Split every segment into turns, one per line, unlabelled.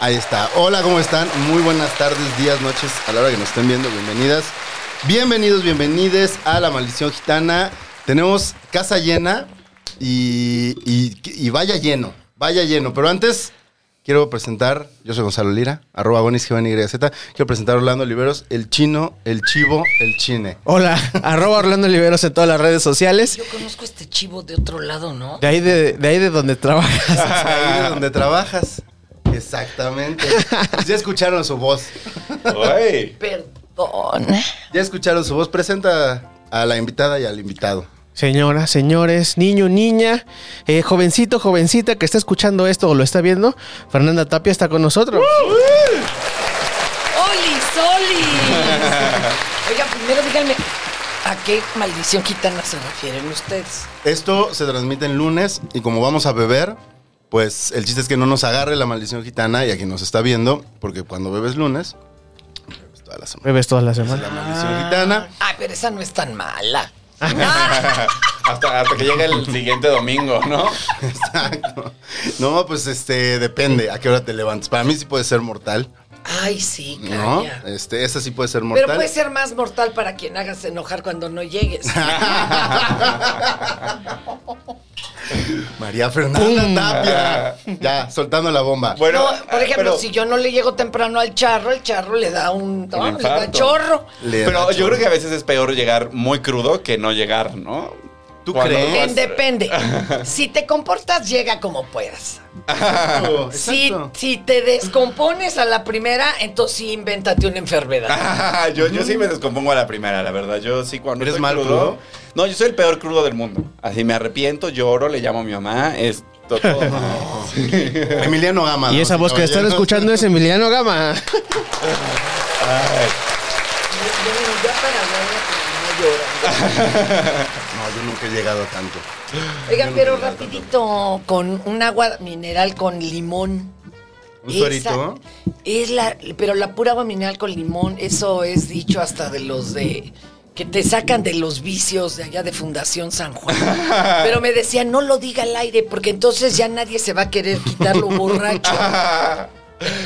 Ahí está. Hola, ¿cómo están? Muy buenas tardes, días, noches, a la hora que nos estén viendo. Bienvenidas. Bienvenidos, bienvenides a La Maldición Gitana. Tenemos casa llena y, y- y vaya lleno, vaya lleno. Pero antes quiero presentar, yo soy Gonzalo Lira, arroba gonis, g o n y z Quiero presentar a Orlando Oliveros, el chino, el chivo, el chine.
Hola, arroba Orlando Oliveros en todas las redes sociales.
Yo conozco a este chivo de otro lado, ¿no?
De ahí de, de ahí de donde trabajas.
Ahí es donde trabajas. Exactamente. Pues ya escucharon su voz.
Perdón.
Ya escucharon su voz. Presenta a la invitada y al invitado.
Señoras, señores, niño, niña, eh, jovencito, jovencita que está escuchando esto o lo está viendo, Fernanda Tapia está con nosotros.
¡Oli, Soli! Oiga, primero díganme, ¿a qué maldición gitana se refieren ustedes?
Esto se transmite en lunes y como vamos a beber, pues el chiste es que no nos agarre la maldición gitana y a quien nos está viendo, porque cuando bebes lunes, bebes toda la semana.
Bebes toda la
La
semana.
maldición gitana.
Ah, pero esa no es tan mala.
hasta, hasta que llegue el siguiente domingo, ¿no?
Exacto. No, pues este, depende a qué hora te levantes. Para mí sí puede ser mortal,
Ay, sí,
¿no?
calla.
Este, esa sí puede ser mortal.
Pero pues, puede ser más mortal para quien hagas enojar cuando no llegues.
María Fernanda Tapia. Ya, soltando la bomba.
Bueno, eh,
No, por ejemplo,
pero-
si yo no le llego temprano al charro, el charro le da un,
Un
le da
infarto.
chorro.
Le
pero
da
yo
chorro.
creo que a veces es peor llegar muy crudo que no llegar, ¿no?
¿Tú
Cuando-
crees?
En- depende. Si te comportas, llega como puedas.
Exacto,
Si,
exacto.
si te descompones a la primera, entonces sí, invéntate una enfermedad.
Ah.
yo, yo sí me descompongo a la primera, la verdad. Yo sí cuando
¿Eres
estoy
mal crudo?
No, yo soy el peor crudo del mundo. Así me arrepiento, lloro, le llamo a mi mamá, esto todo. Sí.
Emiliano Gama.
Y
¿no?
esa voz que están
Caballeros.
escuchando es Emiliano Gama.
Ya para hablar, no lloran.
No, yo nunca he llegado tanto. Ah,
Oigan, pero rapidito, con un agua mineral con limón.
¿Un
Esa
suerito?
Es la, pero la pura agua mineral con limón, eso es dicho hasta de los de que te sacan de los vicios de allá de Fundación San Juan. Pero me decían, no lo diga al aire, porque entonces ya nadie se va a querer quitar lo borracho.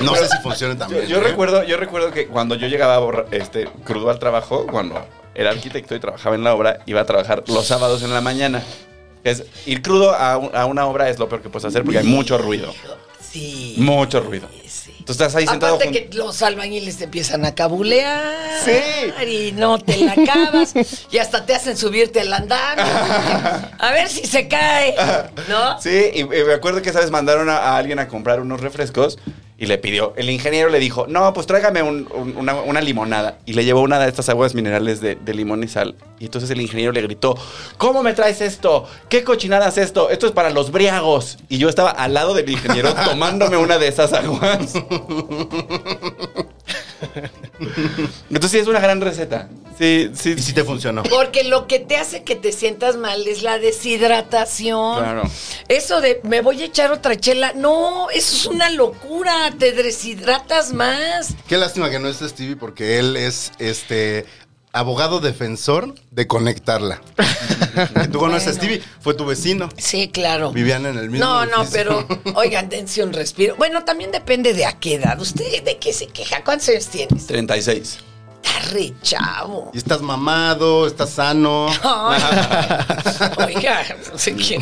No sé si funciona
Yo,
también.
yo
¿eh?
recuerdo, yo recuerdo que cuando yo llegaba borra- este, crudo al trabajo, cuando era arquitecto y trabajaba en la obra, iba a trabajar los sábados en la mañana. Es, ir crudo a, un- a una obra es lo peor que puedes hacer porque hay mucho ruido.
Sí.
Mucho ruido.
Sí.
Tú estás ahí sentado.
Aparte
jun-
que los albañiles te empiezan a cabulear.
Sí.
Y no te la acabas. y hasta te hacen subirte al andamio. a ver si se cae. ¿No?
Sí, y, y me acuerdo que esa vez mandaron a, a alguien a comprar unos refrescos y le pidió. El ingeniero le dijo, no, pues tráigame un- un- una, una limonada. Y le llevó una de estas aguas minerales de, de limón y sal. Y entonces el ingeniero le gritó, ¿cómo me traes esto? ¿Qué cochinada es esto? Esto es para los briagos. Y yo estaba al lado del ingeniero tomándome una de esas aguas. Entonces sí, es una gran receta. Sí, sí.
Y si te funcionó.
Porque lo que te hace que te sientas mal es la deshidratación.
Claro.
Eso de me voy a echar otra chela. No, eso es una locura. Te deshidratas más.
Qué lástima que no esté Stevie porque él es este abogado defensor de conectarla. Que Tú conoces a
Bueno.
Stevie, fue tu vecino.
Sí, claro.
Vivían en el mismo
No, no,
edificio.
pero, oigan, dense un respiro. Bueno, también depende de a qué edad. ¿Usted de qué se queja? ¿Cuántos años tienes?
36.
Está re chavo.
Y estás mamado, estás sano.
Oiga, no sé quién.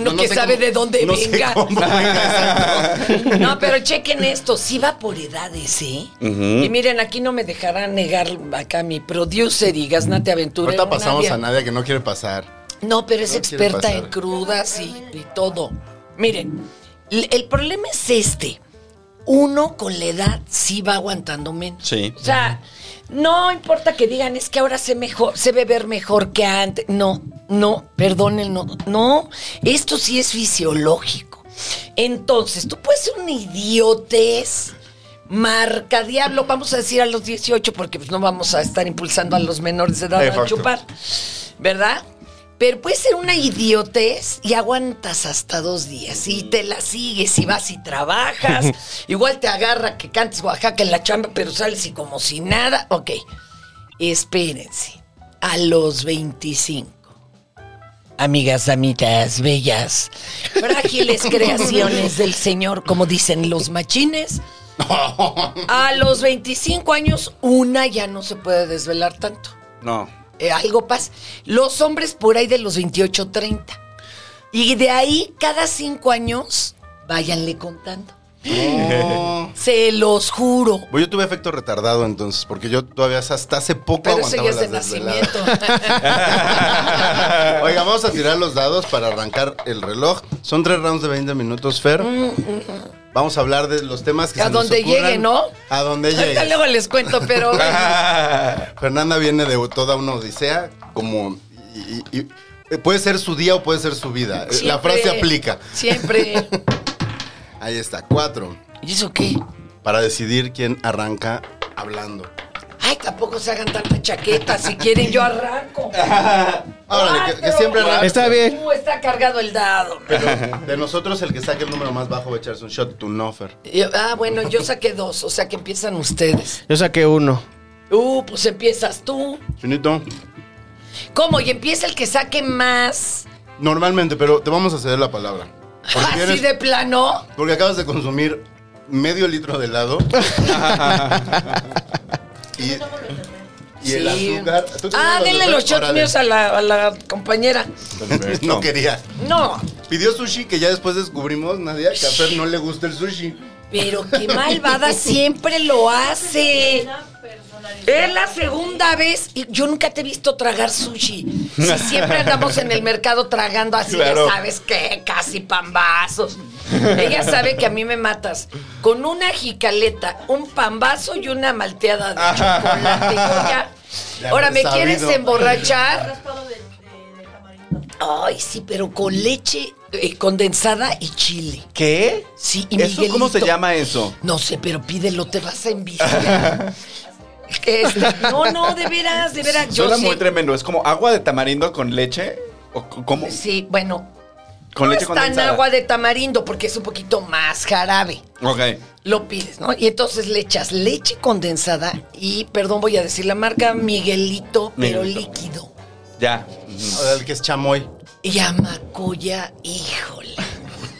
No, que
sé
sabe
cómo-
de dónde
no sé
venga.
cómo venga, exacto.
No, pero chequen esto, sí va por edades, ¿eh?
Ujú.
Y miren, aquí no me dejará negar acá mi producer y Gaznate Aventura.
Ahorita pasamos a Nadia que no quiere pasar.
No, pero es
No quiere
experta
pasar.
en crudas y, y todo. Miren, l- el problema es este. uno con la edad sí va aguantando menos.
Sí.
O sea, no importa que digan, es que ahora sé mejor, sé beber mejor que antes. No, no, perdonen, no, no. Esto sí es fisiológico. Entonces, tú puedes ser un idiotez. Marca diablo, vamos a decir a los 18, porque pues, no vamos a estar impulsando a los menores de edad a
Exacto.
chupar, ¿verdad? Pero puede ser una idiotez y aguantas hasta dos días y te la sigues y vas y trabajas. Igual te agarra que cantes Oaxaca en la chamba, pero sales y como si nada. Ok, espérense. A los 25. Amigas, amitas, bellas, frágiles creaciones del Señor, como dicen los machines. A los 25 años, una ya no se puede desvelar tanto.
No.
Eh, algo pasa. Los hombres por ahí de los 28, 30. Y de ahí, cada cinco años, váyanle contando.
No.
Se los juro.
Pues yo tuve efecto retardado entonces, porque yo todavía hasta hace poco
Pero eso ya
aguantaba
es de
las desveladas.
nacimiento.
Oiga, vamos a tirar los dados para arrancar el reloj. Son tres rounds de 20 minutos, Fer. Vamos a hablar de los temas que
Mm, A
se nos
donde
ocurran.
llegue, ¿no?
A donde
Ahorita
llegue.
luego les cuento, pero
Fernanda viene de toda una odisea, como... y- y- y- eh, puede ser su día o puede ser su vida. Eh, La
siempre-
frase aplica.
Siempre.
Ahí está, cuatro.
¿Y eso qué?
Para decidir quién arranca hablando.
Ay, tampoco se hagan tanta chaqueta. Si quieren, yo arranco.
Órale, que- que siempre arranca.
Está bien.
Uh, está cargado el dado.
Pero de nosotros, el que saque el número más bajo va a echarse un shot. Tu no, Fer.
Y- Ah, bueno, yo saqué dos, o sea que empiezan ustedes.
Yo saqué uno.
Uh, pues empiezas tú.
Chinito.
¿Cómo? Y empieza el que saque más.
Normalmente, pero te vamos a ceder la palabra. Porque,
Así
vienes-
de plano.
porque acabas de consumir medio litro de helado. y, y el
Sí.
azúcar. ¿Tú tienes
Ah,
algo de
denle
azúcar?
los shots
Órale.
míos a la, a la compañera.
no quería.
No,
Pidió sushi que ya después descubrimos, Nadia, que a Fer no le gusta el sushi.
pero qué malvada siempre lo hace. Es la segunda vez y yo nunca te he visto tragar sushi. Si siempre andamos en el mercado tragando así,
Claro.
ya sabes que casi pambazos. Ella sabe que a mí me matas con una jicaleta, un pambazo y una malteada de chocolate. Yo ya-
Ya
Ahora,
habré
¿me quieres
sabido.
emborrachar? Ay, sí, pero con leche eh, condensada y chile.
¿Qué?
Sí, y
¿Eso cómo se
Miguelito.
llama eso?
No sé, pero pídelo, te vas a enviciar. Este, no, no, de veras, de veras. Yo
Suena
sé.
muy tremendo. Es como agua de tamarindo con leche. ¿O c- cómo?
Sí, bueno.
Con
no
leche
es tan
condensada.
agua de tamarindo porque es un poquito más jarabe.
Ok.
Lo pides, ¿no? Y entonces le echas leche condensada y, perdón, voy a decir la marca Miguelito, pero
Miguelito.
líquido.
Ya.
Ahora, El que es chamoy.
Y amacoya, híjole.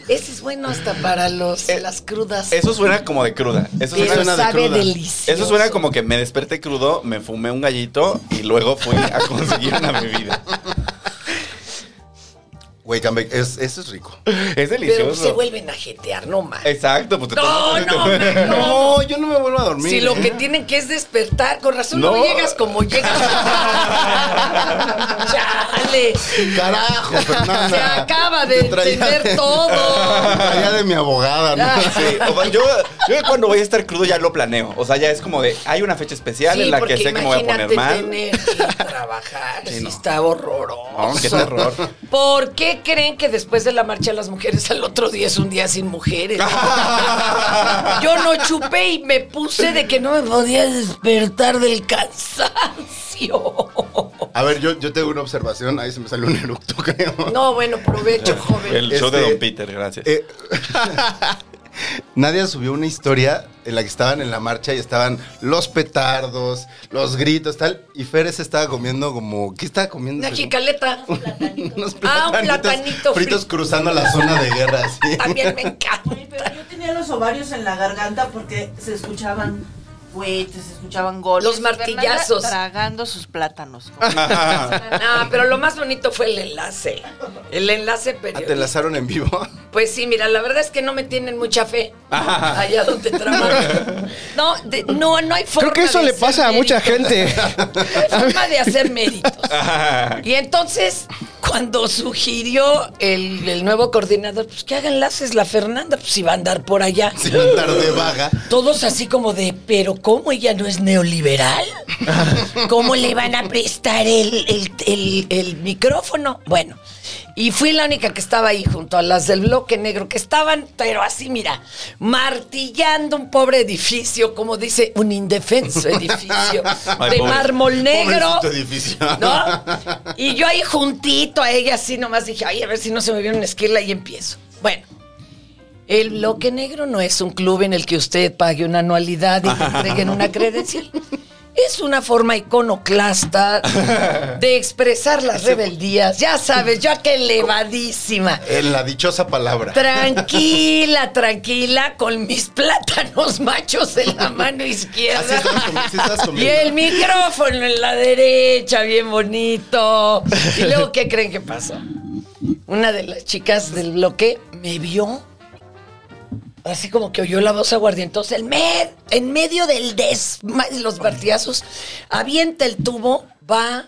Ese es bueno hasta para los,
Eh,
las crudas.
Eso suena como de cruda. Eso
pero
suena,
suena de
sabe
cruda.
delicioso.
eso suena como que me desperté crudo, me fumé un gallito y luego fui a conseguir una bebida.
Güey, Cambeck, es, eso es rico.
Es
Pero pues, se
delicioso.
vuelven a jetear, no más.
Exacto. Pues te
No,
tomas-
no, me-
No, yo no me vuelvo a dormir.
Si lo
¿eh?
que tienen que es despertar, con razón no,
No.
llegas como llegas. Chale.
Carajo, Fernanda.
Se acaba de
Te traía
entender
de-
todo.
te traía de mi abogada, ¿no?
Ah.
Sí, o sea, yo, yo cuando voy a estar crudo ya lo planeo. O sea, ya es como de, hay una fecha especial
Sí,
en la
porque
que sé que me voy a
imagínate
poner mal.
tener que trabajar, sí, está horroroso.
No, Oh, qué terror.
¿Por qué creen que después de la marcha de las mujeres al otro día es un día sin mujeres? Yo no chupé y me puse de que no me podía despertar del cansancio.
A ver, yo, yo tengo una observación. Ahí se me salió un eructo, creo.
No, bueno, provecho, joven.
El show de
Este,
Don Peter, gracias.
Eh, Nadia subió una historia en la que estaban en la marcha y estaban los petardos, los gritos, tal. Y Fer se estaba comiendo como. ¿Qué estaba comiendo?
Una jicaleta.
Unos
Ah, un platanito
platanitos fritos
frito.
cruzando la zona de guerra, así.
También me
Oye, pero
encanta.
yo tenía los ovarios en la garganta porque se escuchaban cohetes, se escuchaban golpes.
Los
Y Fernanda
martillazos.
Tragando sus plátanos.
Ah, pero lo más bonito fue el enlace. El enlace
Ah, ¿Te
periodístico.
enlazaron en vivo?
Pues sí, mira, la verdad es que no me tienen mucha fe allá donde trabajo. No, de- no, no hay forma.
Creo que eso
de
le
hacer
pasa a mucha
méritos.
gente.
No hay forma de hacer méritos. Y entonces, Cuando sugirió el, el nuevo coordinador, pues que hagan laces la Fernanda, pues si va a andar por allá.
Si va a andar de vaga.
Todos así como de, pero ¿cómo ella no es neoliberal? ¿Cómo le van a prestar el, el- el- el micrófono? Bueno, y fui la única que estaba ahí junto a las del bloque negro, que estaban, pero así, mira, martillando un pobre edificio, como dice, un indefenso edificio
Ay,
de
pobre-
mármol negro.
Pobrecito edificio.
¿No? Y yo ahí juntito a ella así nomás dije, ay, a ver si no se me viene una esquila y empiezo. Bueno, el bloque negro no es un club en el que usted pague una anualidad y le entreguen una credencial. Es una forma iconoclasta de expresar las rebeldías. Ya sabes, yo que elevadísima.
En la dichosa palabra.
Tranquila, tranquila, con mis plátanos machos en la mano
Así
izquierda.
estás comi- así estás
Y
comiendo.
el micrófono en la derecha, bien bonito. Y luego, ¿qué creen que pasó? Una de las chicas del bloque me vio. Así como que oyó la voz aguardientosa. El med, en medio del des, los martillazos, avienta el tubo, va,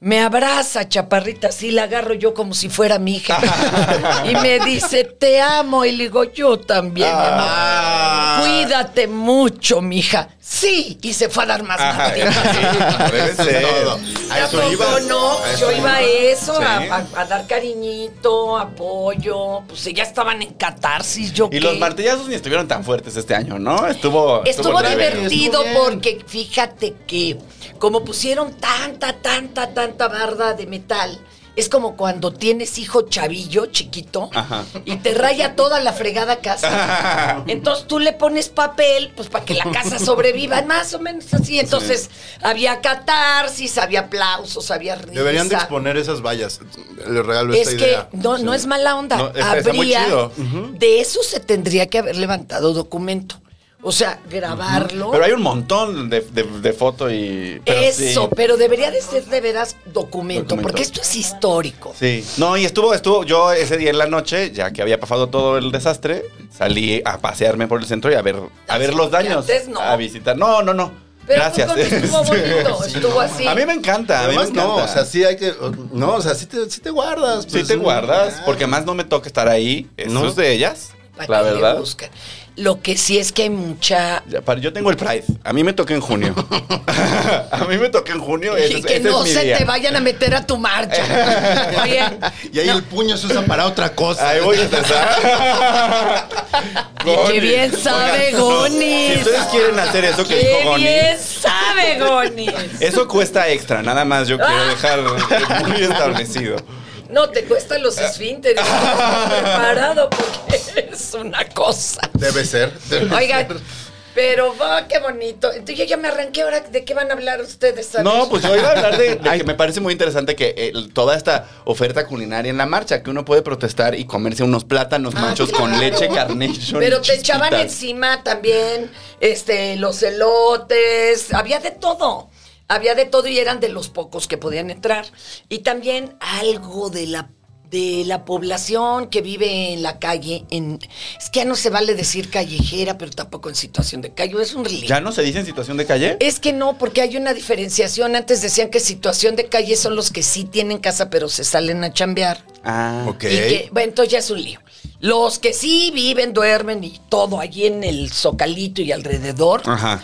me abraza, chaparrita, así la agarro yo como si fuera mi hija. y me dice, te amo. Y le digo, yo también, mi amor.
Ah.
Cuídate mucho, mija. Sí. Y se fue a dar más
Ajá,
martillazos.
debe
Eso es
ser.
todo. A
¿A
eso
poco
iba.
no?
A
Yo
eso
iba a eso, a,
Sí.
a- a dar cariñito, apoyo. Pues ya estaban en catarsis, yo
Y
qué.
los martillazos ni estuvieron tan fuertes este año, ¿no? Estuvo.
Estuvo
leve.
divertido
Estuvo bien.
porque fíjate que como pusieron tanta, tanta, tanta barda de metal, es como cuando tienes hijo chavillo, chiquito,
Ajá.
y te raya toda la fregada casa. Entonces tú le pones papel, pues para que la casa sobreviva, más o menos así. Entonces había catarsis, había aplausos, había risa.
Deberían de exponer esas vallas. Les regalo
Es
esta
que
idea.
no, no
Sí.
es mala onda.
No, está- está muy
Habría-
chido.
De eso se tendría que haber levantado documento. O sea, grabarlo.
Pero hay un montón de, de, de foto y. pero
eso,
sí.
pero debería de ser de veras documento,
Documento.
porque esto es histórico.
Sí. No, y estuvo, estuvo. Yo ese día en la noche, ya que había pasado todo el desastre, salí a pasearme por el centro y a ver, a ver los daños.
Antes no.
A visitar. No, no, no.
Pero
Gracias.
tú conmigo estuvo bonito, estuvo así.
A mí me encanta. A mí me
Además,
encanta.
no, o sea, sí hay que. No, o sea, sí te, sí te guardas.
Sí
pues,
te
un-
guardas,
Ah.
porque más no me toca estar ahí. Eso
No.
es de ellas,
¿Para
la
qué Pues, le
verdad.
buscan? Lo que sí es que hay mucha.
Ya, para- Yo tengo el Pride. A mí me toca en junio. a mí me toca en junio. ese
y
es-
que
ese
no
es mi
se
día.
te vayan a meter a tu marcha. Oye,
Y ahí
no,
el puño se usa para otra cosa.
Ahí voy a empezar.
qué
Gonis.
bien sabe
Oigan, no,
Gonis.
Si ustedes quieren hacer eso que
qué
dijo
bien
Gonis,
sabe Gonis.
eso cuesta extra. Nada más yo
Ah.
quiero dejar muy establecido.
No, te cuestan
Ah.
los esfínteres. estás preparado porque es una cosa.
Debe ser. debe
Oigan,
ser.
pero va, qué bonito. Entonces yo ya me arranqué ahora. ¿De qué van a hablar ustedes? A
No,
ver.
pues yo iba a hablar de, de que me parece muy interesante que el- toda esta oferta culinaria en la marcha, que uno puede protestar y comerse unos plátanos machos con
Ah, claro.
leche carnation.
Pero
y
te echaban
chispitas.
encima también este, los elotes, había de todo. Había de todo y eran de los pocos que podían entrar. Y también algo de la, de la población que vive en la calle. En, es que ya no se vale decir callejera, pero tampoco en situación de calle. Es un relieve.
¿Ya no se dice en situación de calle?
Es que no, porque hay una diferenciación. Antes decían que situación de calle son los que sí tienen casa, pero se salen a chambear.
Ah.
Ok.
Y que, bueno, entonces ya es un lío. Los que sí viven, duermen y todo allí en el zocalito y alrededor,
Ah.
Ajá.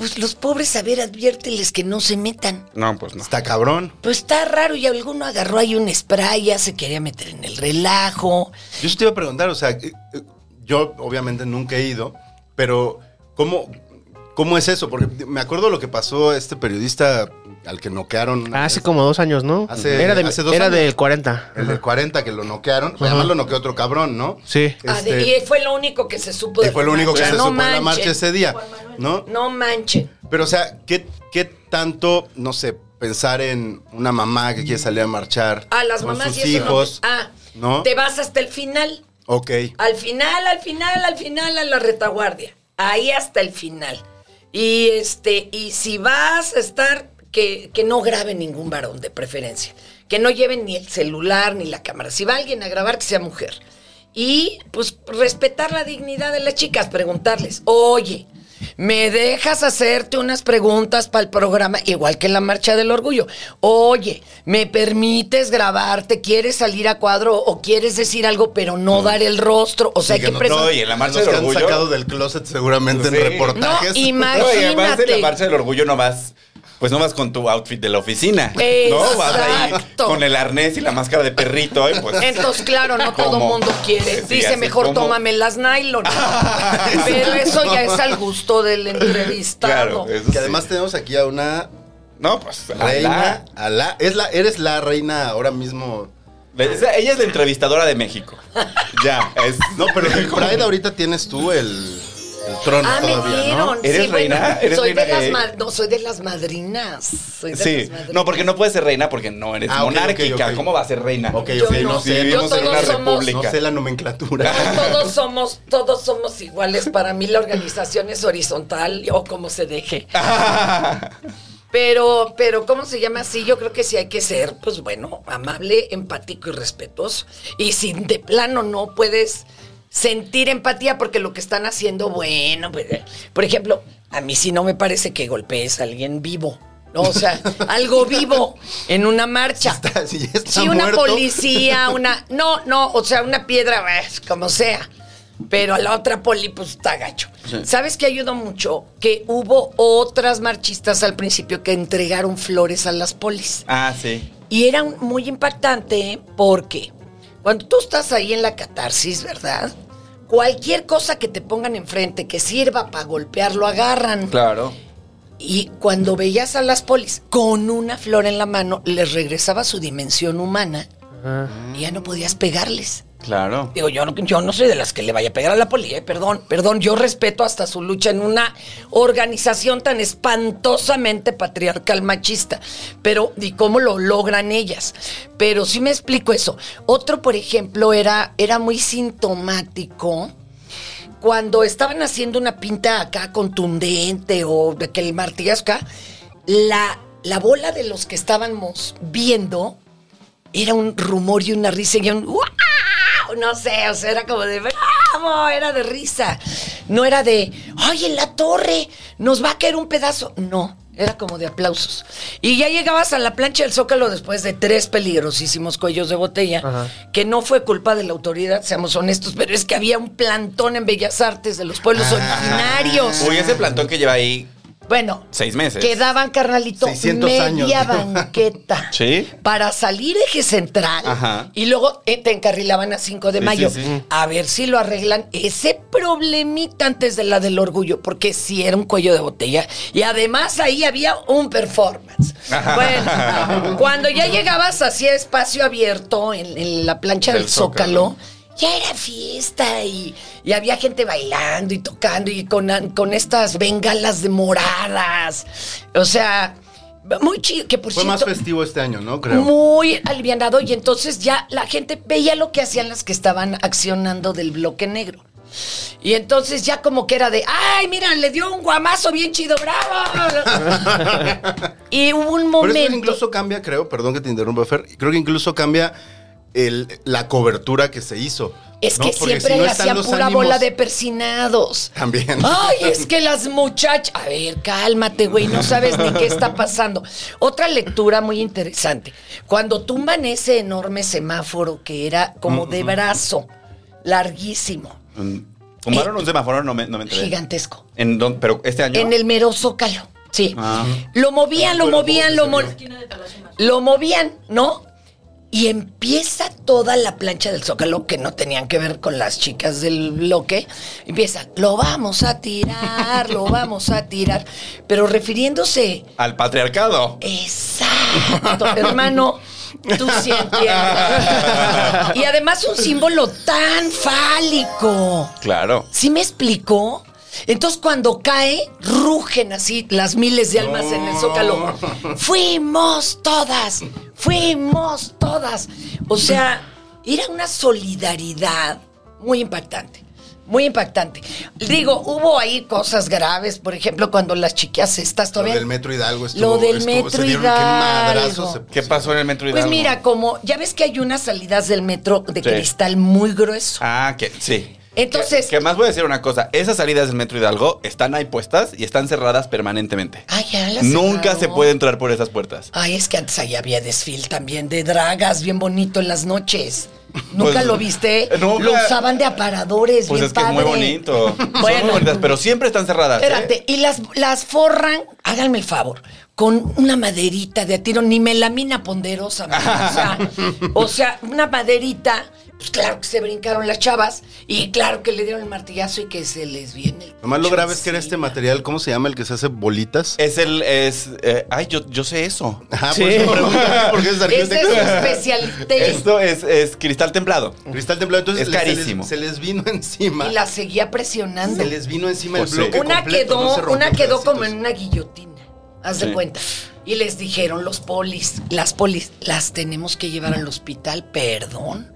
pues los pobres, a ver, adviérteles que no se metan.
No, pues no.
Está cabrón.
Pues está raro y alguno agarró ahí un spray, ya se quería meter en el relajo.
Yo sí te iba a preguntar, o sea, eh, eh, yo obviamente nunca he ido, pero ¿cómo, cómo es eso? Porque me acuerdo lo que pasó a este periodista al que noquearon. una
Ah, Hace
vez,
como dos años, ¿no?
Hace-
era de-
hace dos
era
años.
del 40.
El del 40 que lo noquearon.
Ajá.
Además lo noqueó otro cabrón, ¿no?
Sí.
Ah, de-
Este,
y fue lo único que se supo.
y
de
fue lo
la
único que
marcha.
se
Pues, No
supo en la
manchen,
marcha ese día, ¿no?
No manchen.
Pero, o sea, ¿qué, qué tanto, no sé, pensar en una mamá que quiere salir a marchar
A las
con
mamás
sus
y eso no-
hijos?
Ah,
¿no?
te vas hasta el final.
Ok.
Al final, al final, al final, a la retaguardia. Ahí hasta el final. Y este, y si vas a estar, que, que no grabe ningún varón de preferencia. Que no lleven ni el celular ni la cámara. Si va alguien a grabar, que sea mujer. Y pues respetar la dignidad de las chicas, preguntarles, oye, me dejas hacerte unas preguntas para el programa, igual que en la Marcha del Orgullo. Oye, ¿me permites grabarte? ¿Quieres salir a cuadro o quieres decir algo, pero
Mm.
no dar el rostro? O sea, hay que
no,
presentar.
y en la marcha
Los
del
que han
orgullo.
sacado del closet seguramente
Sí.
en reportajes.
No, y más-
No, y además de la
Imagínate.
marcha del orgullo no vas. Pues no vas con tu outfit de la oficina. No, vas ahí
Exacto.
con el arnés y la máscara de perrito. ¿eh? Pues,
Entonces, claro, no todo
¿Cómo?
mundo quiere.
Sí,
Dice,
así
mejor
como-
tómame las nylon. Pero eso ya es al gusto del entrevistado.
Claro, eso
Que además
sí.
tenemos aquí a una
No, pues.
reina.
Reina.
A la, es la, eres la reina ahora mismo.
Ella es la entrevistadora de México. Ya. Es,
No, pero en Pride ahorita tienes tú el, el trono
Ah,
todavía,
me
¿no?
dieron.
¿Eres
sí,
reina?
Bueno,
¿Eres
soy de
reina?
las
Eh.
ma- no, soy de las madrinas. Soy de las
Sí.
madrinas.
No, porque no puedes ser reina porque no eres
Ah, ok, ok,
monárquica.
ok.
¿Cómo va a ser reina?
Ok,
Yo
ok,
no
no,
sé,
sé.
Vivimos
yo
en una
todos somos-
república.
No sé la nomenclatura.
Todos somos, todos somos iguales. Para mí la organización es horizontal o como se deje. Pero, pero, ¿cómo se llama así? Yo creo que sí hay que ser, pues bueno, amable, empático y respetuoso. Y si de plano no puedes sentir empatía porque lo que están haciendo, bueno, pues, eh, por ejemplo, a mí sí no me parece que golpees a alguien vivo. ¿no? O sea, algo vivo en una marcha.
Está- si ya está
Sí, una
muerto.
policía, una. No, no, o sea, una piedra, eh, como sea. Pero a la otra poli, pues está gacho. ¿Sabes qué ayudó mucho? Que hubo otras marchistas al principio que entregaron flores a las polis.
Ah, sí.
Y era un- muy impactante ¿eh? porque cuando tú estás ahí en la catarsis, ¿verdad? Cualquier cosa que te pongan enfrente que sirva para golpear, lo agarran.
Claro.
Y cuando veías a las polis con una flor en la mano, les regresaba su dimensión humana y ya no podías pegarles.
Claro.
Digo, yo no, yo no soy de las que le vaya a pegar a la poli, eh, perdón, perdón, yo respeto hasta su lucha en una organización tan espantosamente patriarcal machista, pero y cómo lo logran ellas. Pero sí me explico eso. Otro, por ejemplo, era, era muy sintomático cuando estaban haciendo una pinta acá contundente o de que el martillazo acá, la, la bola de los que estábamos viendo era un rumor y una risa y un ¡guau! No sé, o sea, era como de ¡bravo! Era de risa. No era de ¡ay, en la torre! ¡Nos va a caer un pedazo! No, era como de aplausos. Y ya llegabas a la plancha del Zócalo después de tres peligrosísimos cuellos de botella, que no fue culpa de la autoridad, seamos honestos, pero es que había un plantón en Bellas Artes de los pueblos originarios.
Ah. Uy, ese plantón que lleva ahí
Bueno,
seis meses.
Quedaban, carnalito,
600
media
años.
banqueta.
Sí.
Para salir eje central.
Ajá.
Y luego eh, te encarrilaban a 5 de
Sí,
mayo.
sí, sí.
A ver si lo arreglan ese problemita antes de la del orgullo, porque sí era un cuello de botella. Y además ahí había un performance. Bueno, cuando ya llegabas hacia espacio abierto en, en la plancha del,
Del
Zócalo
Zócalo.
ya era fiesta y, y había gente bailando y tocando y con, con estas bengalas de moradas. O sea, muy chido, que por
Fue más
cierto,
festivo este año, ¿no? Creo.
muy alivianado y entonces ya la gente veía lo que hacían las que estaban accionando del bloque negro. Y entonces ya como que era de, ay, mira, le dio un guamazo bien chido, bravo. y hubo un
Pero eso
momento...
incluso cambia, creo, perdón que te interrumpa, Fer, creo que incluso cambia el- la cobertura que se hizo.
Es
¿no?
que
Porque
siempre
si no
le
están
hacían
los
pura
ánimos-
bola de persinados.
También.
Ay, es que las muchachas. A ver, cálmate, güey, no sabes ni qué está pasando. Otra lectura muy interesante. Cuando tumban ese enorme semáforo que era como
Mm,
de brazo, larguísimo,
Mm, Fumaron un semáforo, no me, no me enteré.
gigantesco,
¿En dónde? Pero este año.
eh, en el mero zócalo. Sí.
Ah.
Lo movían, lo
Pero
movían, lo
¿cómo que se
movían. Lo movían, ¿no? Y empieza toda la plancha del Zócalo, que no tenían que ver con las chicas del bloque. Empieza, lo vamos a tirar, lo vamos a tirar. Pero refiriéndose,
Al patriarcado.
exacto, hermano, tú sí entiendes. Y además un símbolo tan fálico.
Claro.
¿Sí me explicó? Entonces cuando cae, rugen así las miles de almas en el zócalo. Fuimos todas, fuimos todas. O sea, era una solidaridad muy impactante. Muy impactante. Digo, hubo ahí cosas graves, por ejemplo, cuando las chicas estas
Lo
todavía.
del Metro Hidalgo estuvo.
Lo del
estuvo-
Metro
se dieron qué
Hidalgo.
madrazos se
¿Qué pasó en el metro
Pues
Hidalgo?
mira, como ya ves que hay unas salidas del metro de
Sí.
cristal muy grueso.
Ah, que sí.
Entonces,
Que, que más voy a decir una cosa. Esas salidas del Metro Hidalgo están ahí puestas y están cerradas permanentemente.
Ay, Ah, ya las Ah,
Nunca
cerraron.
se puede entrar por esas puertas.
Ay, es que antes ahí había desfile también de dragas, bien bonito en las noches. ¿Nunca
Pues,
lo viste?
nunca.
Lo usaban de aparadores,
Pues
bien
es que es muy
padre.
bonito. Son muy
Bueno.
bonitas, pero siempre están cerradas. ¿eh?
Espérate, y las, las forran, háganme el favor, con una maderita de a tiro, ni melamina ponderosa. man. O sea, o sea, una maderita, pues claro que se brincaron las chavas y claro que le dieron el martillazo y que se les viene el...
Lo más lo
cucho
grave es que era este
encima.
material, ¿cómo se llama el que se hace bolitas?
Es el. Es, eh, ay, yo, yo sé eso.
Ajá,
Sí.
por eso pregunta, porque es
Esa es su
arquitecto.
especialité.
Esto es, es cristal templado.
Cristal templado, entonces
Es
le- se les-
carísimo.
Se, les, vino encima.
Y la seguía presionando.
Se les vino encima
Pues
el
sí.
bloque
una
completo,
quedó,
no se rompió
una quedó como
pedacitos.
en una guillotina. Haz
Sí.
de cuenta. Y les dijeron los polis, las polis, las tenemos que llevar al hospital, perdón.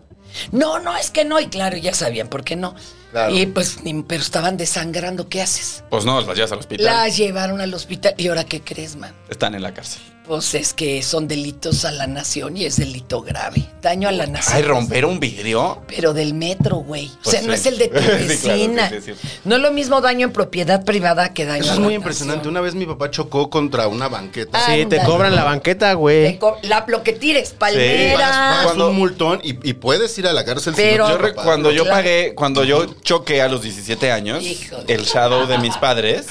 No, no, es que no. Y claro, ya sabían por qué no.
Claro.
Y pues, ni- pero estaban desangrando, ¿qué haces?
Pues no, las llevas al hospital.
Las llevaron al hospital. ¿Y ahora qué crees, man?
Están en la cárcel.
Pues es que son delitos a la nación y es delito grave. Daño a la nación.
Ay, romper un vidrio.
Pero del metro, güey. o
Pues
sea, no
sí.
es el de tu
Sí, claro, sí,
vecina.
sí, sí.
No es lo mismo daño en propiedad privada que daño
Eso
a
es
la
muy
nación.
impresionante. Una vez mi papá chocó contra una banqueta.
Ah,
Sí, te
Ándale.
cobran la banqueta,
Te
güey.
co- la, lo que tires, palmera.
Eh, Pagas
Cuando-
un multón y, y puedes ir a la cárcel
Pero-
si
Yo
no te
re-
pagan.
cuando yo
Claro.
pagué, cuando yo choqué a los 17 años,
Híjole.
el shadow de mis padres,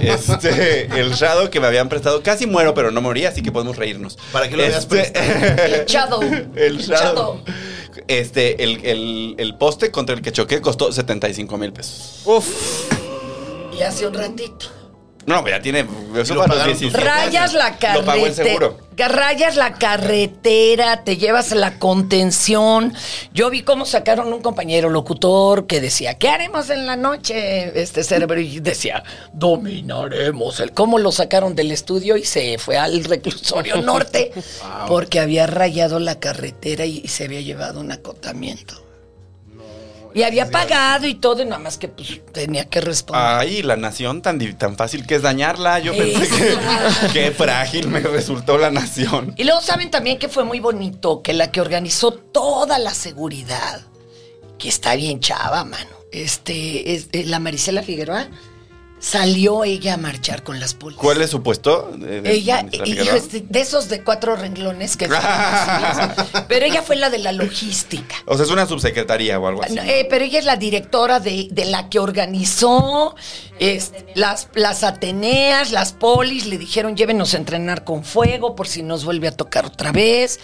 este, el shadow que me habían prestado, casi muero, pero no morí, así que podemos reírnos. Este,
¿Para qué lo habías
El shadow.
el
El
shadow.
shadow.
Este, el, el- el poste contra el que choqué costó 75 mil pesos.
Y hace un ratito.
No, ya tiene. Eso
Y lo
para los
pagaron
17
Rayas
años.
la
Lo pagó el
carretera.
seguro.
Rayas la carretera, te llevas la contención. Yo vi cómo sacaron un compañero locutor que decía, ¿qué haremos en la noche? Este cerebro y decía, dominaremos el. ¿Cómo lo sacaron del estudio y se fue al reclusorio norte? Porque había rayado la carretera y, y se había llevado un acotamiento. Y había pagado y todo, y nada más que pues, tenía que responder.
Ay, la nación tan, di- tan fácil que es dañarla. Yo pensé que
Exacto.
qué frágil me resultó la nación.
Y luego saben también que fue muy bonito, que la que organizó toda la seguridad, que está bien chava, mano. Este, es- eh, la Marisela Figueroa, salió ella a marchar con las polis.
¿Cuál es su puesto? de- de-
Ella,
ministra
eh,
Figueroa?
hijo, este, de esos de cuatro renglones que... pero ella fue la de la logística.
O sea, es una subsecretaría o algo así.
No, eh, pero ella es la directora de, de la que organizó es- las, las Ateneas, las polis, le dijeron llévenos a entrenar con fuego por si nos vuelve a tocar otra vez.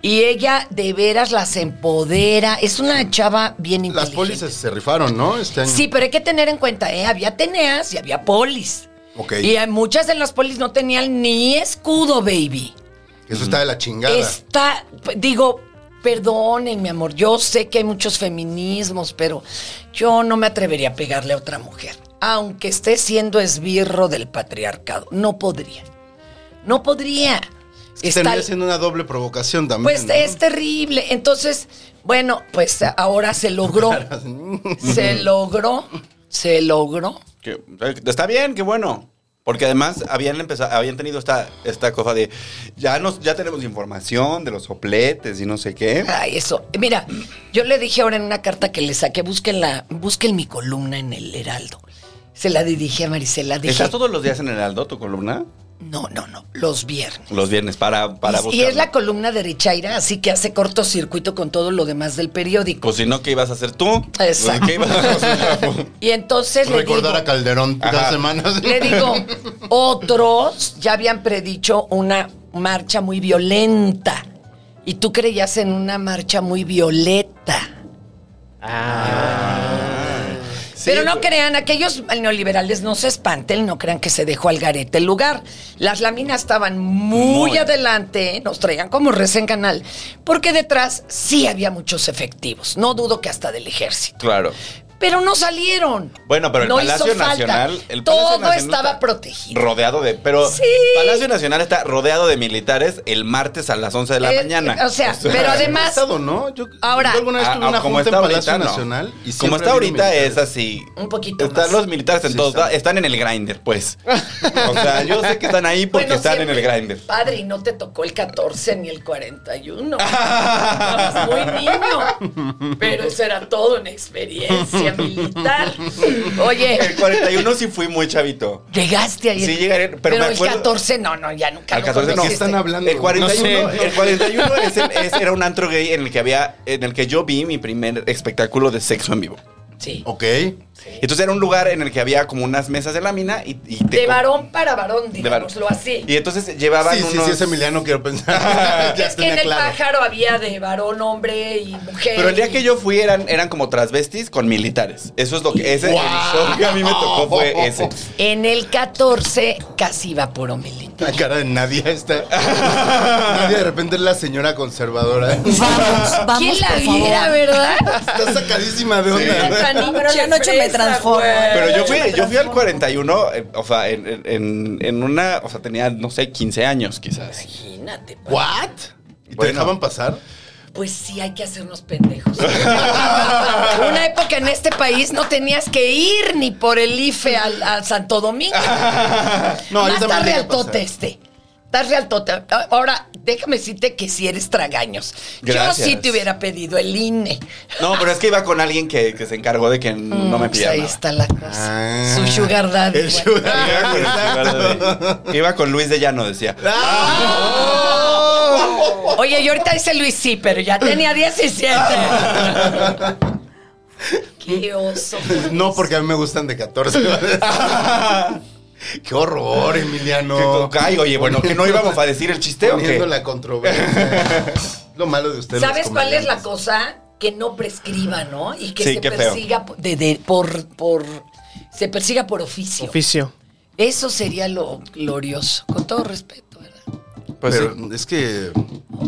Y ella de veras las empodera. Es una chava bien
Las
inteligente.
pólizas se rifaron, ¿no? Este año.
Sí, pero hay que tener en cuenta, ¿eh? había Ateneas y había polis.
Ok.
Y hay muchas de las polis no tenían ni escudo, baby.
Eso está de la chingada.
Está, digo, perdonen, mi amor, yo sé que hay muchos feminismos, pero yo no me atrevería a pegarle a otra mujer, aunque esté siendo esbirro del patriarcado. No podría. No podría.
Es que
Está-
termina siendo una doble provocación también.
pues
¿no?
es terrible. Entonces, bueno, pues ahora se logró. se logró. Se logró.
Que- eh, está bien, qué bueno. Porque además habían empezado, habían tenido esta, esta cosa de ya nos, ya tenemos información de los sopletes y no sé qué.
Ay, eso. Mira, yo le dije ahora en una carta que le saqué, busquen, la, busquen mi columna en el Heraldo. Se la dirigí a Marisela. Dije,
¿Estás todos los días en el Aldo, tu columna?
No, no, no, los viernes.
Los viernes para, para
y, y es la
buscarla.
columna de Richaira, así que hace cortocircuito con todo lo demás del periódico.
Pues si no, ¿qué ibas a hacer tú?
Exacto.
¿Qué ibas a hacer?
Y entonces le digo,
Recordar a Calderón
Ajá.
dos semanas.
le digo, otros ya habían predicho una marcha muy violenta. Y tú creías en una marcha muy violeta.
Ah. Sí,
Pero no
pues-
crean, aquellos neoliberales no se espanten, no crean que se dejó al garete el lugar. Las láminas estaban muy,
Muy.
adelante, nos traían como res en canal, porque detrás sí había muchos efectivos, no dudo que hasta del ejército.
Claro.
Pero no salieron.
Bueno, pero el
No hizo
Palacio
falta.
Nacional. El
Todo
Palacio Nacional
estaba
está
protegido.
Rodeado de. Pero.
Sí.
Palacio Nacional está rodeado de militares el martes a las 11 de la
Eh,
mañana.
o sea, pero además-
Estado, ¿no? Yo,
Ahora-
yo alguna vez
Ah,
tuve una
ah, como
junta
está
en
ahorita,
Palacio
no.
Nacional y siempre
como está
ha habido
ahorita
militares.
es así.
Un poquito
Están
más.
los militares en
Sí,
todos
están.
lados, están en el grinder, pues. O sea, yo sé que están ahí porque
Bueno,
están
siempre,
en el grinder.
Padre, y no te tocó el 14 ni el 41. Estabas muy niño. Pero eso era todo una experiencia. Guardia Militar. Oye,
El 41 sí fui muy chavito.
llegaste ahí.
Sí, llegaré, pero me
el
acuerdo-
14, no, no, ya nunca.
Al
lo
14 no.
¿De qué
conociste.
están hablando?
El 41,
No sé.
el 41 es el- es- era un antro gay en el que había, en el que yo vi mi primer espectáculo de sexo en vivo.
Sí.
Ok.
Entonces era un lugar en el que había como unas mesas de lámina y, y te-
De varón para varón,
de varón.
digámoslo así.
Y entonces llevaban
Sí, sí,
unos-
sí, es Emiliano, quiero pensar. ya
es que en
tenía
el
claro.
pájaro había de varón, hombre y mujer.
Pero el día
y-
que yo fui eran, eran como transvestis con militares. Eso es lo que. Ese,
¡Guau!
El show que a mí me tocó fue ese.
En el 14 casi va por Omelín.
La cara de Nadia está. Nadia de repente es la señora conservadora.
Vamos, vamos,
¿Quién la
por favor.
viera, verdad?
Está sacadísima de
Sí.
onda.
Pero la noche me transformo.
Pero yo fui,
Me
yo fui al
transformo.
41, eh, o sea, en, en- en- en una. O sea, tenía, no sé, 15 años quizás.
Imagínate. pa-
¿What? ¿Y te
Bueno.
dejaban pasar?
Pues sí, hay que hacernos pendejos. Una época en este país no tenías que ir ni por el IFE al, a Santo Domingo.
No, yo
Más
también
tarde
dejé
al tote
pasar.
este. Tarde al tote. Ahora, déjame decirte que si eres tragaños. Yo
Gracias.
sí te hubiera pedido el INE.
No, pero es que iba con alguien que, que se encargó de que no me
Pues ahí
pillara. nada.
está la cosa.
Ah.
Su sugar daddy.
El
güey.
sugar
Iba con-
Exacto.
Iba con Luis de Llano, decía.
¡Ah!
¡Oh! Oye, yo ahorita dice Luis sí, pero ya tenía 17. Qué oso.
No, porque a mí me gustan de 14. Qué horror, Emiliano.
Que- ay, oye, bueno, que no íbamos a decir el chiste, ¿o qué?
Poniendo la controversia. Lo malo de ustedes.
¿Sabes
los
cuál es la
comediantes.
cosa? Que no prescriba, ¿no? Y que
Sí,
se
qué feo.
persiga po- de- de- por, por. Se persiga por oficio.
Oficio.
Eso sería lo glorioso. Con todo respeto, ¿verdad?
Pues
Pero
sí.
es que.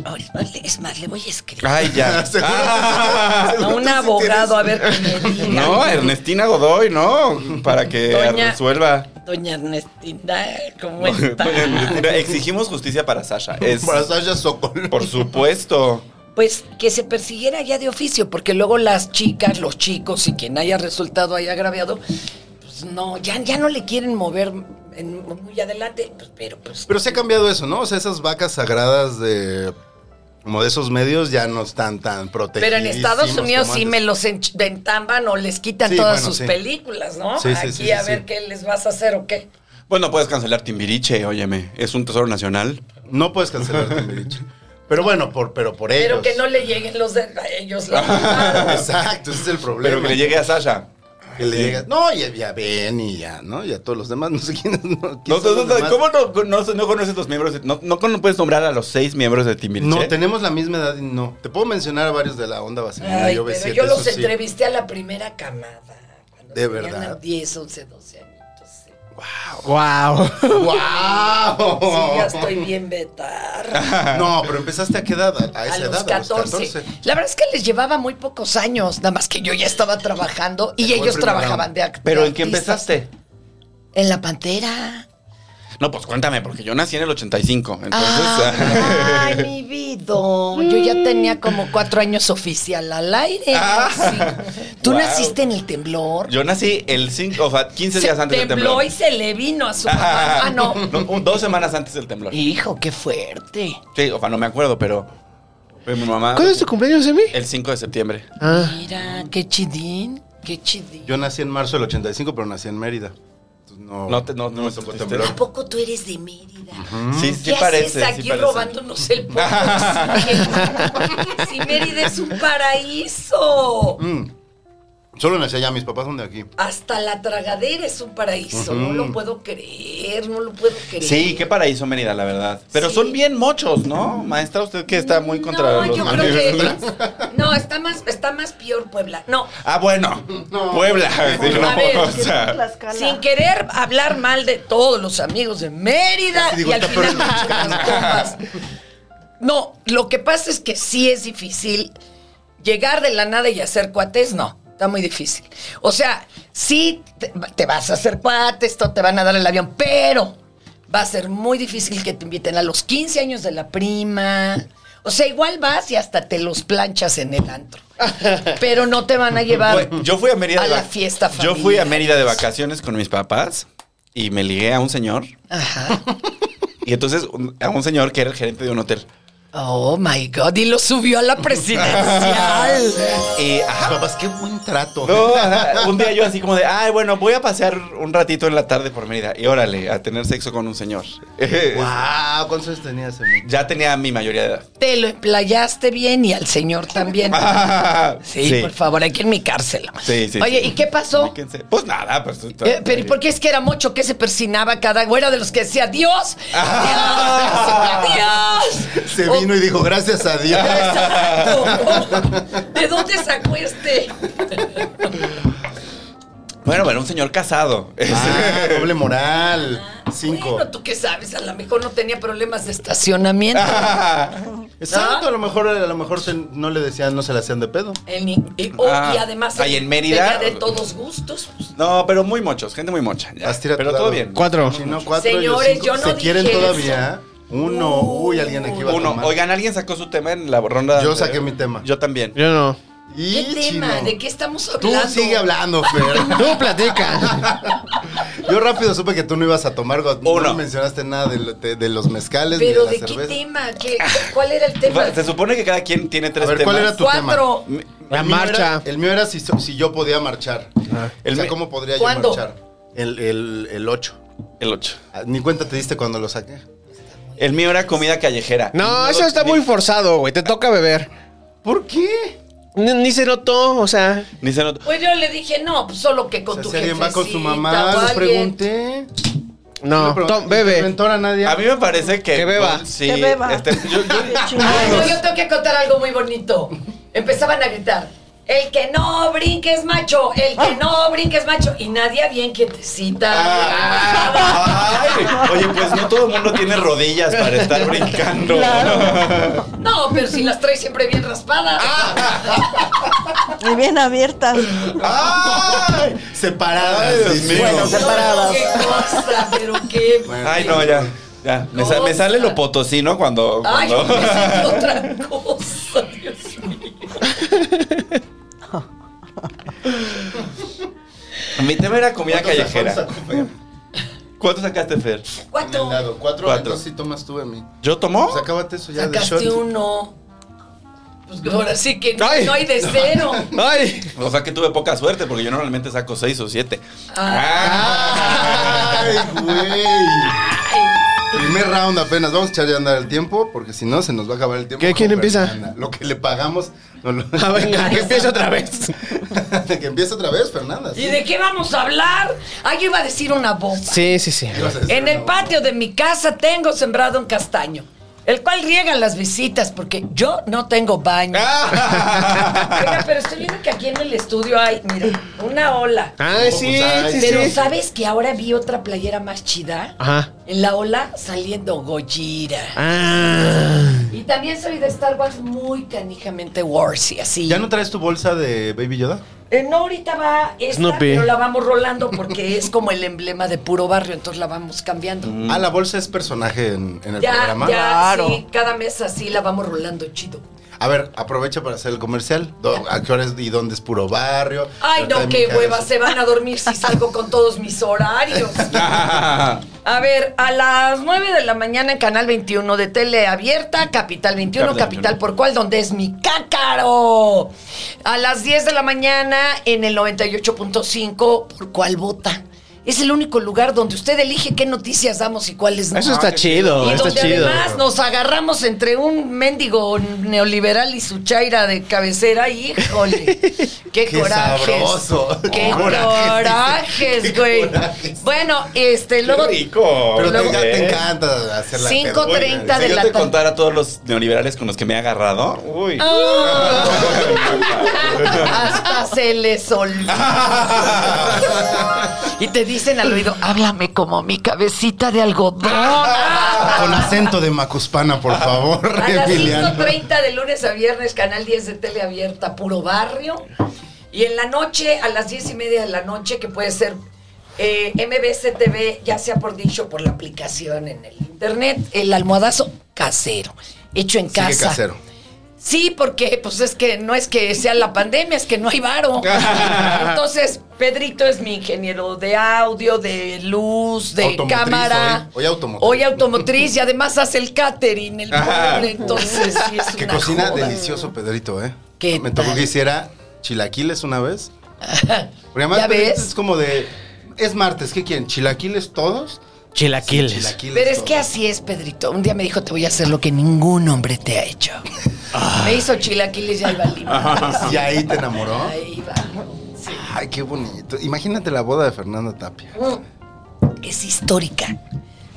Ahora, Es más, le voy a escribir
Ay, ya.
Seguro-
Ah.
a
seguro
un
tú sí
abogado a ver
tienes-
qué me diga.
No, eh. Ernestina Godoy, no. Para que
Doña-
resuelva.
Doña Ernestina, ¿cómo pues, está?
Doña Ernestina, Exigimos justicia para Sasha. Es,
Para Sasha Sokol.
por supuesto.
Pues que se persiguiera ya de oficio, porque luego las chicas, los chicos y quien haya resultado ahí agraviado, pues no, ya, ya no le quieren mover en- muy adelante, pues, pero pues.
Pero se ha cambiado eso, ¿no? O sea, esas vacas sagradas de. Como de esos medios ya no están tan protegidas.
Pero en Estados Unidos sí me los ench- entamban o les quitan
Sí,
todas
bueno,
sus
sí.
películas, ¿no?
Sí, sí,
Aquí
sí, sí,
a
sí.
ver qué les vas a hacer o qué.
Bueno, puedes cancelar Timbiriche, óyeme. Es un tesoro nacional.
No puedes cancelar Timbiriche. Pero bueno, por, pero por ellos.
Pero que no le lleguen los de a ellos la mitad.
Exacto, ese es el problema.
Pero que le llegue a Sasha.
Que le llegue- No, ya, ya ven y ya, ¿no? Y a todos los demás, no sé quiénes. No,
No,
quiénes
no,
son
no,
los demás.
¿Cómo no, no- no conoces los miembros? de- no, no con- puedes nombrar a los seis miembros de Timbiriche?
No, tenemos la misma edad y no. Te puedo mencionar a varios de la onda vaselina
Ay,
y
pero
OV7.
yo los
eso sí.
entrevisté a la primera camada. cuando
De
tenían
verdad.
10, 11, 12 añitos. sí.
Wow.
¡Guau!
Sí, ya estoy bien vetar.
No, pero empezaste a qué edad? A, a
A
esa
los,
edad,
14. La verdad es que les llevaba muy pocos años, nada más que yo ya estaba trabajando y
Te fue
ellos
el primer
trabajaban
round.
de act-
¿Pero
de
en qué
artistas.
empezaste?
En la pantera.
No, pues cuéntame, porque yo nací en el 85. Entonces,
Ah, ay, mi vida. Yo ya tenía como cuatro años oficial al aire.
Ah.
Sí. Tú
Wow.
naciste en el temblor.
yo nací el 5, o sea, 15
Se
días antes del
tembló
temblor.
y se le vino a su papá. Ah, no.
No, un- dos semanas antes del temblor.
Hijo, qué fuerte.
Sí, o sea, no me acuerdo, pero. pero mi mamá.
¿Cuándo es tu cumpleaños, Emi?
El 5 de septiembre.
Ah,
Mira, qué chidín, qué chidín.
Yo nací en marzo del 85, pero nací en Mérida. Entonces, No,
No te- no- no
me
Oh. te
tocó
sentiste.
temblor.
¿A poco tú eres de Mérida?
Sí,
¿Qué
sí
haces
parece. sí
aquí
parece.
robándonos el poco oxígeno? Si Mérida es un paraíso.
Mm. Solo nací allá, mis papás son de aquí.
Hasta la tragadera es un paraíso. No lo puedo creer, no lo puedo creer.
Sí, qué paraíso Mérida, la verdad. Pero
Sí.
son bien mochos, ¿no? Maestra, usted que está muy contra
no,
los
yo creo que
malos.
No, está más, está más peor Puebla. No,
Ah, bueno. Puebla. sí,
A
no,
ver,
o sea.
sin querer hablar mal de todos los amigos de Mérida
Casi digo,
y al
está peor
final
en
nos echamos las copas. No, lo que pasa es que sí es difícil llegar de la nada y hacer cuates, no. Está muy difícil. O sea, sí te, te vas a hacer cuates, to- te van a dar el avión, pero va a ser muy difícil que te inviten a los 15 años de la prima. O sea, igual vas y hasta te los planchas en el antro. Pero no te van a llevar.
Fue- yo fui a Mérida
a
de
la
vac-
fiesta
Yo fui a
familiar.
Mérida de vacaciones con mis papás y me ligué a un señor
Ajá.
y entonces un- a un señor que era el gerente de un hotel.
Oh my God, y lo subió a la presidencial.
Y, ajá,
Papás, qué buen trato.
No, ajá, un día yo así como de, ay, bueno, voy a pasear un ratito en la tarde por Mérida. Y órale, a tener sexo con un señor.
Wow, ¿cuántos años tenías, amigo?
ya tenía mi mayoría de edad.
Te lo emplayaste bien y al señor también. Sí, por favor, aquí en mi cárcel.
Sí, sí,
Oye,
sí.
¿y qué pasó?
Ubíquense. Pues nada, pues...
Eh, pero porque es que era mocho que se persinaba cada güera de los que decía Dios,
Ah.
Dios, Dios.
Se vino y dijo, gracias a Dios.
Exacto. ¿De dónde sacó este?
Bueno, bueno, un señor casado.
Ah, doble moral. Cinco.
Bueno, tú qué sabes, a lo mejor no tenía problemas de estacionamiento.
Ah.
¿Ah?
Exacto, a lo mejor, a lo mejor se- no le decían, no se la hacían de pedo.
En- y, oh,
Ah,
y además
ahí en Mérida.
tenía de todos gustos.
No, pero muy mochos, gente muy mocha. ya.
Vas, tira
Pero
tu
todo
dado.
bien.
Cuatro.
Si no, cuatro. y los
Señores,
cinco.
yo no
¿Se quieren
dije
todavía? Uno. Uy, alguien aquí va a
Uno,
tomar.
oigan, ¿alguien sacó su tema en la ronda?
Yo
anterior?
saqué mi tema.
Yo también.
Yo no.
Y
¿Qué tema?
chino.
¿De qué estamos
Tú
hablando?
sigue hablando, Fer.
Tú platica.
Yo rápido supe que tú no ibas a tomar, no
Uno.
me mencionaste nada de, lo- de- de los mezcales
¿Pero
ni de
de
la
qué
cerveza. Este
tema? ¿Qué- ¿Cuál era el tema?
Se supone que cada quien tiene tres
A ver,
temas.
¿cuál era tu
Cuatro.
Mi-
La
El mío
marcha.
era- el mío era si, so- si yo podía marchar.
El
o sea,
mi-
¿cómo podría
¿Cuándo?
yo marchar? El, el, el 8.
El ocho.
Ni cuenta te diste cuando lo saqué.
El mío era comida callejera.
No, eso está muy forzado, güey. Te toca beber.
¿Por qué?
Ni, ni se notó, o sea.
Ni se notó.
Pues yo le dije, no, pues solo que
O
con
sea,
tu
si alguien va con su mamá,
jefecita o
les
alguien.
pregunté.
No,
pregunté,
Tom,
¿te
bebe.
preguntó a nadie?
A mí me parece que.
Que beba.
no, sí.
Que beba.
este, yo- yo-
Ay, no, yo tengo que contar algo muy bonito. Empezaban a gritar. El que no brinque es macho, el que no brinque es macho. Y nadie bien quietecita.
Ah,
Ay, oye, pues no todo el mundo tiene rodillas para estar brincando.
No, pero si las traes siempre bien raspadas.
Ah.
Y bien abiertas.
¡Ay! Separadas.
Ay, Dios mío.
Bueno,
No,
separadas.
Qué cosa, pero qué.
Ay, no, ya. Ya. Me, sa- me sale lo potosino cuando.
Ay,
cuando-
yo pensé que otra cosa, Dios mío.
Mi tema era comida
¿Cuántos-
callejera.
cuántos sacó, Fer?
¿Cuánto sacaste,
En
Fer?
el
Cuatro.
lado. Cuatro.
Cuatro.
Entonces sí tomas tú de mí.
¿Yo tomó?
Pues acábate eso ya de
Sacaste
shot.
uno. Pues ahora sí que no,
Ay.
no hay de cero.
Ay,
O sea que tuve poca suerte porque yo normalmente saco seis o siete.
¡Ay, güey! Primer round apenas. Vamos a echar ya a andar el tiempo porque si no se nos va a acabar el tiempo.
¿Qué?
con
¿Quién empieza?
Fernanda. Lo que le pagamos. no lo-
ah, venga, que empiece otra vez.
que empiece otra vez, Fernanda. sí.
¿Y de qué vamos a hablar? Ah, yo iba a decir una bomba.
Sí, sí, sí.
Ibas a decir
En el
una
patio de mi casa tengo sembrado un castaño, el cual riega las visitas porque yo no tengo baño.
Ah.
Oiga, pero estoy viendo que aquí en el estudio hay, mira, una ola.
Ah, sí, sí,
Pero
sí.
¿sabes que ahora vi otra playera más chida?
Ah.
Ajá.
En la ola saliendo Gojira.
Ah.
Y también soy de Star Wars muy canijamente Warsy, así.
¿Ya no traes tu bolsa de Baby Yoda?
Eh, no, ahorita va esta,
Snoopy.
pero la vamos rolando porque es como el emblema de puro barrio, entonces la vamos cambiando.
Ah, la bolsa es personaje en, en el
Ya, ya,
programa.
Claro.
sí, cada mes así la vamos rolando chido.
A ver, aprovecha para hacer el comercial. Do- ¿A qué hora es y dónde es puro barrio?
Ay,
Yo
no,
también
qué
cago
hueva,
eso.
se van a dormir si salgo con todos mis horarios.
Capital
A ver, a las 9 de la mañana en Canal 21 de Tele Abierta, Capital 21, Capital,
Capital 21.
por cual, donde es mi cácaro. A las 10 de la mañana en el 98.5, por cual vota. Es el único lugar donde usted elige qué noticias damos y cuáles no.
Eso está chido,
Y
está
donde
chido.
además nos agarramos entre un mendigo neoliberal y su chaira de cabecera, híjole. Qué,
Qué
corajes.
sabroso.
Qué
Corajes,
corajes,
dice.
güey.
Qué corajes.
Bueno, este, luego.
rico.
Pero
Luego-
te, te encanta hacer la
5:30
pedo.
Si
de
yo
la
te
tarde.
contara todos los neoliberales con los que me he agarrado, uy.
Hasta se les olvida. Y te dicen al oído, háblame como mi cabecita de algodón.
Con acento de Macuspana, por favor,
A las
Emiliano.
5.30 de lunes a viernes, Canal 10 de Tele Abierta, Puro Barrio. Y en la noche, a las 10 y media de la noche, que puede ser eh, MBS TV, ya sea por dicho, por la aplicación en el internet, el almohadazo casero, hecho en
Sigue
casa.
casero.
Sí, porque pues es que no es que sea la pandemia, es que no hay varo. Entonces, Pedrito es mi ingeniero de audio, de luz, de
Automotriz
cámara.
hoy, hoy automotriz.
Hoy automotriz y además hace el catering, el
Ajá.
mueble, entonces sí es
Que
una
cocina
joda.
delicioso, Pedrito, ¿eh?
¿Qué
Me tocó
tal?
que hiciera chilaquiles una vez. Porque además
¿Ya
Pedrito
ves?
es como de. Es martes, ¿qué quieren? ¿Chilaquiles todos?
Chilaquiles.
Chilaquiles
Pero es que
todos.
así es, Pedrito. Un día me dijo, te voy a hacer lo que ningún hombre te ha hecho. Me hizo chilaquiles y ahí va limones.
¿Y ahí te enamoró?
Ahí va. Sí.
Ay, qué bonito. Imagínate la boda de Fernanda Tapia.
Mm. Es histórica.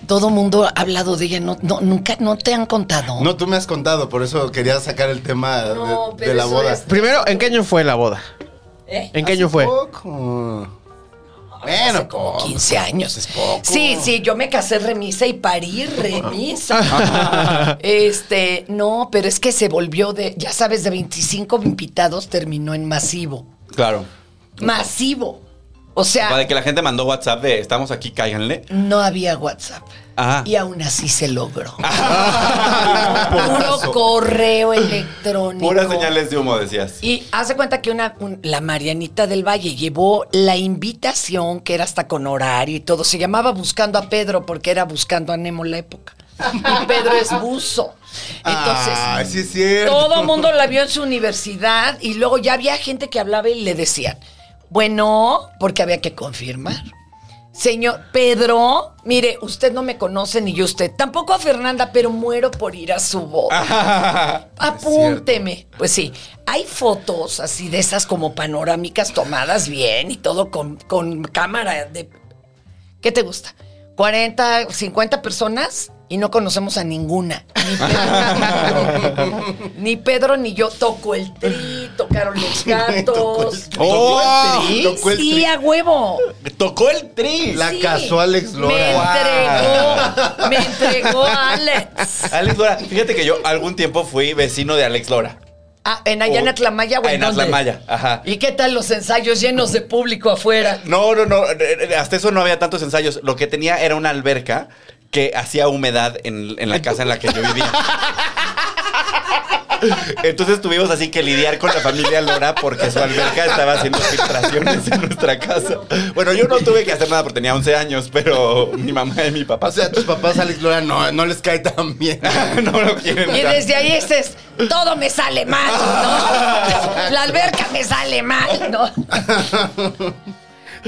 Todo mundo ha hablado de ella. No, no, nunca, no te han contado.
No, tú me has contado, por eso quería sacar el tema de-
No,
de,
pero
la
eso
boda.
es-
Primero, ¿en qué año fue la boda?
¿Eh?
¿En qué año fue?
Poco. Bueno,
Hace como
poco.
15 años.
Es poco.
Sí, sí, yo me casé remisa y parí remisa. este, no, pero es que se volvió de, ya sabes, de 25 invitados terminó en masivo.
Claro.
Masivo. O
Va de
sea,
que la gente mandó WhatsApp de estamos aquí, cáiganle.
no había WhatsApp.
Ajá.
Y aún así se logró.
Portazo.
Puro correo electrónico.
Puras señales de humo, decías.
Y hace cuenta que una, un- la Marianita del Valle llevó la invitación, que era hasta con horario y todo. Se llamaba Buscando a Pedro porque era Buscando a Nemo la época. Y Pedro es buzo. Entonces,
Ay, sí es cierto.
todo el mundo la vio en su universidad y luego ya había gente que hablaba y le decían, bueno, porque había que confirmar. Señor Pedro, mire, usted no me conoce ni yo a usted, tampoco a Fernanda, pero muero por ir a su boda. Apúnteme. Pues sí, hay fotos así de esas como panorámicas tomadas bien y todo con, con cámara de... ¿Qué te gusta? 40, 50 personas y no conocemos a ninguna. Ni Pedro ni, yo. Ni Pedro ni yo toco el tri, tocaron los
Tocó el
gatos.
tri.
¡Oh!
Tocó el tri. Tocó el
Sí,
tri.
a huevo.
Tocó el tri.
La
Sí.
casó Alex
Me
Lora.
entregó, me entregó a Alex.
Alex Lora, fíjate que yo algún tiempo fui vecino de Alex Lora.
Ah, en allá
Oh.
en
O-
Atlamaya,
Ah,
güey.
En Atlamaya, ajá.
¿Y qué tal los ensayos llenos de público afuera?
No, no, no. eh, eh, Hasta eso no había tantos ensayos. Lo que tenía era una alberca que hacía humedad en, en la casa en la que yo vivía. Entonces tuvimos así que lidiar con la familia Lora porque su alberca estaba haciendo filtraciones en nuestra casa. Bueno, yo no tuve que hacer nada porque tenía 11 años, pero mi mamá y mi papá
O sea, a tus papás Alex Lora no, no les cae tan bien.
no lo quieren.
Y desde ahí dices, todo me sale mal, ¿no? La alberca me sale mal, ¿no?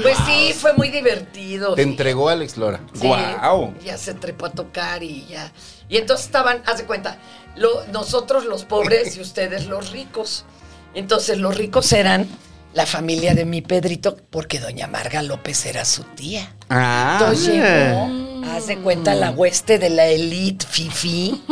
Pues sí, fue muy divertido.
Te entregó Alex Lora.
Sí,
Guau.
Ya se trepó a tocar y ya. Y entonces estaban, haz de cuenta, lo- nosotros los pobres y ustedes los ricos. Entonces los ricos eran la familia de mi Pedrito, porque doña Marga López era su tía.
Ah,
Entonces llegó, haz de cuenta, la hueste de la elite fifi.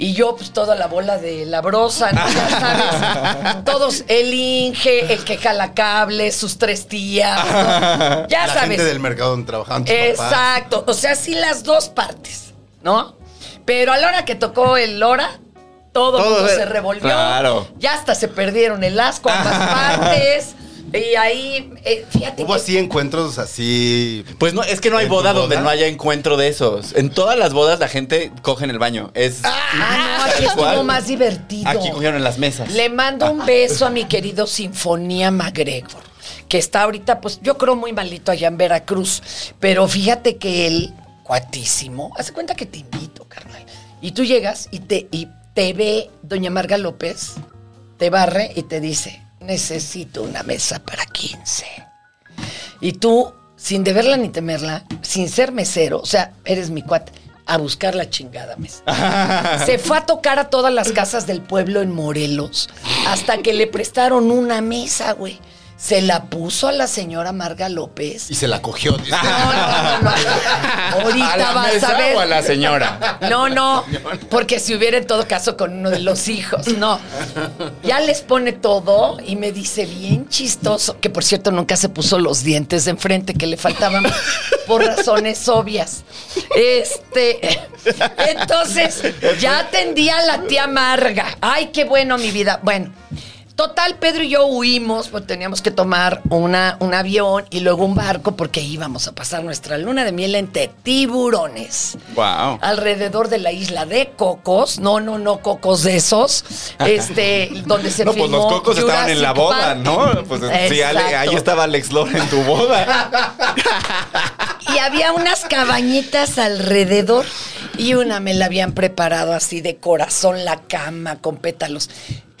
Y yo, pues, toda la bola de la brosa, ¿no? Ya sabes. Todos, el Inge, el que jala cables, sus tres tías. ¿no? Ya
la
sabes.
gente del mercado donde trabajaban tus papás.
Exacto. O sea, sí las dos partes, ¿no? Pero a la hora que tocó el Lora, todo el
Todo
mundo
era-
se revolvió.
Claro.
Ya hasta se perdieron el asco ambas partes. Y ahí, eh, fíjate
Hubo
que-
así encuentros así.
Pues no, es que no hay
¿En tu
boda, donde
boda?
no haya encuentro de esos. En todas las bodas la gente coge en el baño. Es
Ah, no, aquí
Tal cual.
estuvo más divertido.
Aquí cogieron en las mesas.
Le mando un beso a mi querido Sinfonía MacGregor, que está ahorita, pues yo creo muy malito allá en Veracruz, pero fíjate que él, cuatísimo, hace cuenta que te invito, carnal. Y tú llegas y te, y te ve Doña Marga López, te barre y te dice, necesito una mesa para 15. Y tú, sin deberla ni temerla, sin ser mesero, o sea, eres mi cuate, a buscar la chingada mesa. Se fue a tocar a todas las casas del pueblo en Morelos hasta que le prestaron una mesa, güey. Se la puso a la señora Marga López.
Y se la cogió. dice.
No, no, no, no. Ahorita
¿A la
vas
mesa
a ver.
o a la señora?
No, no, porque si hubiera en todo caso con uno de los hijos, no. Ya les pone todo y me dice bien chistoso, que por cierto nunca se puso los dientes de enfrente que le faltaban por razones obvias. Este, entonces ya atendía a la tía Marga. Ay, qué bueno mi vida. Bueno, Total, Pedro y yo huimos porque teníamos que tomar una, un avión y luego un barco porque íbamos a pasar nuestra luna de miel entre tiburones.
Wow.
Alrededor de la isla de Cocos. No, no, no, Cocos de esos. Este, donde se
No, pues
filmó
los cocos estaban en la
Jurassic
boda,
Park.
¿no? Pues sí, Ale-
Exacto.
ahí estaba Alex Lora en tu boda.
Y había unas cabañitas alrededor y una me la habían preparado así de corazón la cama con pétalos.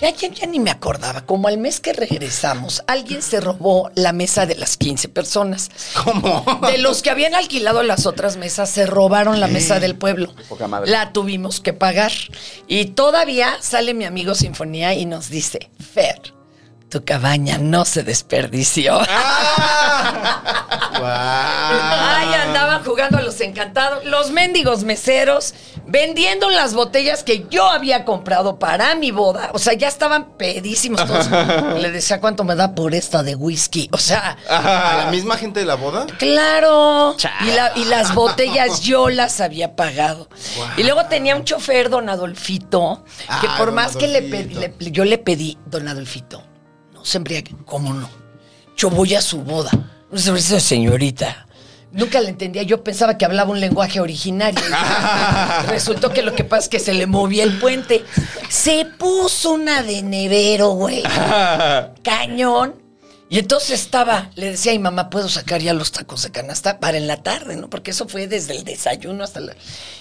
Ya, ya, ya ni me acordaba, como al mes que regresamos, alguien se robó la mesa de las 15 personas.
¿Cómo?
De los que habían alquilado las otras mesas, se robaron la mesa del pueblo.
Poca madre.
La tuvimos que pagar. Y todavía sale mi amigo Sinfonía y nos dice, Fer, tu cabaña no se desperdició.
Ah.
Ay, andaban jugando a los encantados, los mendigos meseros, vendiendo las botellas que yo había comprado para mi boda. O sea, ya estaban pedísimos todos. Le decía cuánto me da por esta de whisky. O sea,
¿A la misma gente de la boda?
Claro. Y, la- y las botellas yo las había pagado. Y luego tenía un chofer, don Adolfito, que
Ah,
por
don
más que le, pedí,
Adolfito.
le- yo le pedí, don Adolfito, no se embriague. ¿Cómo no? Yo voy a su boda. Esa señorita. Nunca la entendía. Yo pensaba que hablaba un lenguaje originario. Resultó que lo que pasa es que se le movía el puente. Se puso una de nevero, güey cañón. Y entonces estaba, le decía a mi mamá, ¿puedo sacar ya los tacos de canasta para en la tarde, no? Porque eso fue desde el desayuno hasta la...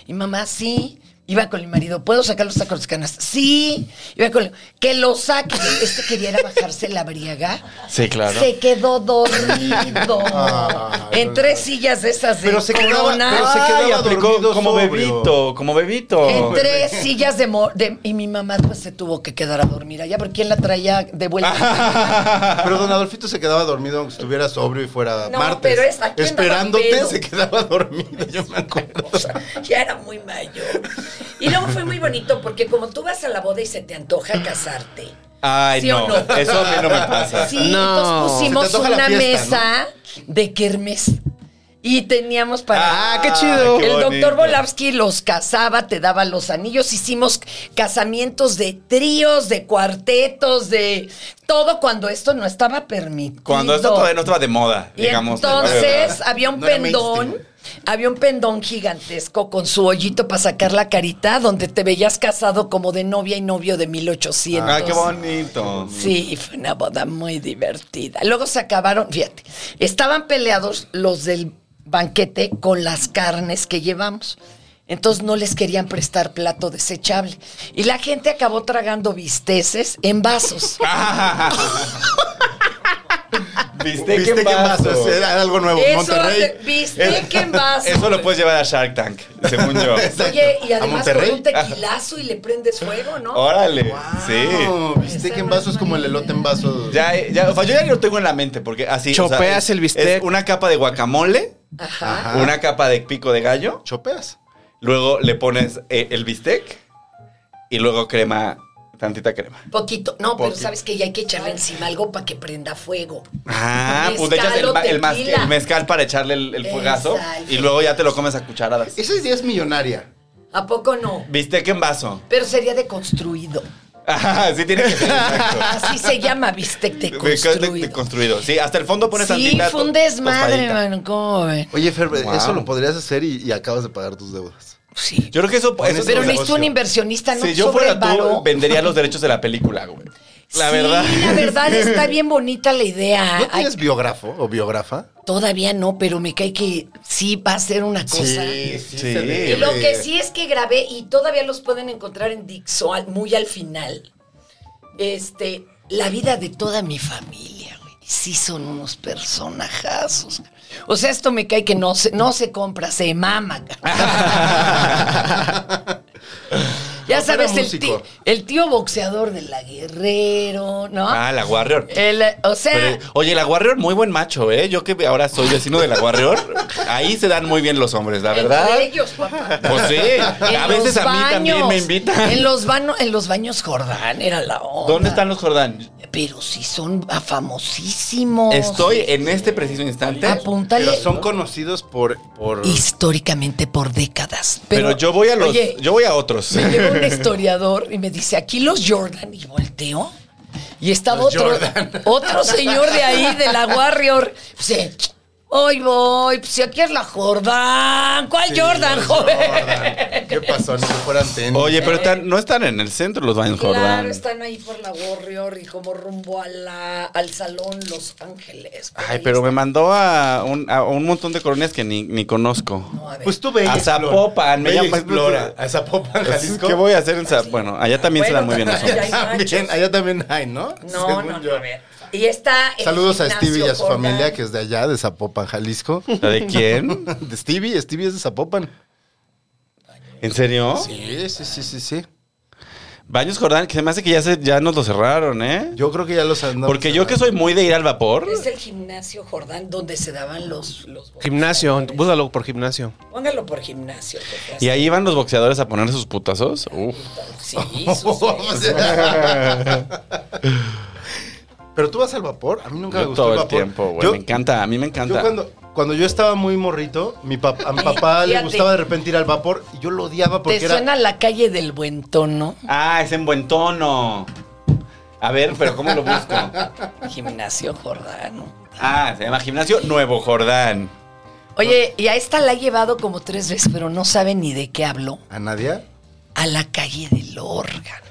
Y mamá, sí. Iba con mi marido, ¿puedo sacar los tacos de canasta? Sí. Iba con... Que los saque. Este quería era bajarse la briaga.
Sí, claro.
Se quedó dormido.
Ah,
en tres sillas de esas de
Pero se quedaba-
corona.
pero se quedaba
Ay, aplicó
dormido
como
sobrio.
bebito, como bebito.
En tres sillas de, mo- de- Y mi mamá pues, se tuvo que quedar a dormir allá, porque quién la traía de vuelta.
Pero don Adolfito se quedaba dormido aunque estuviera sobrio y fuera
No,
martes.
pero es- aquí andaba
Esperándote
pedo.
se quedaba dormido, yo me acuerdo.
Ya era muy mayor. Y luego fue muy bonito porque como tú vas a la boda y se te antoja casarte.
Ay,
¿Sí o
no.
no?
Eso a mí no me pasa.
Sí,
No.
entonces pusimos
Se te antoja la
una
fiesta,
mesa de kermes. Y teníamos para...
Ah, qué chido.
qué
el
bonito.
doctor Volavsky los casaba, te daba los anillos. Hicimos casamientos de tríos, de cuartetos, de todo cuando esto no estaba permitido.
Cuando esto todavía no estaba de moda,
Y
digamos.
entonces había un
No era
pendón,
mainstream.
había un pendón gigantesco con su hoyito para sacar la carita, donde te veías casado como de novia y novio de 1800.
Ah, qué bonito.
Sí, fue una boda muy divertida. Luego se acabaron, fíjate, estaban peleados los del banquete con las carnes que llevamos. Entonces no les querían prestar plato desechable. Y la gente acabó tragando bisteces en vasos.
Ah, ¿Viste
¿Viste
qué
qué
vaso?
pasa? Era algo nuevo.
Eso hace-
Monterrey.
bistec en vaso.
Eso lo puedes llevar a Shark Tank, según yo.
Exacto.
Oye, y
¿A
además con
Monterrey?
un tequilazo y le prendes fuego, ¿no?
Órale. Sí.
No, viste que en vaso es como el elote en vaso.
Ya, ya, o sea, yo ya lo tengo en la mente, porque así. o sea,
Chopeas
es-
el bistec. Ah.
es una capa de guacamole,
Ajá.
Ajá.
una capa de pico de gallo,
chopeas.
luego le pones eh, el bistec y luego crema, tantita crema.
Poquito. No, pero
Poquito.
sabes que ya hay que echarle encima algo para que prenda fuego.
Ah,
Mezcal
pues le echas el,
o
ma- el mas-
tequila.
el mezcal para echarle el, el fuegazo
Exacto.
y luego ya te lo comes a cucharadas.
Esa idea es millonaria.
¿A poco no?
Bistec en vaso.
Pero sería deconstruido.
Ajá, sí tiene que ser. exacto.
Así se llama bistec
Bistec de- de
deconstruido.
construido. Sí, hasta el fondo pones
Sí,
tantita
fue un
to-
desmadre,
tostadita.
mano. ¿Cómo ven?
Oye, Fer,
Wow.
eso lo podrías hacer y, y acabas de pagar tus deudas.
Sí.
Yo creo que eso, eso
pero
es
necesito
negocio.
un inversionista, no
Si yo
sobre
fuera
el varo.
tú, vendería los derechos de la película, güey. La verdad.
Sí, la verdad está bien bonita la idea.
¿No
Ah, Ay,
tienes biógrafo o biógrafa?
todavía no, pero me cae que sí va a ser una cosa.
se
sí, sí.
Y
debe.
lo que sí es que grabé, y todavía los pueden encontrar en Dixo, al- muy al final, este, la vida de toda mi familia, güey. Sí son unos personajazos. O sea, esto me cae que no se, no se compra, se mama. ya
No,
sabes,
era
el ti- el tío,
músico.
boxeador de la Guerrero, ¿no?
Ah, la Warrior.
El, eh, o sea,
Pero, oye, la Warrior, muy buen macho, ¿eh? Yo que ahora soy vecino de la Warrior, ahí se dan muy bien los hombres, la verdad.
entre ellos, papá.
Pues sí,
En
a veces
los
a mí también
baños,
me invitan.
En los, baños en los baños Jordán era la onda.
¿Dónde están los Jordán?
Pero si son ah, famosísimos.
Estoy en este preciso instante.
Apúntale.
Pero son conocidos por. por...
Históricamente por décadas.
Pero, yo voy a los.
Oye,
yo voy a otros.
me llega un historiador y me dice, aquí los Jordan y volteo. Y estaba
Los
otro,
Jordan.
otro señor de ahí, de la Warrior. Pues, eh, hoy voy, pues si aquí es la Jordan. ¿Cuál
Sí,
Jordan,
los
joven?
Jordan. ¿Qué pasó? No que fueran tenis.
Oye, pero tan- no están en el centro los baños Jordán.
Eh. Claro, están ahí por la Warrior y como rumbo a la, al salón Los Ángeles. pues, por
Ay,
ahí
pero me
está.
mandó a un, a un montón de colonias que ni, ni conozco.
No, a ver.
Pues tú ve y
A
explora.
Zapopan, me
Ve y
llama-
explora. A Zapopan,
Pues,
Jalisco.
¿Qué voy a hacer en esa? Bueno, allá también se
Bueno,
dan muy bien los
allá
hombres.
hay machos.
También, allá también hay, ¿no?
no,
Según
no, no,
yo.
a ver. Y está. el
Saludos a
gimnasio
Stevie y a su
Jordan.
familia, que es de allá, de Zapopan, Jalisco.
¿La de quién?
De Stevie, Stevie es de Zapopan.
¿En serio?
Sí, sí, sí, sí, sí.
Baños Jordán, que se me hace que ya, se, ya nos lo cerraron, ¿eh?
Yo creo que ya los andamos.
Porque yo que soy muy de ir al vapor.
Es el gimnasio Jordán donde se daban los. los
Gimnasio,
boxeadores.
búscalo por gimnasio.
Póngalo por gimnasio. porque así-
Y ahí van los boxeadores a poner sus putazos. Uf.
Sí, sus-
Pero tú vas al vapor, a mí nunca me
Yo
gustó
todo
el
el
vapor.
tiempo, güey.
Yo-
Me encanta, a mí me encanta.
Yo cuando, cuando yo estaba muy morrito, mi pap- a mi papá le
Fíjate.
gustaba de repente ir al vapor y yo lo odiaba porque
¿Te
era...
suena la calle del Buen Tono?
Ah, es en buen tono. A ver, pero ¿cómo lo busco?
Gimnasio Jordano.
Ah, se llama Gimnasio Nuevo Jordán.
Oye, y a esta la he llevado como tres veces, pero no sabe ni de qué hablo.
¿A Nadia?
A la calle del órgano.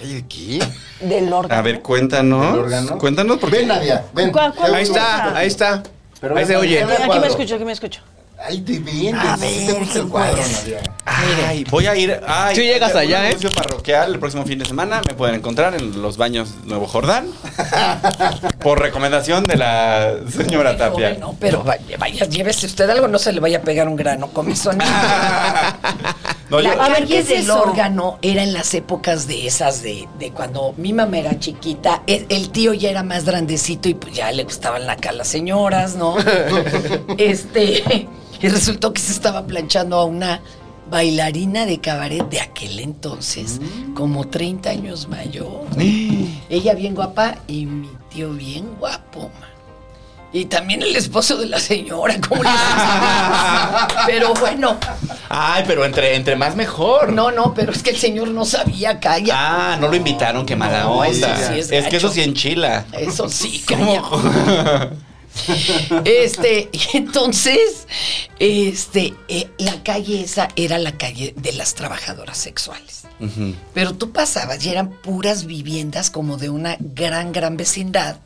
¿Ay, de qué?
Del órgano.
A ver, cuéntanos.
órgano?
Cuéntanos porque.
Ven, Nadia, ven.
¿Cuál- cuál
Ahí
Ahí
está.
está, ahí está.
Pero
ahí se
ven,
oye.
ven, ven.
Aquí me
cuadro.
escucho, aquí me escucho. pues.
Ahí te vienes. A ver, te gusta el cuadro, Nadia.
Ay, voy a ir. Ay,
Sí llegas
voy a
allá,
un
¿eh?
anuncio parroquial el próximo fin de semana. Me pueden encontrar en los baños Nuevo Jordán. por recomendación de la señora Tapia.
No, pero vaya, vaya, llévese usted algo, no se le vaya a pegar un grano comezón.
No, yo-
la
A ver,
calle
¿qué es
del
eso?
órgano era en las épocas de esas, de, de cuando mi mamá era chiquita, el, el tío ya era más grandecito y pues ya le gustaban acá las señoras, ¿no? este, y resultó que se estaba planchando a una bailarina de cabaret de aquel entonces, como 30 años mayor. Ella bien guapa y mi tío bien guapo, man. Y también el esposo de la señora, ¿cómo les gusta? Pero bueno,
Ay, pero entre, entre más mejor.
no, no, pero es que el señor no sabía, calla.
Ah, no lo invitaron, qué mala
No,
onda.
sí, sí, es
es, que
gacho.
eso sí enchila.
Eso sí, calla. Este, y entonces, este, eh, la calle esa era la calle de las trabajadoras sexuales.
Ujú.
Pero tú pasabas y eran puras viviendas como de una gran, gran vecindad.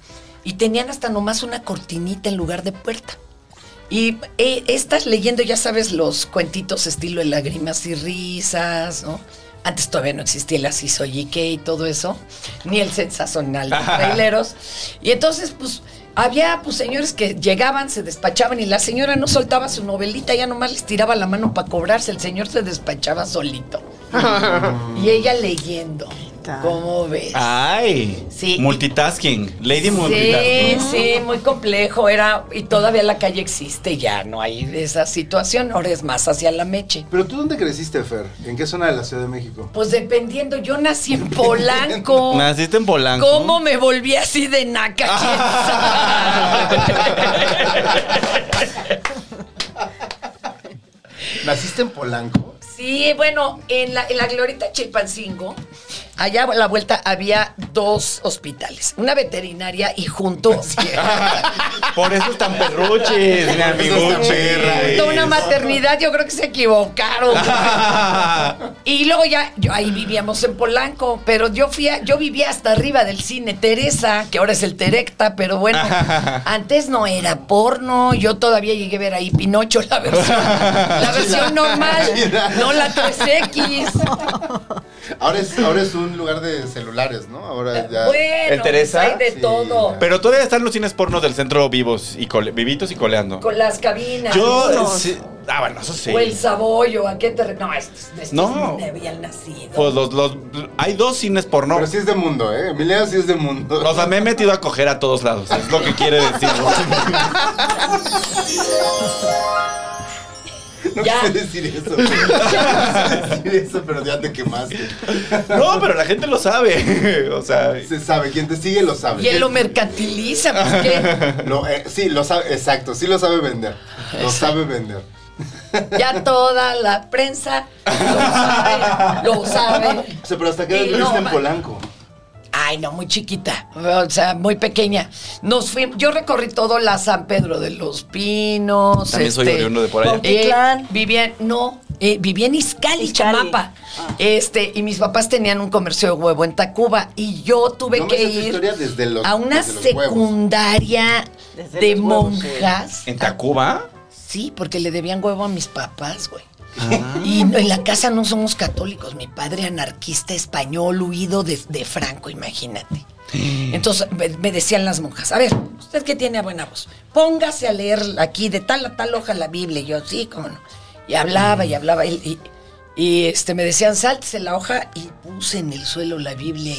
Y tenían hasta nomás una cortinita en lugar de puerta. Y eh, estás leyendo, ya sabes, los cuentitos estilo de lágrimas y risas, ¿no? Antes todavía no existía el así soy y qué y todo eso, ni el sensacional de traileros. Y entonces, pues, había pues señores que llegaban, se despachaban y la señora no soltaba su novelita, ya nomás les tiraba la mano para cobrarse, el señor se despachaba solito. Y ella leyendo.
tal?
¿Cómo ves?
Ay.
Sí.
Multitasking.
Sí,
Lady Multitasking.
sí, muy complejo era y todavía la calle existe ya, no hay de esa situación, ahora es más hacia la Meche.
Pero tú, ¿dónde creciste, Fer? ¿En qué zona de la Ciudad de México?
Pues dependiendo, yo nací en Polanco.
Naciste en Polanco.
¿Cómo me volví así de naca? ¿Quién sabe?
¿Naciste en Polanco?
Sí, bueno, en la, en la Glorita Chilpancingo, allá a la vuelta había dos hospitales, una veterinaria y junto
Por eso están perruches, mi amiguche.
Junto a una maternidad, yo creo que se equivocaron. Y luego ya, yo ahí vivíamos en Polanco, pero yo fui a- yo vivía hasta arriba del cine Teresa, que ahora es el Terecta, pero bueno, antes no era porno, yo todavía llegué a ver ahí Pinocho, la versión, la versión normal, no la 3X.
Ahora es, ahora es un lugar de celulares, ¿no? Ahora ya...
Bueno,
¿El Teresa?
pues hay de
Sí.
todo.
Pero todavía están los cines pornos del centro vivos y cole- vivitos y coleando.
Con las cabinas.
Yo.
los-
sí- ah, bueno, eso sí.
O el sabollo, ¿a qué te.? No, estos, estos
No.
ni habían nacido.
Pues los, los- hay dos cines porno.
Pero sí es de mundo, ¿eh? Emiliano sí es de mundo.
O sea, me he metido a coger a todos lados. Es lo que quiere decir.
No
Ya.
quise decir eso. No quise decir eso, pero ya te quemaste.
No, pero la gente lo sabe. O sea,
Se sabe, quien te sigue lo sabe.
y él lo mercantiliza, pues qué.
Lo, eh, sí, lo sabe, exacto, sí lo sabe vender. Lo sabe vender.
Ya toda la prensa lo sabe, lo sabe.
O sea, pero hasta qué edad
Y
viviste
no,
en
ma-
Polanco.
Ah, Ay, no, muy chiquita. O sea, muy pequeña. Nos fuimos, yo recorrí todo la San Pedro de los Pinos. este,
También soy oriundo de por allá.
Cuautitlán.
Eh, vivía en- no, eh, vivía en Izcali,
Izcali.
Chamapa. Este, y mis papás tenían un comercio de huevo en Tacuba. Y yo tuve
No me
que
sé tu
ir
historia desde los-
a una
desde los huevos.
secundaria
Desde
de
los huevos, sí.
monjas.
¿En Tacuba?
Sí, porque le debían huevo a mis papás, güey. Y no, en la casa no somos católicos. Mi padre anarquista español huido de, de Franco, imagínate. Entonces me, me decían las monjas, a ver, usted que tiene buena voz, póngase a leer aquí de tal a tal hoja la Biblia. Y yo, sí, cómo no. Y hablaba y hablaba. Y, y- y, este, me decían, sáltese la hoja y puse en el suelo la Biblia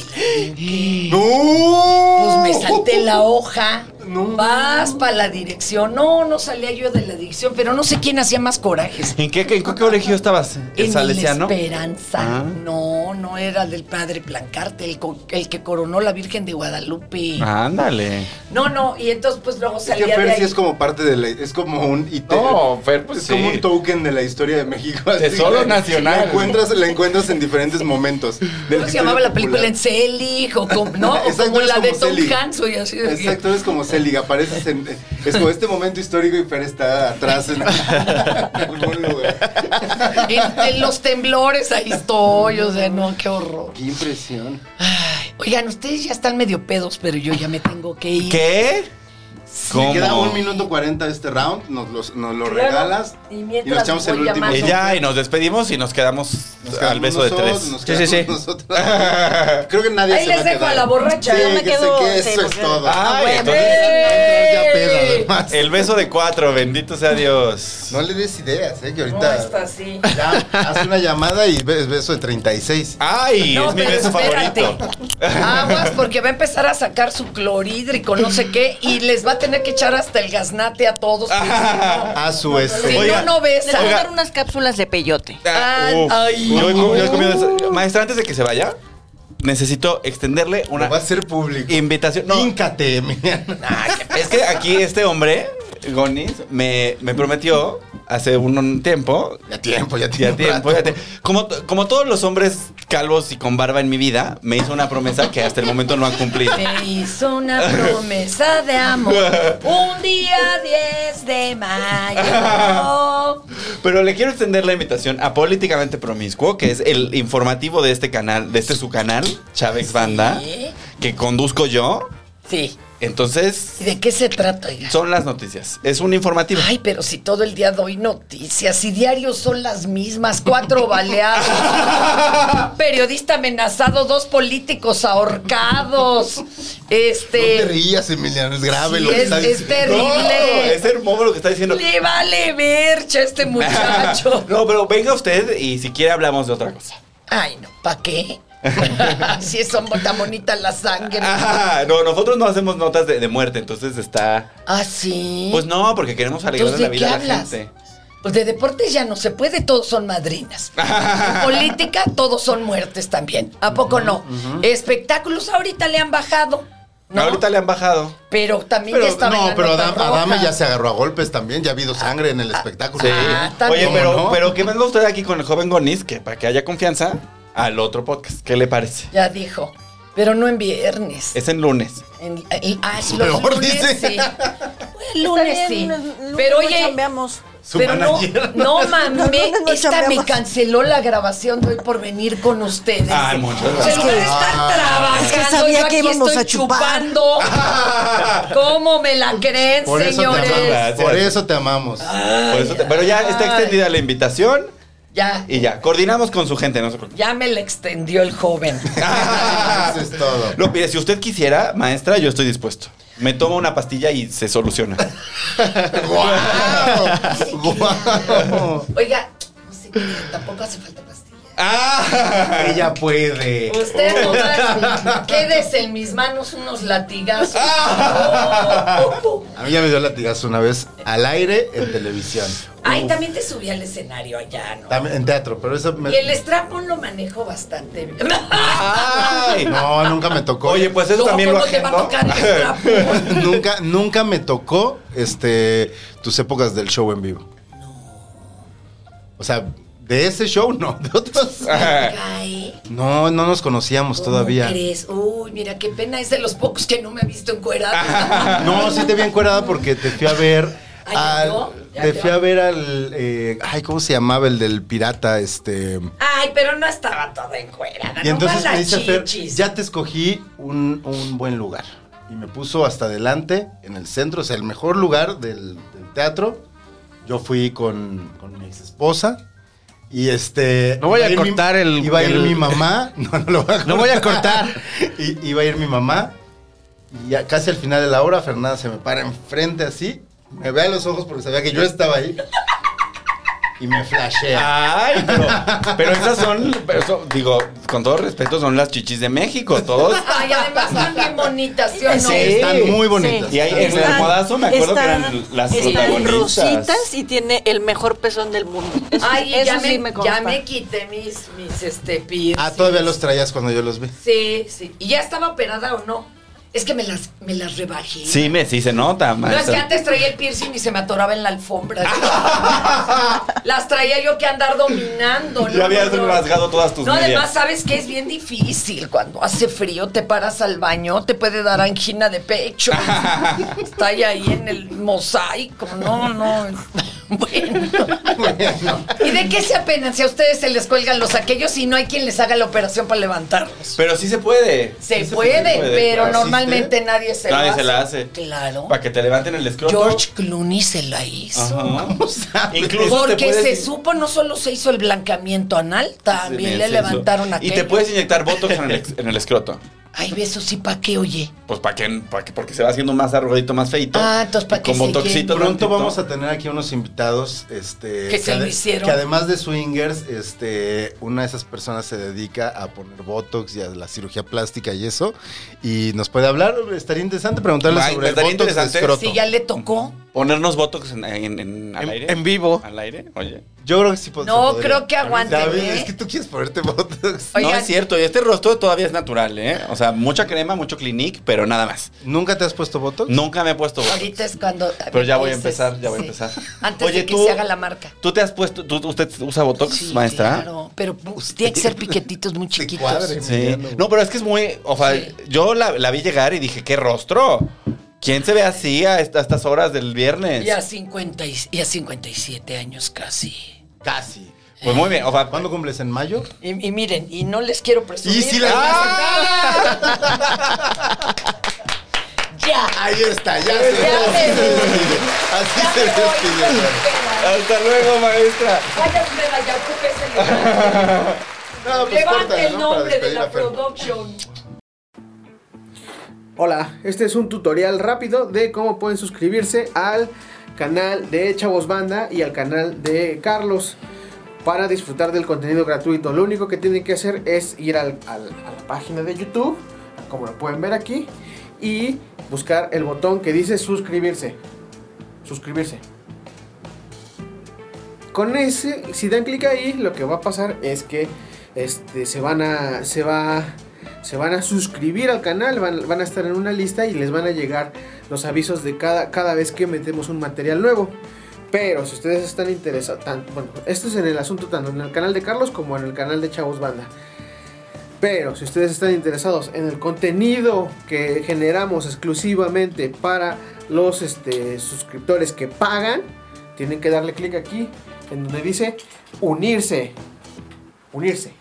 y la pues me salté la hoja.
Ah.
Vas para la dirección. No, no salía yo de la dirección, pero no sé quién hacía más corajes.
¿En qué, en qué colegio estabas?
En
¿El Salesiano?
la Esperanza.
Ah.
No, no era el del padre Plancarte, el, co- el que coronó la Virgen de Guadalupe.
Ándale.
No, no, y entonces pues luego
Ah. Es que
salía de
Fer
ahí.
sí es como parte de la. Es como un IT.
No, Fer, pues
Es como
sí.
un token de la historia de México. así
Tesoro
que
nacional.
La encuentras, la encuentras en diferentes momentos. del
¿Cómo se
criterio
llamaba la película
popular.
en Selig? O como, ¿no? O
Exacto,
como
es
la de
como
Tom
Selig.
Hanks. y así. de-
Exacto, es como Selig, apareces en. Es como este momento histórico y Fer está atrás en, algún lugar.
En, en los temblores ahí estoy. O sea, no, qué horror.
Qué impresión.
Ay, oigan, ustedes ya están medio pedos, pero yo ya me tengo que ir.
¿Qué?
Si queda
¿Cómo?
un minuto cuarenta de este round, nos, los- nos lo
Claro,
regalas
y
y,
mientras
nos echamos el
voy
último.
llamando.
Y Eh, ya, y nos despedimos y nos quedamos
Nos
al
quedamos
beso de
nosotros,
tres.
Nos
Sí, sí, sí.
quedamos nosotros. Creo que nadie
Ahí
se
les
va a
dejo
quedar.
a la borracha.
Sí,
Yo
me
que
quedo-
se quede,
sí,
eso
porque-
es todo.
Ah,
bueno.
entonces,
Ya pedo,
¡Ey!
además.
el beso de cuatro, bendito sea Dios.
No le des ideas, eh, que ahorita.
No, está así.
Ya, haz una llamada y ves beso de 36.
Ay, es mi
pero
beso
espérate.
favorito.
Aguas, porque va a empezar a sacar su clorhídrico, no sé qué, y les va a tener que echar hasta el gaznate a todos.
A su
Si
este.
Oiga,
no, no
Les voy a
besa.
dar unas cápsulas de peyote.
Ah,
Ay,
uf.
ay.
Yo he com- yo he comido esa- Maestra, antes de que se vaya, necesito extenderle una
Lo va a ser público.
invitación. No,
Híncate, Emiliano.
es que aquí este hombre, Gonis, me, me prometió hace un, un tiempo.
Ya tiempo, ya
Ya
tiempo.
tiempo,
rato.
ya tiempo. Como, t- como todos los hombres calvos y con barba en mi vida, me hizo una promesa que hasta el momento no ha cumplido.
Me hizo una promesa de amor. Un día 10 de mayo.
Pero le quiero extender la invitación a Políticamente Promiscuo, que es el informativo de este canal, de este su canal, Chávez Banda,
Sí.
que conduzco yo.
Sí.
Entonces,
¿Y de qué se trata, oiga?
son las noticias. Es un informativo.
Ay, pero si todo el día doy noticias, y diarios son las mismas, cuatro baleados, un periodista amenazado, dos políticos ahorcados,
No te
este...
rías, Emiliano, es grave
Sí,
lo que
es-
está
es
diciendo.
terrible.
No, es hermoso lo que está diciendo.
le vale vercha a este muchacho.
No, pero venga usted y si quiere hablamos de otra cosa.
Ay, no, ¿pa' qué? si es son- tan bonita la sangre.
Ah, no, nosotros no hacemos notas de, de muerte, entonces está.
Ah, sí.
Pues no, porque queremos alegrar
Entonces,
la
¿de qué
vida a la
hablas?
gente.
Pues de deportes ya no se puede, todos son madrinas. En política, todos son muertes también. ¿A poco no? Espectáculos ahorita le han bajado. ¿no?
Ahorita le han bajado.
Pero también
Pero,
ya está
no,
bailando
pero Adam-
tan roja.
Adame ya se agarró a golpes también, ya ha habido sangre en el espectáculo.
Sí.
Ah, está
Oye,
bien.
pero,
¿Cómo no?
pero que venga usted aquí con el joven Gonis, que para que haya confianza, al otro podcast. ¿Qué le parece?
Ya dijo. Pero no en viernes.
Es en lunes.
En- en- ah, los
Peor,
lunes
dice.
sí. El lunes
Está
sí.
bien, el lunes
Pero
no
oye,
chambeamos.
Su
pero no,
manager.
no mames,
lunes no
esta me
chambeamos.
canceló la grabación de hoy por venir con ustedes.
Ay, muchas
O sea,
gracias.
en lugar de estar trabajando,
es que sabía
yo aquí
que íbamos
estoy
a chupar.
chupando. ¿Cómo me la creen,
Por eso,
señores?
te amamos,
Gracias.
por eso te amamos.
Por eso te- pero ya está
ay.
extendida la invitación
Ya,
y ya. Coordinamos con su gente, no se preocupe.
ya me la extendió el joven. Ah.
Eso es todo.
No, mire, si usted quisiera, maestra, yo estoy dispuesto. Me tomo una pastilla y se soluciona.
¡Guau! ¡Guau!
Oiga, no sé qué, tampoco hace falta pastilla.
¡Ah!
Ella puede.
Usted nomás quédese en mis manos unos latigazos. Oh, oh, oh.
A mí ya me dio latigazo una vez al aire en televisión.
Ay, también te subí al escenario allá, ¿no?
También en teatro, pero eso me. Pues
Y el strapón lo manejo bastante bien.
¡Ay!
No, nunca me tocó.
Oye, pues eso
No,
también lo
¿cómo te va a
agendo.
tocar el pues, strapón?
nunca, nunca me tocó este tus épocas del show en vivo. O sea, De ese show, no. De otros.
Ay,
No, no nos conocíamos
¿cómo
Pues todavía.
crees? Uy, mira, qué pena. Es de los pocos que no me ha visto encuerada.
No, sí te vi encuerada porque te fui a ver.
Ay,
al-
¿no? Ya
te
te
fui
va.
a ver al. eh, ay, ¿cómo se llamaba el del pirata? Este.
Ay, pero no estaba toda encuerada.
Y entonces me dice Fer,
chichis.
ya te escogí un, un buen lugar. Y me puso hasta adelante, en el centro, o sea, el mejor lugar del, del teatro. Yo fui con, con mi ex esposa. Y este.
No voy
iba
a
ir mi-
cortar el-
Iba a ir
el-
mi mamá. No, no lo voy a cortar.
No voy a cortar.
Y- iba a ir mi mamá. Y ya casi al final de la hora, Fernanda se me para enfrente así. Me ve a los ojos porque sabía que yo estaba ahí. Y me
Ah,
flashea.
Ay, pero, pero esas son, pero son- digo, con todo respeto, son las chichis de México, todos.
Ay, además están bien bonitas, ¿sí o no?
Sí.
Están muy bonitas.
Y ahí en el
Están-
almohadazo me acuerdo
están-
que eran las
están
Tiene
protagonistas.
rositas y tiene el mejor pezón del mundo. Eso,
Ay,
eso
ya,
sí
me,
me
ya
consta.
me quité mis, mis este, piercings.
Ah, todavía los traías cuando yo los vi.
Sí, sí. ¿Y ya estaba operada o no? Es que me las, me las rebajé.
Sí, me, sí se nota,
No, es que
maestra.
antes traía el piercing y se me atoraba en la alfombra. Las traía yo que andar dominando.
Ya habías rasgado todas tus
No, además,
medias.
sabes que es bien difícil. Cuando hace frío, te paras al baño, te puede dar angina de pecho. Está ahí, ahí en el mosaico. No, no. Bueno. ¿Y de qué se apenan si a ustedes se les cuelgan los aquellos y no hay quien les haga la operación para levantarlos?
Pero sí se puede. pues,
Se,
Sí
puede, pero
Así-
no-
normalmente nadie se
Nadie
lo hace.
se la hace.
Claro.
Para que te levanten el escroto.
George Clooney se la hizo.
Ajá.
sabes?
Incluso te
Porque
puedes-
se supo, no solo se hizo el blanqueamiento anal, también
Sí,
le
sí,
levantaron
eso.
aquello.
Y te puedes inyectar botox en el, ex- en el escroto.
Ay, besos y pa' qué, oye.
Pues para que, para que, porque se va haciendo más arrugadito, más feito.
Ah, entonces, ¿para
Y
qué se
Con botoxito.
Pronto
tantito.
vamos a tener aquí unos invitados, este,
Que se
ade-
hicieron.
que además de swingers, este, una de esas personas se dedica a poner botox y a la cirugía plástica y eso, y nos puede hablar. Estaría interesante preguntarle
Ay,
sobre el
estaría
botox de
interesante.
escroto.
Si ya le tocó.
ponernos botox en, en- en- al
En-
aire.
en vivo.
Al aire, oye.
Yo creo que sí pod-
No,
se podría.
creo que aguanten,
David,
¿eh?
es que tú quieres ponerte botox.
Oigan.
No es cierto, y este rostro todavía es natural, ¿eh? O sea, mucha crema, mucho clinique, pero nada más.
¿Nunca te has puesto botox?
Nunca me he puesto botox.
Ahorita es cuando.
Pero ya voy a
Ese es-
empezar, ya voy a
sí.
empezar.
Antes de que se haga la marca.
¿Tú te has puesto, tú- usted usa botox,
Sí,
maestra?
Claro, pero pues, tiene que ser piquetitos muy chiquitos.
cuadre.
Sí. No, pero es que es muy. O sea,
Sí.
yo la, la vi llegar y dije, ¿qué rostro? ¿Quién se ve así a, est- a estas horas del viernes?
Y a, 50 y, y a 57 años casi.
Casi.
Pues muy bien. O sea,
¿Cuándo cumples? ¿En mayo?
Y, y miren, y no les quiero presumir.
Y si la-
pero ¡Ya!
Ahí está, ya
Pero
se
ya me voy.
Así
Ya
se
me voy,
despide.
espera.
Hasta luego, maestra.
Vaya usted allá, ocúpese de-
No, pues
Levante
córtale,
el
¿no? Para
nombre de
despedir a
la
Fer.
production.
Hola, este es un tutorial rápido de cómo pueden suscribirse al canal de Chavos Banda y al canal de Carlos para disfrutar del contenido gratuito. Lo único que tienen que hacer es ir al- al- a la página de YouTube, como lo pueden ver aquí, y buscar el botón que dice suscribirse. Suscribirse. Con ese, si dan clic ahí, lo que va a pasar es que este, se van a. se va. Se van a suscribir al canal, van, van a estar en una lista y les van a llegar los avisos de cada, cada vez que metemos un material nuevo. Pero si ustedes están interesados, tan- bueno, esto es en el asunto tanto en el canal de Carlos como en el canal de Chavos Banda. Pero si ustedes están interesados en el contenido que generamos exclusivamente para los este, suscriptores que pagan, tienen que darle clic aquí en donde dice unirse. Unirse.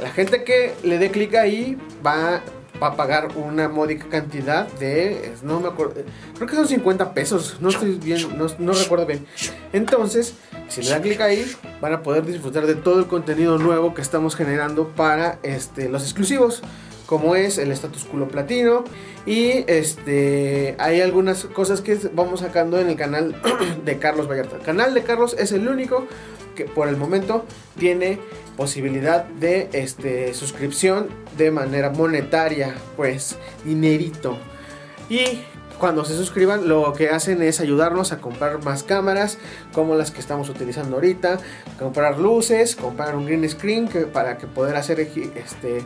La gente que le dé clic ahí va, va a pagar una módica cantidad de. es- No me acuerdo. Creo que son 50 pesos. No estoy bien. No, no recuerdo bien. Entonces, si le dan clic ahí, van a poder disfrutar de todo el contenido nuevo que estamos generando para este, los exclusivos. Como es el status culo platino. Y este. Hay algunas cosas que vamos sacando en el canal de Carlos Vallarta. El canal de Carlos es el único que por el momento tiene posibilidad de este, suscripción de manera monetaria, pues dinerito. Y cuando se suscriban lo que hacen es ayudarnos a comprar más cámaras como las que estamos utilizando ahorita, comprar luces, comprar un green screen que- para que poder hacer eji- este,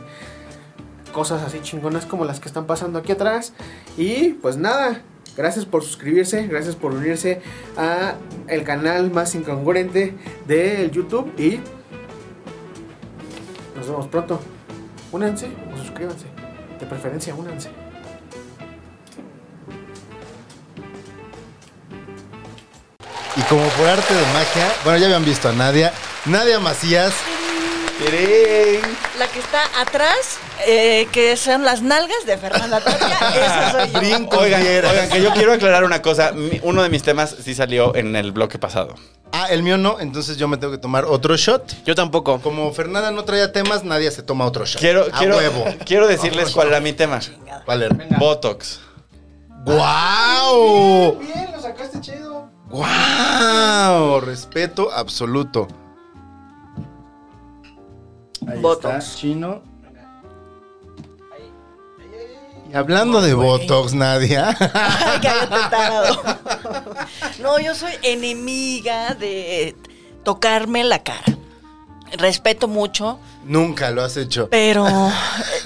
cosas así chingonas como las que están pasando aquí atrás. Y pues nada, Gracias por suscribirse, gracias por unirse a el canal más incongruente del YouTube y nos vemos pronto. Únanse o suscríbanse. De preferencia, únanse.
Y como por arte de magia, bueno, ya habían visto a Nadia. Nadia Macías.
La que está atrás, eh, que son las nalgas de Fernanda Tapia, esa soy yo.
Brinco.
Oigan,
Vieras.
oigan, que yo quiero aclarar una cosa. Mi- Uno de mis temas sí salió en el bloque pasado.
Ah, el mío no, entonces yo me tengo que tomar otro shot.
Yo tampoco.
Como Fernanda no traía temas, Nadia se toma otro shot.
Quiero,
a
quiero,
huevo.
quiero decirles cuál era mi tema.
Vale.
Botox.
¡Guau!
Bien, lo sacaste chido.
¡Guau! Respeto absoluto. Ahí
Botox.
está, chino. Y hablando de Botox, Nadia.
Ay, cállate, tarado. No, yo soy enemiga de tocarme la cara. Respeto mucho,
Nunca lo has hecho.
pero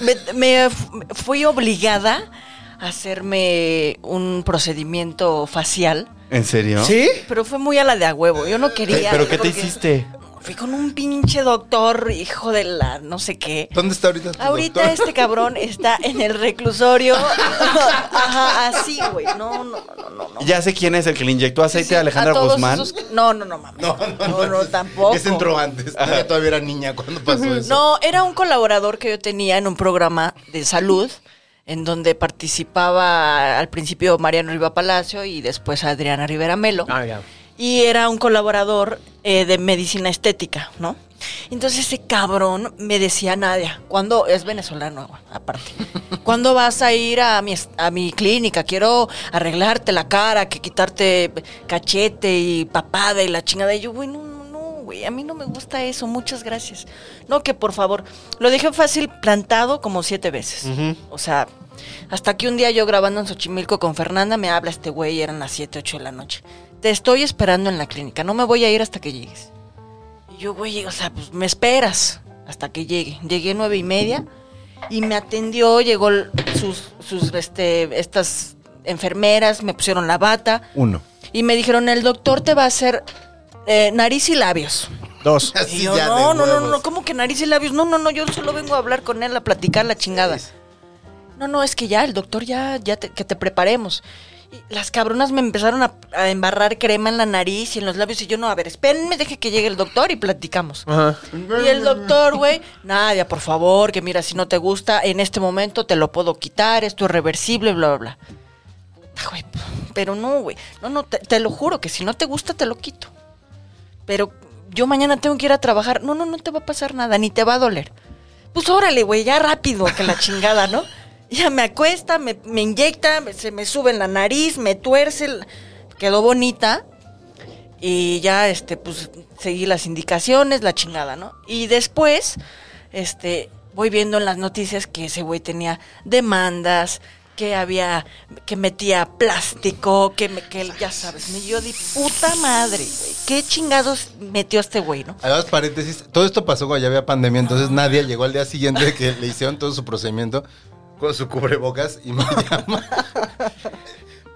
me, me f- fui obligada a hacerme un procedimiento facial,
¿En serio?
¿Sí?
pero fue muy a la de a huevo. Yo no quería.
Eh, ¿Pero qué te
porque
hiciste?
Fui con un pinche doctor, hijo de la no sé qué.
¿Dónde está ahorita? tu
Ahorita
doctor?
este cabrón está en el reclusorio. Ajá, así, güey. No, no, no, no, no.
Ya sé quién es el que le inyectó aceite
Sí,
a Alejandra
todos
Guzmán.
esos que- No, no, no, mames.
No, no, no. ese-
tampoco.
Ese entró antes. Nadia todavía era niña cuando pasó eso.
No, era un colaborador que yo tenía en un programa de salud en donde participaba al principio Mariano Riva Palacio y después Adriana Rivera Melo.
Ah, ya.
y era un colaborador eh, de medicina estética, ¿no? Entonces ese cabrón me decía, Nadia, cuando es venezolano, agua, aparte, ¿cuándo vas a ir a mi, est- a mi clínica? Quiero arreglarte la cara, que quitarte cachete y papada y la chingada. Y yo, güey, no, no, no, güey, a mí no me gusta eso, muchas gracias. No, que por favor, lo dejé fácil plantado como siete veces. O sea, hasta que un día yo grabando en Xochimilco con Fernanda me habla este güey, eran las 7, 8 de la noche. Te estoy esperando en la clínica, no me voy a ir hasta que llegues. Y yo, güey, o sea, pues me esperas hasta que llegue. Llegué nueve y media y me atendió, llegó l- sus, sus, este, estas enfermeras, me pusieron la bata
Uno.
y me dijeron, el doctor te va a hacer eh, nariz y labios.
Dos.
Y
Así
yo,
ya de
no, no, no,
huevos.
no, ¿cómo que nariz y labios? No, no, no, yo solo vengo a hablar con él, a platicar la chingada. No, no, es que ya, el doctor ya, ya te- que te preparemos. Y las cabronas me empezaron a, a embarrar crema en la nariz y en los labios y yo, no, a ver, espérenme, deje que llegue el doctor y platicamos.
Ajá.
Y el doctor, güey, Nadia, por favor, que mira, si no te gusta, en este momento te lo puedo quitar, esto es reversible, bla, bla, bla. Puta, güey, pero no, güey. No, no, te, te lo juro que si no te gusta, te lo quito. Pero yo mañana tengo que ir a trabajar. No, no, no te va a pasar nada, ni te va a doler. Pues órale, güey, ya rápido, que la chingada, ¿no? Ya me acuesta, me, me inyecta, me- se me sube en la nariz, me tuerce, el- quedó bonita. Y ya, este, pues, seguí las indicaciones, la chingada, ¿no? Y después, este, voy viendo en las noticias que ese güey tenía demandas, que había, que metía plástico, que, me- que él, ya sabes, me yo di puta madre, güey. ¿Qué chingados metió este güey, no?
Además, paréntesis, todo esto pasó cuando ya había pandemia, entonces Nadia llegó al día siguiente que le hicieron todo su procedimiento con su cubrebocas y me llama.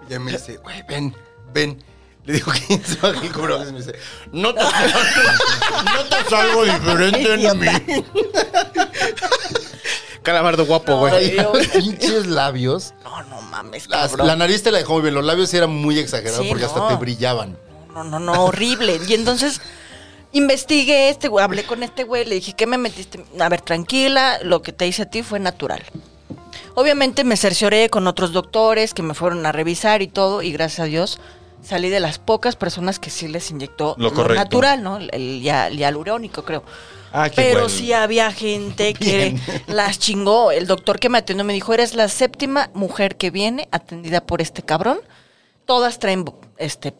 Y me dice, güey, ven, ven. Le digo, ¿quién se baja el cubrebocas? Y me dice, no te notas algo diferente en mí.
Calamardo guapo, güey.
Pinches labios.
No, no mames,
Las-
cabrón.
la nariz te la dejó muy bien, los labios sí eran muy exagerados
Sí,
porque
no.
hasta te brillaban.
No, no, no, horrible. Y entonces investigué este güey, hablé con este güey, le dije, ¿qué me metiste? A ver, tranquila, lo que te hice a ti fue natural. Obviamente me cercioré con otros doctores que me fueron a revisar y todo, y gracias a Dios salí de las pocas personas que sí les inyectó
Lo correcto.
natural, ¿no? El, el ya- el hialurónico, creo.
Ah, qué
Pero
bueno.
sí había gente que las chingó. El doctor que me atendió me dijo, eres la séptima mujer que viene atendida por este cabrón. Todas traen bo- este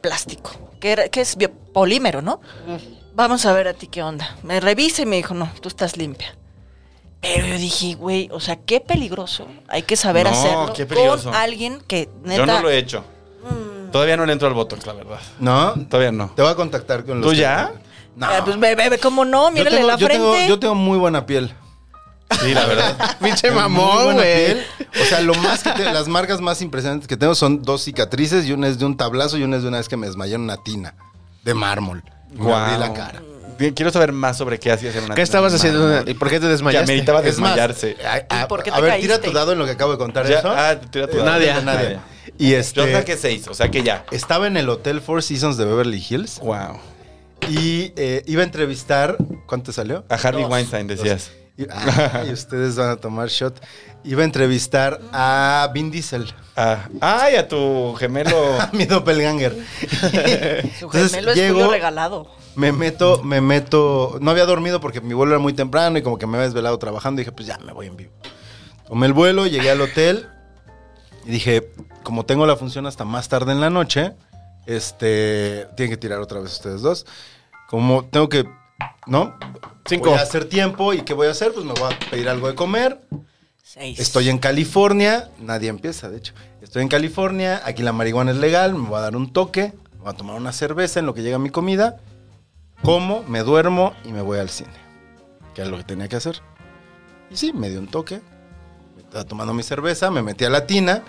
plástico, que, era- que es bio- polímero, ¿no? Vamos a ver a ti qué onda. Me revisa y me dijo, no, tú estás limpia. Pero yo dije, güey, o sea, qué peligroso. Hay que saber
No,
hacerlo
qué peligroso.
con alguien que neta...
Yo no lo he hecho. Todavía no le entro al Botox, la verdad.
¿No?
Todavía no.
Te voy a contactar con los.
¿Tú
que-
ya?
No.
Ah, pues, bebé, ¿cómo no?
Yo
Mírale
tengo-
la
yo
frente.
tengo- yo tengo muy buena piel.
Sí, la verdad.
Pinche
Muy
mamón,
buena
güey.
piel. O sea, lo más que te- las marcas más impresionantes que tengo son dos cicatrices y una es de un tablazo y una es de una vez que me desmayé en una tina de mármol. Me abrí
Guau.
la cara.
Bien, Quiero saber más sobre qué hacías en una
¿Qué estabas haciendo? ¿Y por qué te
Ya
desmayaste?
meditaba
Es más,
desmayarse.
a, a-
¿Y por qué te
a ver, tira
caíste?
tu dado en lo que acabo de contar
Ya,
eso.
ah, tira tu
Eh,
dado.
Nadia.
Nadia. Y
Yo saqué
este,
seis, o sea que ya.
estaba en el Hotel Four Seasons de Beverly Hills
Wow.
y eh, iba a entrevistar, ¿cuánto te salió?
A Harvey
Dos.
Weinstein decías.
Y, ay, ustedes van a tomar shot. Iba a entrevistar a Vin Diesel,
Ah, ay, a tu gemelo.
a mi doppelganger.
Su
Entonces,
gemelo es
llego-
culo regalado.
Me meto, me meto. No había dormido porque mi vuelo era muy temprano y como que me había desvelado trabajando. Y dije, pues ya me voy en vivo. Tomé el vuelo, llegué al hotel y dije, como tengo la función hasta más tarde en la noche, este. Tienen que tirar otra vez ustedes dos. Como tengo que. ¿No?
Cinco.
Voy a hacer tiempo y ¿qué voy a hacer? Pues me voy a pedir algo de comer.
Seis.
Estoy en California, nadie empieza, de hecho. Estoy en California, aquí la marihuana es legal, me voy a dar un toque, me voy a tomar una cerveza en lo que llega mi comida, como, me duermo y me voy al cine, que era lo que tenía que hacer. Y sí, me dio un toque, me estaba tomando mi cerveza, me metí a la tina,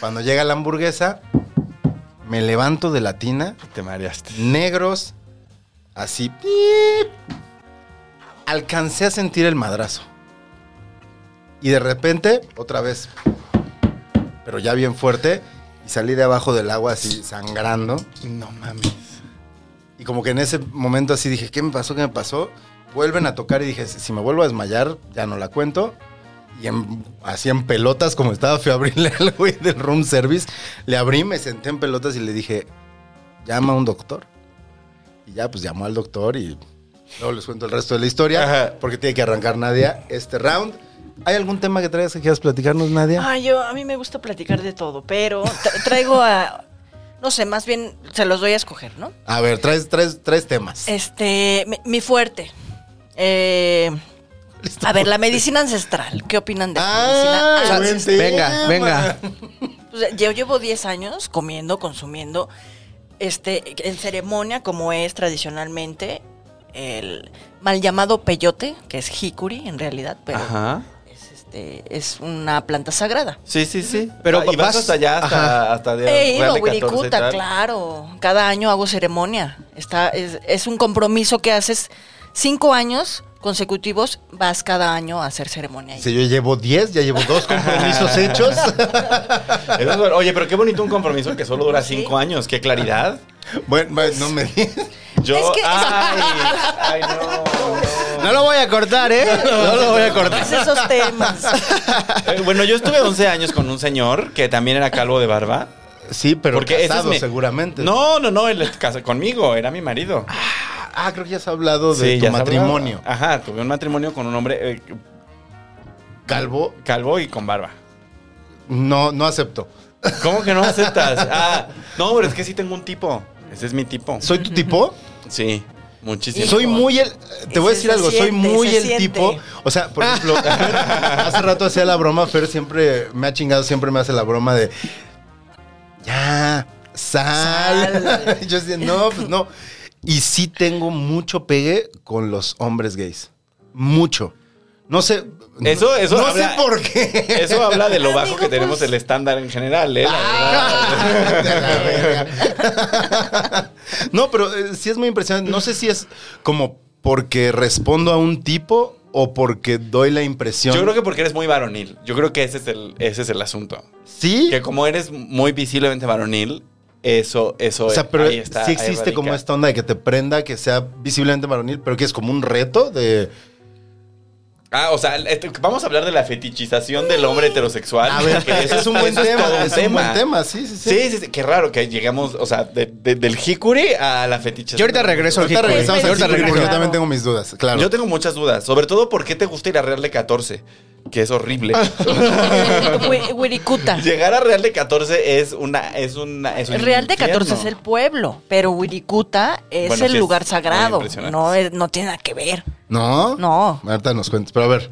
cuando llega la hamburguesa, me levanto de la tina,
Te mareaste.
negros, así, ¡pip! alcancé a sentir el madrazo. Y de repente, otra vez, pero ya bien fuerte, y salí de abajo del agua así, sangrando.
No mames.
Y como que en ese momento así dije, ¿qué me pasó? ¿Qué me pasó? Vuelven a tocar y dije, si me vuelvo a desmayar, ya no la cuento. Y en- así en pelotas, como estaba, fui a abrirle al güey del room service. Le abrí, me senté en pelotas y le dije, llama a un doctor. Y ya, pues llamó al doctor y luego les cuento el resto de la historia.
Ajá.
Porque tiene que arrancar Nadia este round. ¿Hay algún tema que traigas que quieras platicarnos, Nadia?
Ay, yo, a mí me gusta platicar de todo, pero tra- traigo a. No sé, más bien se los doy a escoger, ¿no?
A ver, traes, traes, traes temas.
Este, mi, mi fuerte. Eh, a ver, la medicina ancestral. ¿Qué opinan de la medicina
Ah, buen
ancestral?
Venga,
tema.
venga.
O sea, yo llevo 10 años comiendo, consumiendo, este, en ceremonia, como es tradicionalmente, el mal llamado peyote, que es hickory en realidad, pero
Ajá.
es, este, es una planta sagrada.
Sí, sí, sí.
Pero
Ah, y vas
vas-
hasta allá, hasta, hasta de
He ido a
Real de 14 y
Wirikuta,
tal.
claro. Cada año hago ceremonia. Está, es, es un compromiso que haces cinco años consecutivos, vas cada año a hacer ceremonia. ahí.
Si yo llevo 10, ya llevo dos compromisos hechos.
Eso es bueno. Oye, pero qué bonito un compromiso que solo dura
Sí.
cinco años. Qué claridad.
Bueno, bueno, no me di.
Yo.
Es que-
ay, ay, no. no.
No lo voy a cortar, ¿eh? No lo voy a cortar.
Es esos temas.
Eh, bueno, yo estuve 11 años con un señor que también era calvo de barba.
Sí, pero
Porque ese es
casado
mi-
seguramente.
No, no, no, él es casa conmigo, era mi marido.
Ah, creo que ya has hablado de
Sí,
tu
ya Ah. se hablaba.
matrimonio.
Ajá, tuve un matrimonio con un hombre eh,
Calvo,
calvo y con barba.
no, no acepto.
¿Cómo que no aceptas? Ah, no, pero es que sí tengo un tipo. Ese es mi tipo.
¿Soy tu tipo?
Sí, muchísimo.
Soy muy el. Te voy a
Ese
decir
se
algo, soy
siente,
muy
se
el
siente.
tipo. O sea, por ejemplo, Fer, hace rato hacía la broma, Fer siempre me ha chingado, siempre me hace la broma de. Ya, sal.
Sal.
Yo decía, no, pues no. Y sí tengo mucho pegue con los hombres gays. Mucho. No sé.
Eso- eso
No
habla-
sé por qué.
Eso habla de lo bajo
Amigo,
que tenemos
pues-
el estándar en general, ¿eh? La
Ah, de la
verdad.
verga. no, pero eh, sí es muy impresionante. No sé si es como porque respondo a un tipo o porque doy la impresión.
Yo creo que porque eres muy varonil. Yo creo que ese es el, ese es el asunto.
sí.
Que como eres muy visiblemente varonil, eso, eso
o sea, pero
ahí está,
sí
ahí
existe
radica.
como esta onda de que te prenda, que sea visiblemente varonil, pero que es como un reto de...
Ah, o sea, este, vamos a hablar de la fetichización del hombre heterosexual.
A ver,
Ah, que eso
es un buen
eso es
tema,
todo un
es un buen tema, sí, sí, sí.
Sí, sí, sí, Qué raro que llegamos, o sea, de- de- del hickory a la fetichización.
Yo ahorita regreso al
Ahorita
hígado.
regresamos
Pero
al
sí,
cine porque yo
claro.
también tengo mis dudas, claro.
Yo tengo muchas dudas, sobre todo por qué te gusta ir a Real de 14, que es horrible.
Wi- Wirikuta.
Llegar a Real de 14 es una es una es un
Real de 14
infierno.
es el pueblo, pero Wirikuta es
Bueno,
el
sí es
lugar
muy
sagrado.
impresionante.
No, es- no tiene nada que ver.
¿No?
No.
Ahorita nos cuentes, pero a ver.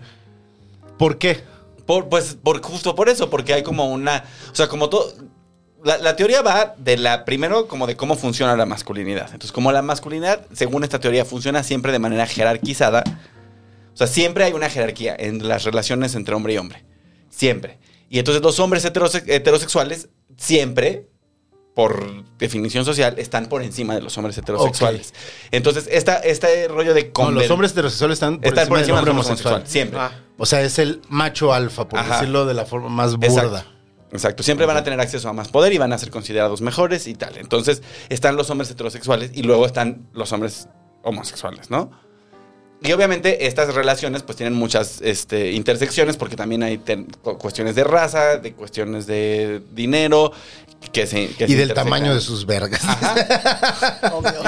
¿Por qué?
Por- pues por, justo por eso, porque hay como una. O sea, como todo. La, la teoría va de la. Primero, como de cómo funciona la masculinidad. Entonces, como la masculinidad, según esta teoría, funciona siempre de manera jerarquizada. O sea, siempre hay una jerarquía en las relaciones entre hombre y hombre. Siempre. Y entonces los hombres heterose- heterosexuales siempre, por definición social, están por encima de los hombres heterosexuales. Entonces, esta, este rollo de...
Con los
conver-
hombres heterosexuales están por
Están
encima
por
del
encima del
hombre
homosexual,
homosexual. Ah.
siempre.
Ah.
O sea, es el macho alfa, por
Ajá.
decirlo de la forma más
Exacto.
burda.
Exacto, siempre van a tener acceso a más poder y van a ser considerados mejores y tal. Entonces están los hombres heterosexuales y luego están los hombres homosexuales, ¿no? Y obviamente estas relaciones pues tienen muchas este, intersecciones porque también hay ten- cu- cuestiones de raza, de cuestiones de dinero, que se... que
Y
se
del
intersectan.
tamaño de sus vergas.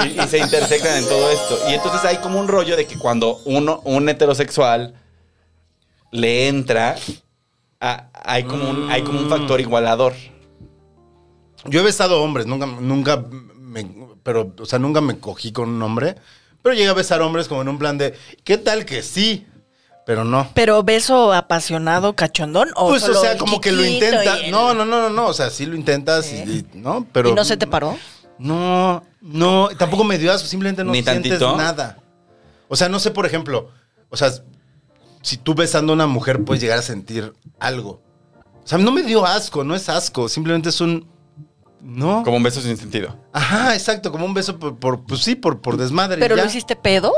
Y, y se intersectan en todo esto. Y entonces hay como un rollo de que cuando uno, un heterosexual le entra, a- hay, como un, hay
Mm.
como un factor igualador.
Yo he besado hombres, nunca, nunca me, pero, o sea, nunca me cogí con un hombre. Pero llegué a besar hombres como en un plan de, ¿qué tal que sí? Pero no.
Pero beso apasionado, cachondón o
Pues, o
solo
sea,
el
como que lo
quiquito
intentas.
y el-
No, no, no, no, no. O sea, sí lo intentas,
Sí.
y- y- ¿no? Pero.
¿Y no se te paró?
No, no. Tampoco me dio asco, simplemente no
¿Ni
sientes
tantito?
nada. O sea, no sé, por ejemplo. O sea, si tú besando a una mujer puedes llegar a sentir algo. O sea, no me dio asco, no es asco. Simplemente es un. No.
Como un beso sin sentido.
Ajá, exacto, como un beso por, por- pues sí, por, por desmadre.
Pero
ya.
lo hiciste pedo.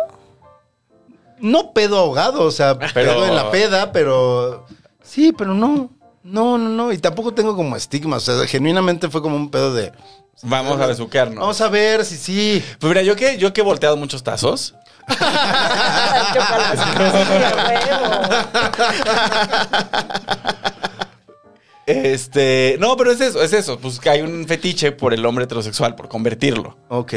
No pedo ahogado, o sea, pero... pedo en la peda, pero. Sí, pero no. No, no, no. Y tampoco tengo como estigma. O sea, genuinamente fue como un pedo de.
Vamos a besuquearnos.
Vamos a ver si sí.
Pues mira, yo que, yo que he volteado muchos tazos.
Ah,
Este. No, pero es eso, es eso. Pues que hay un fetiche por el hombre heterosexual, por convertirlo.
Ok.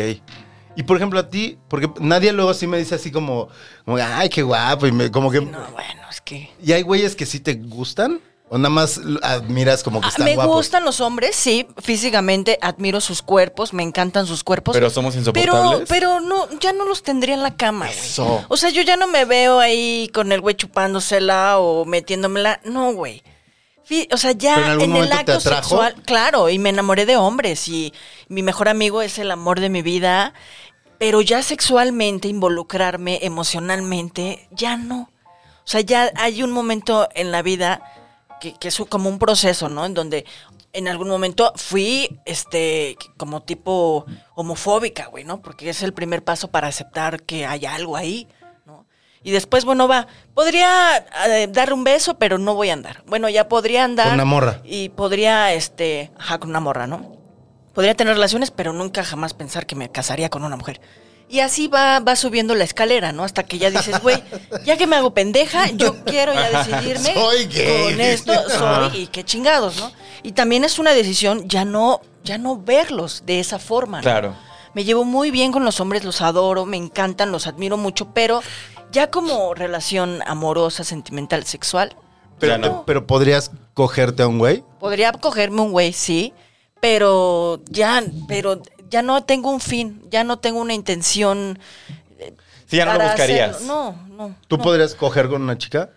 Y por ejemplo, a ti, porque nadie luego sí me dice así como, como, ay, qué guapo. Y me- como que.
No, bueno, es que.
¿Y hay güeyes que sí te gustan? ¿O nada más l- admiras como que
Ah,
están
me
guapos?
gustan los hombres, sí, físicamente admiro sus cuerpos, me encantan sus cuerpos.
Pero somos
Pues, Pero,
insoportables.
pero no, ya no los tendría en la cama, güey.
Eso.
O sea, yo ya no me veo ahí con el güey chupándosela o metiéndomela. No, güey. Fi- O sea, ya
¿Pero en algún
el
momento te
acto
atrajo?
sexual, claro, y me enamoré de hombres y mi mejor amigo es el amor de mi vida, pero ya sexualmente, involucrarme emocionalmente, ya no. O sea, ya hay un momento en la vida que, que es un- como un proceso, ¿no? En donde en algún momento fui, este, como tipo homofóbica, güey, ¿no? Porque es el primer paso para aceptar que hay algo ahí, ¿no? Y después, bueno, va, podría eh, darle un beso, pero no voy a andar. Bueno, ya podría andar.
Con una morra.
Y podría, este, ajá, con una morra, ¿no? Podría tener relaciones, pero nunca jamás pensar que me casaría con una mujer. Y así va, va subiendo la escalera, ¿no? Hasta que ya dices, güey, ya que me hago pendeja, yo quiero ya decidirme.
Soy gay.
Con esto soy y qué chingados, ¿no? Y también es una decisión ya no, ya no verlos de esa forma. ¿no?
Claro.
Me llevo muy bien con los hombres, los adoro, me encantan, los admiro mucho, pero ya como relación amorosa, sentimental, sexual,
Pero,
Ya no.
pero podrías cogerte a un güey.
Podría cogerme un güey, sí, pero ya, pero ya no tengo un fin, ya no tengo una intención.
Sí, ya no lo
para
buscarías.
hacerlo. No, no.
¿Tú
no.
podrías coger con una chica?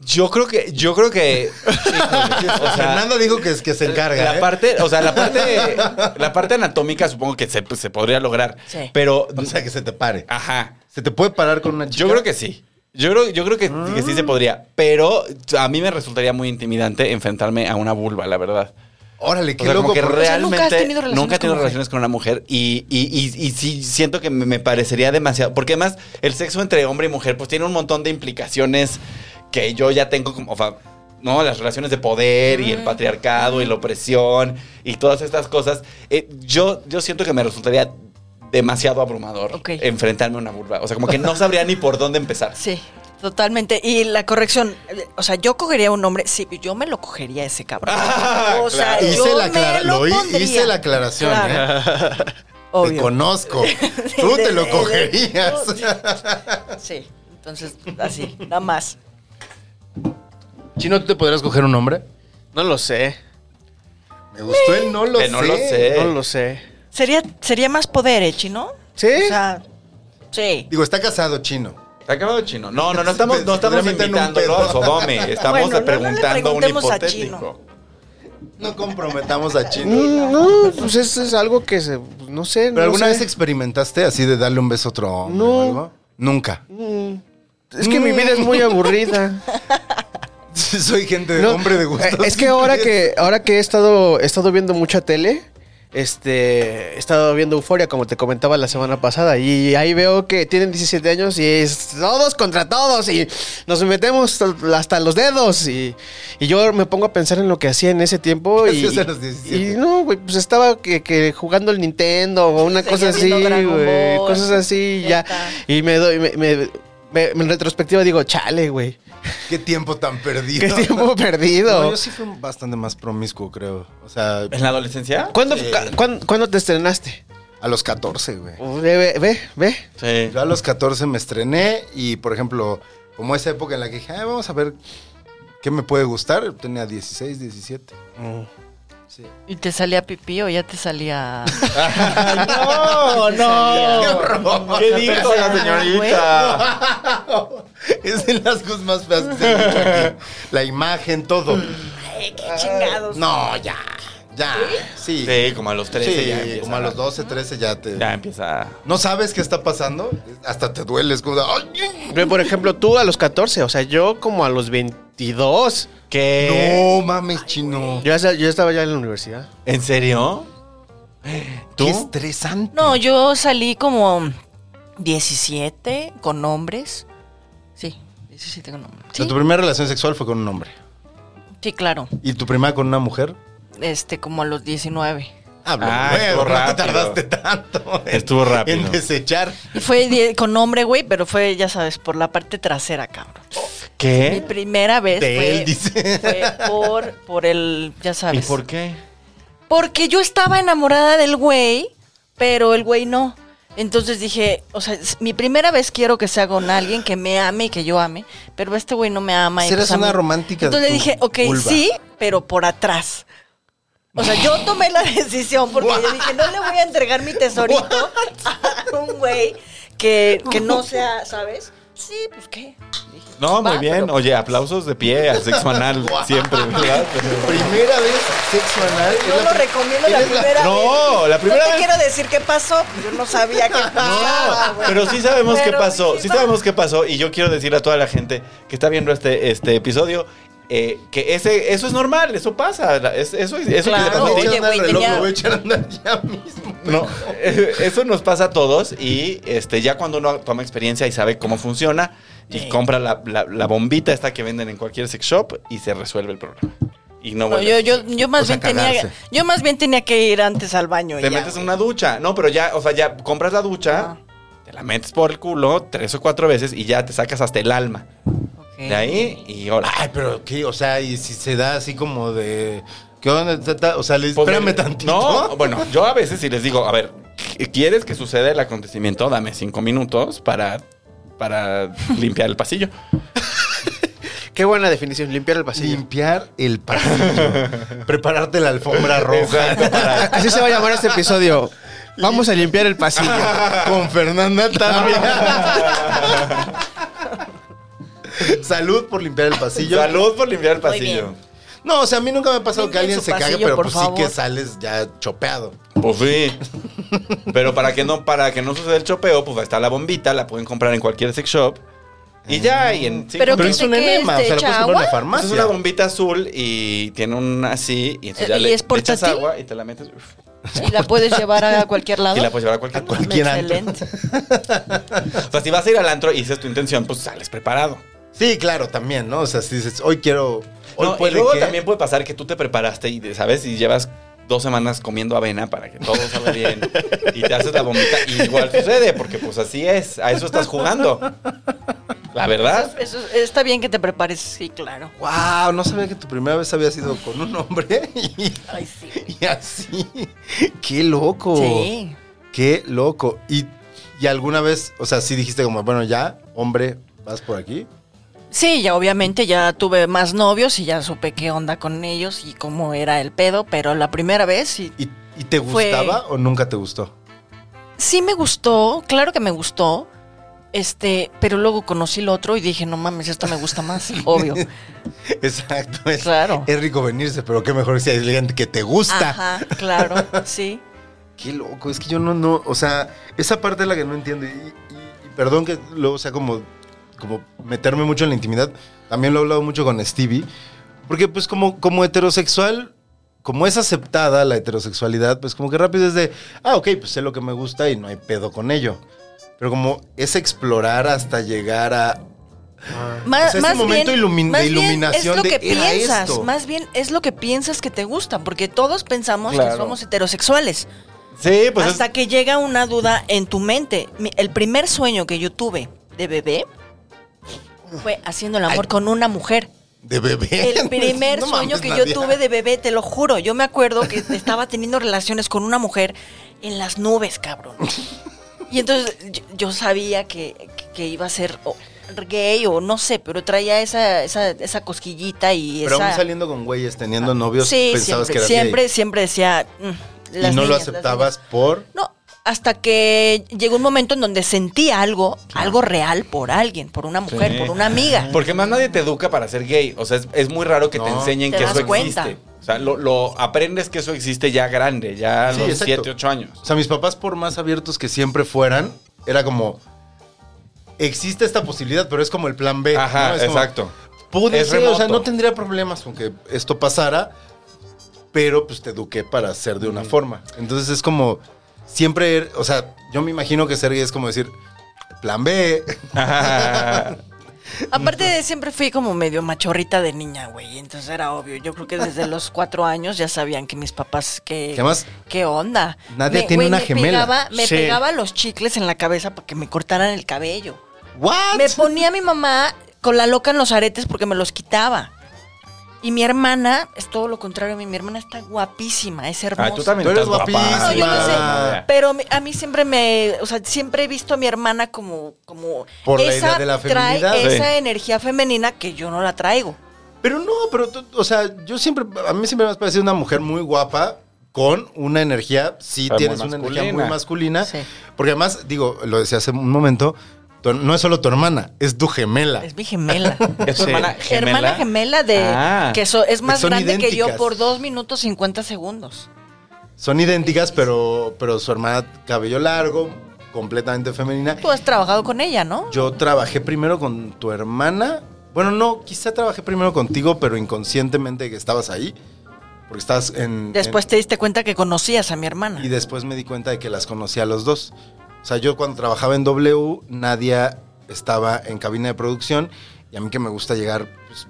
Yo creo que. Yo creo que. o sea,
Fernanda dijo que, es, que se encarga.
la
¿eh?
parte, o sea, la parte, la parte anatómica supongo que se, pues, se podría lograr.
Sí.
Pero.
O sea, que se te pare.
Ajá.
¿Se te puede parar con una chica? Mm.
Yo creo que sí. Yo creo, yo creo que, que sí se podría. Pero a mí me resultaría muy intimidante enfrentarme a una vulva, la verdad.
Órale,
O
qué
sea,
loco.
como que
por-
sea,
realmente
nunca has tenido relaciones
nunca he tenido
con mujer.
relaciones con una mujer y, y- y- y sí siento que me, me parecería demasiado. Porque además el sexo entre hombre y mujer pues tiene un montón de implicaciones que yo ya tengo como... o sea, no, las relaciones de poder y el patriarcado y la opresión y todas estas cosas. Eh, yo, yo siento que me resultaría demasiado abrumador
Ok.
enfrentarme a una vulva. O sea, como que no sabría ni por dónde empezar.
Sí, totalmente. Y la corrección, eh, o sea, yo cogería a un hombre, sí, yo me lo cogería a ese cabrón. o sea,
Ah, claro.
Hice
yo
la, aclara-
me lo
lo hi-
pondría.
hice la aclaración,
Claro,
¿eh? Te
obvio.
conozco. Tú te lo
Desde-
cogerías.
Sí, entonces así, nada más.
Chino, ¿tú te podrías coger un hombre?
No lo sé.
Me gustó el no lo
Que no lo sé.
No lo sé.
Sería, sería más poder, ¿eh, chino?
¿Sí?
O sea, sí.
Digo, está casado, Chino.
Está acabado chino. No, no, no estamos, no estamos
Podría meter un
invitándolo
pedo.
a Sodome. Estamos
Bueno, no, no le
preguntando un
preguntemos a
hipotético.
No comprometamos a Chino.
Mm, No, pues eso es algo que se. pues, No sé.
¿Pero
no
alguna
sé.
vez experimentaste así de darle un beso a otro hombre
No.
o algo? Nunca.
Mm, Es que mi vida es muy aburrida.
Soy gente de
No,
hombre de gusto.
eh, Es que ahora que, ahora que he estado, he estado viendo mucha tele, este, he estado viendo Euforia, como te comentaba la semana pasada, y ahí veo que tienen 17 años y es todos contra todos y nos metemos hasta los dedos y, y yo me pongo a pensar en lo que hacía en ese tiempo
¿Qué
y,
hacías a los 17?
y no, güey, pues estaba que, que jugando el Nintendo o una
Seguía
cosa así,
viendo Dragon
güey,
Ball.
cosas así y ya,
Neta.
y me doy, me- me- me- en retrospectiva digo, chale, güey,
Qué tiempo tan perdido.
qué tiempo perdido.
No, yo sí fui bastante más promiscuo, creo. O sea,
¿En la adolescencia?
¿Cuándo,
Sí.
ca- cuán- cuándo te estrenaste?
a los 14, güey.
Ve, ve, ve, ve.
Sí.
Yo a los 14 me estrené y, por ejemplo, como esa época en la que dije, "Ay, vamos a ver qué me puede gustar, tenía 16, 17. Sí.
¿Y te salía pipí o ya te salía.?
¡No, no!
¿Qué dijo la señorita?
es de las cosas más feas que se han dicho aquí. La imagen, todo.
Ay, qué chingados.
No, ya, ya. Sí.
Sí, como a los 13
Sí,
ya empieza.
como a los 12, 13 ya te...
Ya empieza.
No sabes qué está pasando, hasta te dueles. Como de, "Ay,
Ve, por ejemplo, tú a los 14, o sea, yo como a los 22.
¿Qué?
No mames, chino.
Yo, ya- yo estaba ya en la universidad.
¿En serio? ¿Tú?
Qué estresante.
No, yo salí como 17 con hombres. Sí, 17 con hombres.
O sea,
Sí,
tu primera relación sexual fue con un hombre.
sí, claro.
¿Y tu primera con una mujer?
Este, como a los 19.
Hablo,
Ah,
güey,
estuvo
no te
rápido.
tardaste tanto en,
Estuvo rápido.
en desechar.
Y fue die- con hombre, güey, pero fue, ya sabes, por la parte trasera, cabrón. Mi
¿Qué?
primera vez
De
fue,
él, dice.
fue por, por el, ya
¿Y
sabes.
por qué?
Porque yo estaba enamorada del güey, pero el güey no. Entonces dije, o sea, es- mi primera vez quiero que sea con alguien que me ame y que yo ame, pero este güey no me ama. y
Eres
pues a
una
mí-
romántica de
Entonces
tu
dije, ok,
vulva.
sí, pero por atrás. O sea, yo tomé la decisión porque yo dije, no le voy a entregar mi tesorito a un güey que, que no sea, ¿sabes? Sí, pues qué. Dije,
No,
va,
muy bien.
pero-
Oye, aplausos de pie a sexo anal siempre, ¿verdad?
Primera vez sexo anal.
Yo
es
lo
la pri-
recomiendo la
eres la-
primera
No,
vez.
la primera
No te
vez-
quiero decir qué pasó. Yo no sabía qué pasaba.
No,
güey.
pero sí sabemos qué
Ah, Pero
pasó. Sí
va-
sabemos qué pasó. Y yo quiero decirle a toda la gente que está viendo este, este episodio eh, que ese, eso es normal, eso pasa. la- es- eso, es- eso que
Claro,
te
Lo voy
pasa
a
a ti.
echar
oye,
andar el
güey,
reloj,
tenía-
lo voy a echar a andar ya mismo.
No, eh, eso nos pasa a todos y este, ya cuando uno toma experiencia y sabe cómo funciona y compra la, la- la bombita esta que venden en cualquier sex shop y se resuelve el problema. Y no,
No,
vuelve
yo,
Pues a
yo,
suceder.
yo más
O sea,
bien tenía,
cagarse.
yo más bien tenía que ir antes al baño. y
Te
ya,
metes en
güey.
una ducha. No, pero ya, o sea, ya compras la ducha,
Ajá.
te la metes por el culo tres o cuatro veces y ya te sacas hasta el alma.
Ok.
De ahí y ahora.
Ay, pero qué, o sea, y si se da así como de. ¿Qué onda? Ta, ta, O sea, les, espérame tantito.
Pues, eh, No, pues, bueno, yo a veces sí les digo, a ver, ¿quieres que suceda el acontecimiento? Dame cinco minutos para, para limpiar el pasillo.
Qué buena definición, limpiar el pasillo.
Limpiar el pasillo. prepararte la alfombra roja.
Así se va a llamar este episodio. Vamos a limpiar el pasillo.
Con Fernanda Tapia. Salud por limpiar el pasillo.
Salud por limpiar el pasillo.
bien.
No, o sea, a mí nunca me ha pasado que alguien
Limpien su
se cague,
pasillo,
pero
por
pues
favor.
sí que sales ya chopeado.
Pues sí. Pero para que no, para que no suceda el chopeo, pues está la bombita, la pueden comprar en cualquier sex shop. Y ya, y en cinco
Pero
Pero
¿qué
es
te-
un
qué
enema,
es?
o sea, lo
¿Te
puedes
echa
comprar en la
agua?
Pues
farmacia.
Es una bombita azul y tiene un así. Y, entonces ya
¿Y
le,
es
le echas
portátil?
agua y te la metes. uf,
Y la puedes llevar a cualquier lado.
Y la puedes llevar a cualquier lugar.
cualquier antro.
Excelente.
O sea, si vas a ir al antro y esa es tu intención, pues sales preparado.
Sí, claro, también, ¿no? O sea, si dices, hoy quiero. Hoy
No, y
puede
luego
que-
también puede pasar que tú te preparaste y, ¿sabes? Y llevas dos semanas comiendo avena para que todo salga bien. y te haces la bombita. Y igual sucede, porque pues así es. A eso estás jugando. La verdad.
Eso- está bien que te prepares, sí, claro.
Wow, no sabía que tu primera vez había sido con un hombre y,
Ay, sí. güey.
y así. Qué
Uh.
loco.
Sí.
Qué loco. ¿Y, y alguna vez, o sea, sí dijiste como, bueno, ya, hombre, vas por aquí?
Sí, ya obviamente ya tuve más novios y ya supe qué onda con ellos y cómo era el pedo, pero la primera vez sí
¿Y, y te
Fue-
gustaba o nunca te gustó?
sí me gustó, claro que me gustó. Este, pero luego conocí el otro y dije, no mames, esto me gusta más, obvio.
Exacto. Es,
Claro.
es rico venirse, pero qué mejor si hay alguien que te gusta.
Ajá, claro, sí.
Qué loco, es que yo no, no, o sea, esa parte es la que no entiendo. Y, y- y perdón que luego sea como como meterme mucho en la intimidad. También lo he hablado mucho con Stevie. Porque pues como, como heterosexual, como es aceptada la heterosexualidad, pues como que rápido es de, ah, ok, pues sé lo que me gusta y no hay pedo con ello. Pero como es explorar hasta llegar a... O sea,
Más,
ese
más
momento
bien,
ilumin- de
más bien
iluminación
es lo
de,
que
"Era
piensas,
esto".
más bien es lo que piensas que te gusta, porque todos pensamos
Claro.
que somos heterosexuales.
Sí, pues
hasta
es-
que llega una duda en tu mente. Mi- El primer sueño que yo tuve de bebé fue haciendo el amor con una mujer.
De bebé.
El primer
No
sueño
mames,
que
Nadia.
yo tuve de bebé, te lo juro, yo me acuerdo que estaba teniendo relaciones con una mujer en las nubes, cabrón. Y entonces yo, yo sabía que, que iba a ser o gay o no sé, pero traía esa, esa, esa cosquillita y
Pero aún
esa...
saliendo con güeyes, teniendo novios,
sí,
pensabas
siempre,
que eras
siempre,
gay.
siempre decía... "Mm,
Y
las
no lo
niñas, las niñas".
aceptabas por...
No, hasta que llegó un momento en donde sentí algo, algo real por alguien, por una mujer,
Sí.
por una amiga.
Porque más nadie te educa para ser gay. O sea, es, es muy raro que te
No.
enseñen
Te
que
das
eso
cuenta.
existe. O sea, lo, lo aprendes que eso existe ya grande, ya a
Sí,
los
exacto.
7, 8 años.
O sea, mis papás, por más abiertos que siempre fueran, era como. Existe esta posibilidad, pero es como el plan B.
Ajá,
¿no? Es como,
exacto.
pude
Es
ser, o sea,
remoto.
no tendría problemas con que esto pasara, pero pues te eduqué para ser de una forma. Entonces es como. Siempre, er- o sea, yo me imagino que ser gay es como decir. Plan B.
Aparte de siempre fui como medio machorrita de niña, güey. Entonces era obvio. Yo creo que desde los cuatro años ya sabían que mis papás que.
Que además,
¿Qué onda?
Nadia tiene
güey,
una gemela.
Pegaba, me
Sí.
pegaba los chicles en la cabeza para que me cortaran el cabello.
¿What?
Me ponía mi mamá con la loca en los aretes porque me los quitaba. Y mi hermana es todo lo contrario a mí. Mi hermana está guapísima, es hermosa.
Ah, tú también
Tú eres
estás guapa.
guapísima.
No, yo no sé.
Ah,
Pero mi- a mí siempre me, o sea, siempre he visto a mi hermana como, como
Por la idea de la
trae
feminidad.
esa
Sí.
energía femenina que yo no la traigo.
Pero no, pero, tú- o sea, yo siempre, a mí siempre me has parecido una mujer muy guapa con una energía, sí
Ah, muy
tienes una energía
masculina.
muy masculina.
Sí.
Porque además, digo, lo decía hace un momento, tu- no es solo tu hermana, es tu gemela.
Es mi gemela.
¿Es tu
Sí.
hermana gemela?
Hermana gemela de
Ah.
que so- es más
Son
grande que yo
idénticas.
por 2 minutos 50 segundos.
Son idénticas, pero, pero su hermana cabello largo, completamente femenina.
Tú has trabajado con ella, ¿no?
Yo trabajé primero con tu hermana. Bueno, no, quizá trabajé primero contigo, pero inconscientemente que estabas ahí. Porque estabas en...
Después
en-
te diste cuenta que conocías a mi hermana.
Y después me di cuenta de que las conocía a los dos. O sea, yo cuando trabajaba en W, Nadia estaba en cabina de producción y a mí que me gusta llegar pues,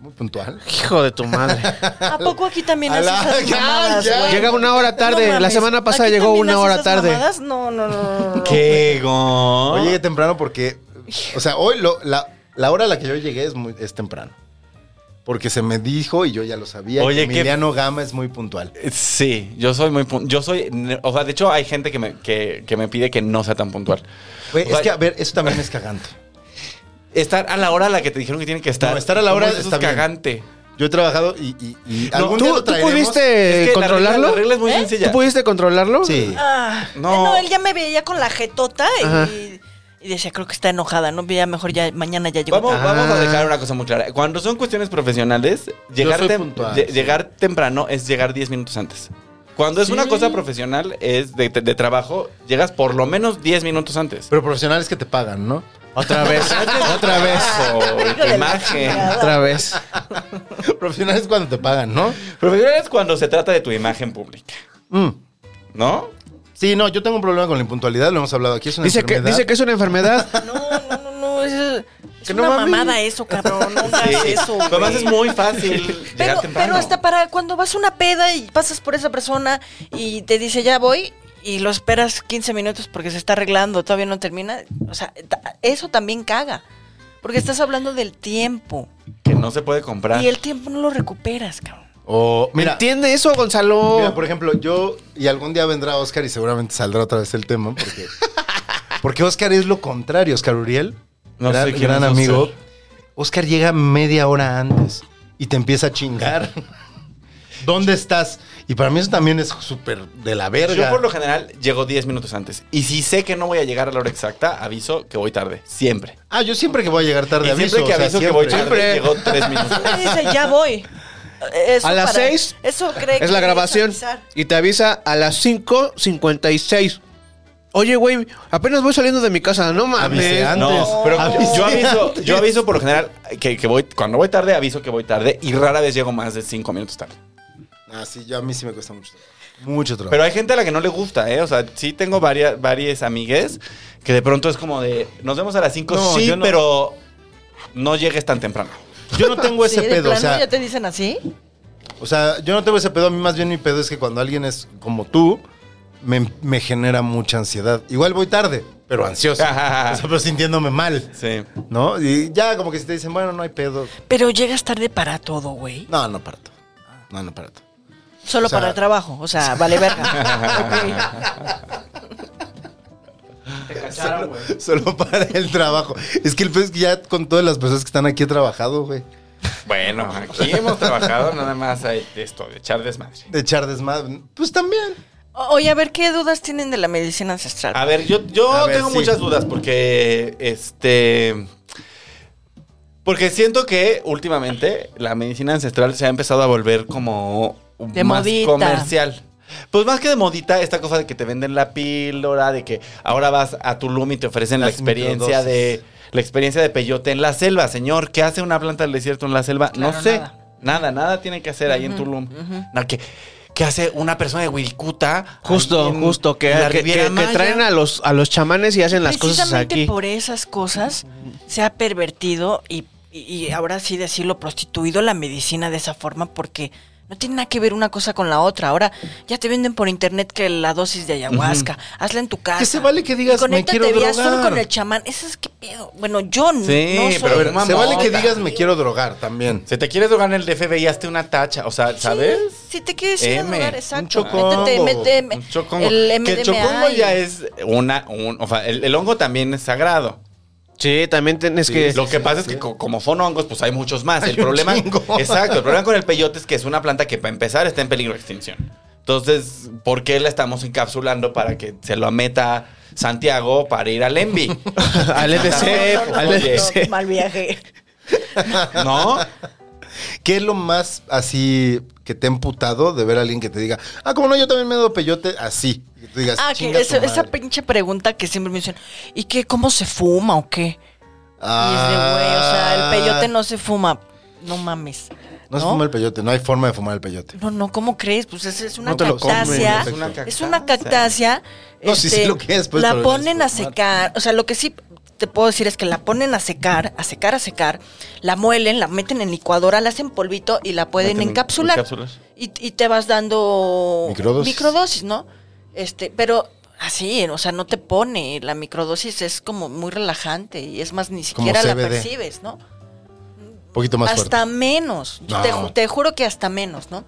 muy puntual.
Hijo de tu madre.
¿A poco aquí también
A
haces
la-
esas
ya,
mamadas,
ya.
güey?
Llega una hora tarde.
No
la
mames.
semana pasada
¿Aquí
llegó
también
una
haces
hora
esas
tarde.
mamadas? No, no, no, no, no.
¡Qué go!
Ah.
Hoy llegué temprano porque, o sea, hoy lo- la, la hora a la que yo llegué es, muy, es temprano. Porque se me dijo y yo ya lo sabía. que
Oye, qué-
Emiliano Gama es muy puntual.
Eh, Sí, yo soy muy pun- yo soy o sea, de hecho hay gente que me, que, que me pide que no sea tan puntual.
Güey, es
Ojalá-
que, a ver, eso también es cagante.
Estar a la hora a la que te dijeron que tiene que estar.
No, estar a la hora
Eso
está
es
bien.
cagante.
Yo he trabajado y, y, y
No,
algún
¿tú-
día lo
tú
traeremos.
¿Pudiste
Eh,
Es que la regla-
controlarlo?
La regla es muy
¿Tú
sencilla.
pudiste controlarlo?
Sí.
Ah, eh,
No.
no. él ya me veía con la jetota
Ajá.
y, y decía, creo que está enojada, ¿no? Ya mejor ya mañana ya llegó.
Vamos,
Ah.
vamos a dejar una cosa muy clara. Cuando son cuestiones profesionales, llegar,
soy
tem-
puntual,
lle-
sí.
llegar temprano es llegar 10 minutos antes. Cuando es una cosa profesional, es de, de trabajo, llegas por lo menos 10 minutos antes.
Pero profesionales que te pagan, ¿no?
Otra vez. Otra vez.
Por tu imagen.
Otra vez.
profesionales cuando te pagan, ¿no?
Profesional es cuando se trata de tu imagen pública,
Mm.
¿no?
Sí, no, yo tengo un problema con la impuntualidad, lo hemos hablado aquí. Es una
Dice que,
enfermedad.
dice que es una enfermedad.
No, no, no, no, es, es
Que no
una
mames.
mamada eso, cabrón. No hagas eso, güey.
Además es muy fácil llegar
Pero,
temprano.
pero hasta para cuando vas a una peda y pasas por esa persona y te dice ya voy y lo esperas 15 minutos porque se está arreglando, todavía no termina. O sea, ta- eso también caga. Porque estás hablando del tiempo.
Que no se puede comprar.
Y el tiempo no lo recuperas, cabrón.
O, mira,
¿Entiende eso, Gonzalo?
mira, por ejemplo, yo. Y algún día vendrá Oscar y seguramente saldrá otra vez el tema, porque. porque Oscar es lo contrario, Oscar Uriel.
No
gran
sé quién
gran
es
amigo.
Oscar.
Oscar llega media hora antes y te empieza a chingar. ¿Dónde estás? Y para mí eso también es súper de la verga.
Yo por lo general llego 10 minutos antes. Y si sé que no voy a llegar a la hora exacta, aviso que voy tarde. Siempre.
Ah, yo siempre que voy a llegar tarde
Y
aviso.
siempre que
o sea,
aviso que voy
siempre.
tarde, llego 3 minutos.
Me dice ya voy. Eh, Eso
A las
para-
seis
Eso cree que
es la
debes
grabación.
avisar.
Y te avisa a las 5.56. Oye, güey, apenas voy saliendo de mi casa, no
Avisé
mames.
antes.
No, pero
Avisé
yo aviso, yo
antes.
aviso por lo general que, que voy, cuando voy tarde, aviso que voy tarde y rara vez llego más de cinco minutos tarde.
Ah, sí, yo a mí sí me cuesta mucho trabajo. Mucho trabajo.
Pero hay gente a la que no le gusta, ¿eh? O sea, sí tengo varias, varias amigues que de pronto es como de, nos vemos a las 5,
No,
sí,
yo no.
pero no llegues tan temprano.
yo no tengo ese
Sí, de
pedo, o
plano
sea,
ya te dicen así.
o sea, yo no tengo ese pedo. A mí más bien mi pedo es que cuando alguien es como tú, me, me genera mucha ansiedad. Igual voy tarde, pero ansioso. o sea, pero sintiéndome mal,
Sí.
¿no? Y ya como que si te dicen, bueno, no hay pedo.
Pero llegas tarde para todo, güey.
No, no parto. No, no parto.
Solo
O sea-
para el trabajo. O sea, vale verga.
Solo, solo para el trabajo. Es que el pedo es que ya con todas las personas que están aquí he trabajado, güey.
Bueno, aquí hemos trabajado nada más hay esto, de echar desmadre.
De echar desmadre. Pues también.
O- Oye, a ver, ¿qué dudas tienen de la medicina ancestral?
A ver, yo, yo
A ver,
tengo
sí.
muchas dudas porque, este... Porque siento que últimamente la medicina ancestral se ha empezado a volver como un-
De
más
modita.
comercial. Pues más que de modita, esta cosa de que te venden la píldora, de que ahora vas a Tulum y te ofrecen la
Las
experiencia de la experiencia de peyote en la selva, señor. ¿Qué hace una planta del desierto en la selva? no
Claro,
sé. Nada.
nada.
nada, tiene que hacer ahí en Tulum. No, ¿qué, qué hace una persona de Wirikuta?
Justo,
ahí en-
justo, que,
en la
que- que-
Riviera
que
Maya?
traen a los, a los chamanes y hacen las cosas
Precisamente
aquí.
por esas cosas se ha pervertido y, y- y ahora sí decirlo prostituido la medicina de esa forma porque no tiene nada que ver una cosa con la otra. Ahora ya te venden por internet que la dosis de ayahuasca, hazla en tu casa.
se vale que digas,
Y
"Me
conéctate
quiero
vía Zoom
drogar".
con el chamán. Eso es que pedo. Bueno, yo n-
Sí,
no soy-
pero
A ver,
Mamota.
se vale que digas me quiero drogar también.
Si te quieres drogar en el DF, y hazte una tacha. O sea, ¿sabes?
Si te quieres ir a
M,
drogar,
un
exacto.
chocongo,
Métete, méteme,
Un chocongo.
El
que
MDMA
el chocongo
y-
ya es una. un- o sea, el, el hongo también es sagrado.
Sí, también tienes que.
lo que pasa es que co- como son hongos, pues hay muchos más.
Hay
el
un
problema.
chingo.
Exacto. El problema con el peyote es que es una planta que para empezar está en peligro de extinción. Entonces, ¿por qué la estamos encapsulando para que se lo meta Santiago para ir al Envi?
al EDC,
No, no,
al E
no,
EDC.
no, mal viaje.
¿No?
¿Qué es lo más así que te ha emputado de ver a alguien que te diga, ah, como no, yo también me doy peyote así? Y que tú digas,
Ah, que
"Chinga
esa,
tu
esa
madre".
pinche pregunta que siempre me dicen, ¿y qué? ¿Cómo se fuma o qué? Y es de, güey, o sea, el
Ah.
peyote no se fuma. No mames.
No se
¿no?
fuma el peyote, no hay forma de fumar el peyote.
No, no, ¿cómo crees? Pues es, es una
No te lo comes,
cactácea.
es una
es una cactácea.
No, sí, sí
este,
lo que es, pues,
la
pero no
ponen a
es fumar.
secar. O sea, lo que sí te puedo decir es que la ponen a secar, a secar, a secar. La muelen, la meten en licuadora, la hacen polvito y la pueden
Meten en-
encapsular.
en cápsulas.
Y, y te vas dando
Microdosis.
microdosis, ¿no? Este, pero así, o sea, no te pone. La microdosis es como muy relajante y es más, ni
Como
siquiera la
CBD.
percibes, ¿no?
Un poquito más
hasta
fuerte.
menos.
No.
Te, ju- te juro que hasta menos, ¿no?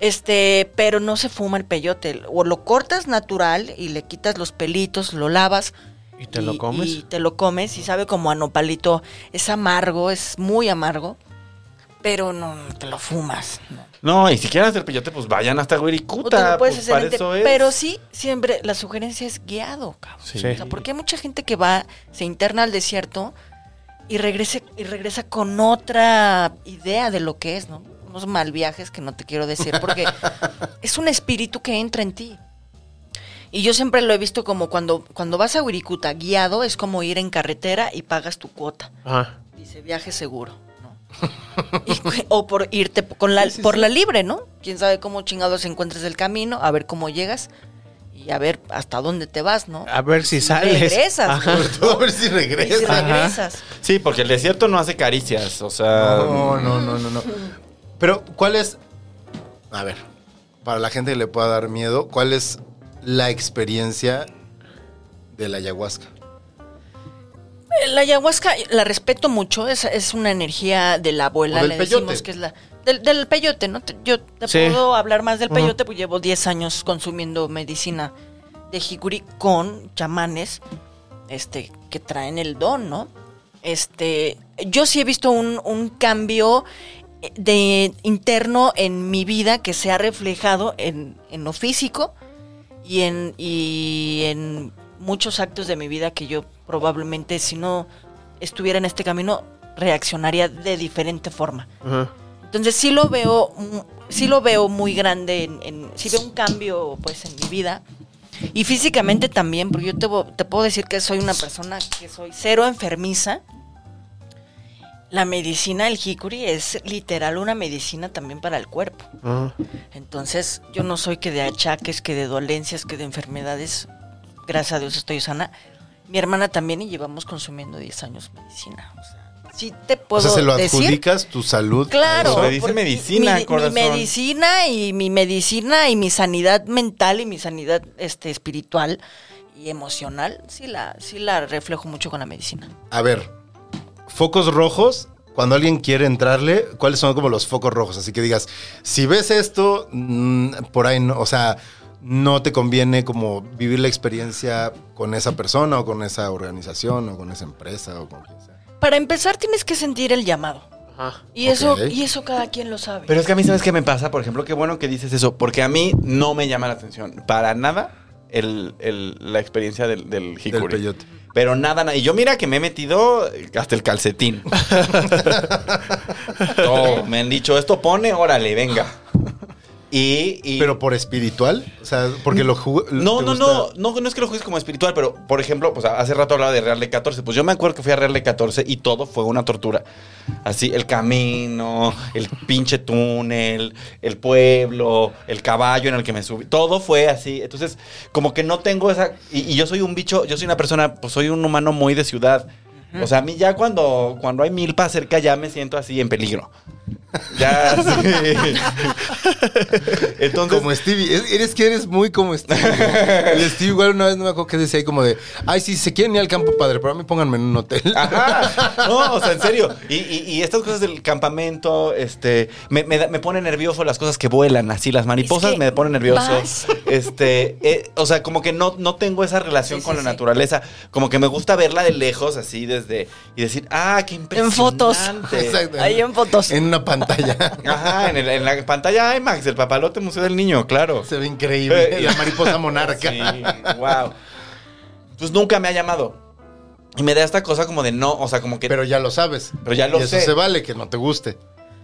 Este, pero no se fuma el peyote. O lo cortas natural y le quitas los pelitos, lo lavas.
¿Y te lo
Y
comes?
te lo comes y sabe como a nopalito. Es amargo, es muy amargo. Pero no te lo fumas. ¿no?
No, y si quieren hacer peyote, pues vayan hasta
O te lo
Wirikuta.
puedes
pues,
hacer
para
en te-
eso es.
Pero sí, siempre la sugerencia es guiado, cabrón.
Sí.
O sea, porque hay mucha gente que va, se interna al desierto y regrese, y regresa con otra idea de lo que es, ¿no? Unos mal viajes que no te quiero decir, porque es un espíritu que entra en ti. Y yo siempre lo he visto como cuando, cuando vas a Wirikuta guiado, es como ir en carretera y pagas tu cuota.
Ajá.
Dice viaje seguro, ¿no? Y cu- o por irte p- con la, por la libre, ¿no? Quién sabe cómo chingados encuentres el camino, a ver cómo llegas y a ver hasta dónde te vas, ¿no?
A ver si Ah, sales.
regresas,
Ajá.
Sobre todo a ver si
Y si
regresa.
regresas.
Sí, porque el desierto no hace caricias. O sea.
No, no, no, no, no. Pero, ¿cuál es? A ver, para la gente que le pueda dar miedo, ¿cuál es la experiencia de la ayahuasca?
La ayahuasca la respeto mucho, es, es una energía de la abuela,
O del
le decimos
peyote.
que es la del, del peyote, ¿no? Te- Yo te
Sí.
puedo hablar más del peyote porque llevo 10 años consumiendo medicina de jicuri con chamanes este que traen el don, ¿no? Este, yo sí he visto un, un cambio eh, de interno en mi vida que se ha reflejado en, en lo físico y en, y en muchos actos de mi vida que yo probablemente si no estuviera en este camino reaccionaría de diferente forma.
Ajá.
Entonces sí lo veo, mm, sí lo veo muy grande, en, en- sí veo un cambio pues en mi vida. Y físicamente también, porque yo te, vo- te puedo decir que soy una persona que soy cero enfermiza. La medicina, el jicuri, es literal una medicina también para el cuerpo.
Ah.
Entonces, yo no soy que de achaques, que de dolencias, que de enfermedades. Gracias a Dios estoy sana. Mi hermana también y llevamos consumiendo 10 años medicina. O sea, sí te
O
puedo
sea, se lo
decir.
adjudicas tu salud.
Claro.
Eso me dice
porque
medicina,
mi, mi
corazón.
medicina y mi medicina y mi sanidad mental y mi sanidad este, espiritual y emocional, sí la, sí la reflejo mucho con la medicina.
A ver, focos rojos. Cuando alguien quiere entrarle, ¿cuáles son como los focos rojos? Así que digas, si ves esto, mm, por ahí no, o sea, no te conviene como vivir la experiencia con esa persona o con esa organización o con esa empresa o con quien sea.
Para empezar tienes que sentir el llamado.
Ajá.
Y eso,
Ok.
y eso cada quien lo sabe.
Pero es que a mí, ¿sabes qué me pasa? Por ejemplo, qué bueno que dices eso, porque a mí no me llama la atención para nada el- el- la experiencia del, del
Del
jicuri.
peyote.
pero nada, nada. Y yo mira que me he metido hasta el calcetín. Todo. Me han dicho, esto pone, órale, venga. Y, y-
Pero por espiritual, o sea, porque lo ju-
no,
te
no,
gusta-
no, no, no es que lo juzgues como espiritual, pero por ejemplo, pues hace rato hablaba de Real de 14, pues yo me acuerdo que fui a Real de 14 y todo fue una tortura. Así, el camino, el pinche túnel, el pueblo, el caballo en el que me subí, todo fue así. Entonces, como que no tengo esa... Y, y yo soy un bicho, yo soy una persona, pues soy un humano muy de ciudad. O sea, a mí ya cuando, cuando hay milpa cerca ya me siento así en peligro. Ya, sí. Entonces,
como Stevie. Es- Eres que eres muy como Stevie. El Stevie igual una vez no me acuerdo que decía ahí como de, ay, si se quieren ir al campo padre, pero a mí pónganme en un hotel.
Ah. Ajá. No, o sea, en serio. Y, y- y estas cosas del campamento, este, me, me, da- me pone nervioso las cosas que vuelan, así las mariposas
Es que
me ponen nervioso.
vas.
Este, eh, o sea, como que no, no tengo esa relación
Sí,
con
sí,
la
sí.
naturaleza. Como que me gusta verla de lejos, así desde y decir, ah, qué
En
impresionante.
fotos.
Exacto.
Ahí en fotos.
En una pantalla.
Ajá, en, el- en la pantalla IMAX, el papalote Museo del Niño, claro.
Se ve increíble.
Eh,
La mariposa monarca.
Sí, wow. Pues nunca me ha llamado. Y me da esta cosa como de no, o sea, como que
Pero ya lo sabes.
Pero ya lo
y
sé.
Eso se vale, que no te guste.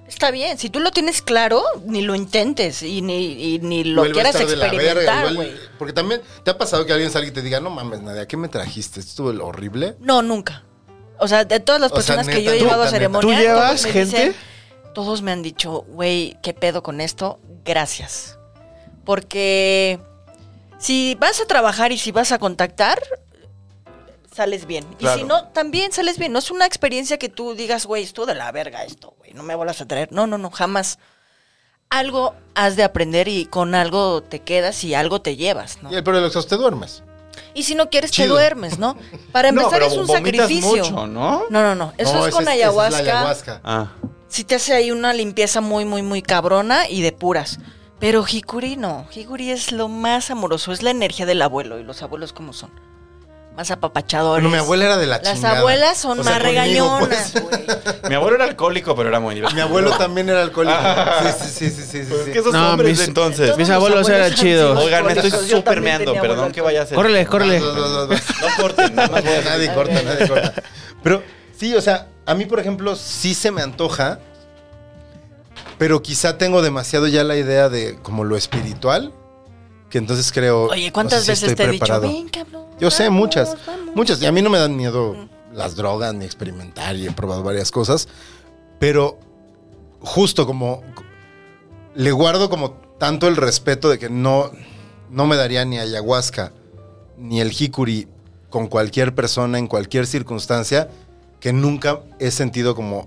Está bien, si tú lo tienes claro, ni lo intentes y ni, y ni lo
Vuelve a
quieras
estar de la verga,
experimentar,
igual-
güey.
Porque también te ha pasado que alguien salga y te diga, no mames, Nadia, ¿qué me trajiste? ¿Esto estuvo horrible?
No, nunca. O sea, de todas las
O sea,
personas que
neta,
yo he
neta,
llevado a
neta.
ceremonia,
¿Tú llevas
todos me
gente?
dicen- todos me han dicho, güey, ¿qué pedo con esto? Gracias. Porque si vas a trabajar y si vas a contactar, sales bien. Y
Claro.
si no, también sales bien. No es una experiencia que tú digas, güey, estuvo de la verga esto, güey, no me vuelvas a traer. No, no, no, jamás. Algo has de aprender y con algo te quedas y algo te llevas, ¿no?
Y el pero de los te duermes.
Y si no quieres, te
Chido.
duermes, ¿no? Para
No,
empezar,
pero
es un
vomitas
sacrificio.
mucho, ¿no?
no, no, no. Eso
No,
es
esa
con
esa
ayahuasca.
Es la ayahuasca.
Ah.
Si te hace ahí una limpieza muy, muy, muy cabrona y de puras. Pero Hikuri no. Hikuri es lo más amoroso. Es la energía del abuelo. Y los abuelos, como son? Más apapachadores.
Bueno, mi abuela era de la
Ah, pues, Las
chingada.
abuelas son
O sea,
más
conmigo, pues.
regañonas, güey.
Mi abuelo era alcohólico, pero era muy divertido.
Mi abuelo también era alcohólico.
Ah.
Sí, sí, sí, sí, sí. sí,
Pues
sí.
que esos
No,
hombres
mis-
de entonces.
Todos
Mis
los
abuelos eran
han sido
chidos.
Oigan, me estoy
alcohólicos. Yo
súper
también
meando,
tenía
perdón
abuelo
que vaya a hacer.
Córrele, córrele.
Dos, dos, dos, dos.
No corten, nada más voy a hacer.
nadie corta, nadie corta. Pero sí, o sea, a mí, por ejemplo, sí se me antoja, pero quizá tengo demasiado ya la idea de como lo espiritual, que entonces creo.
Oye, ¿cuántas
no sé si
veces
Pues estoy
te he dicho,
preparado.
ven, cabrón?
Yo sé,
vamos,
muchas,
vamos"?
muchas. Y a mí no me dan miedo las drogas, ni experimentar, y he probado varias cosas, pero justo como le guardo como tanto el respeto de que no, no me daría ni ayahuasca, ni el jicuri con cualquier persona, en cualquier circunstancia, que nunca he sentido como,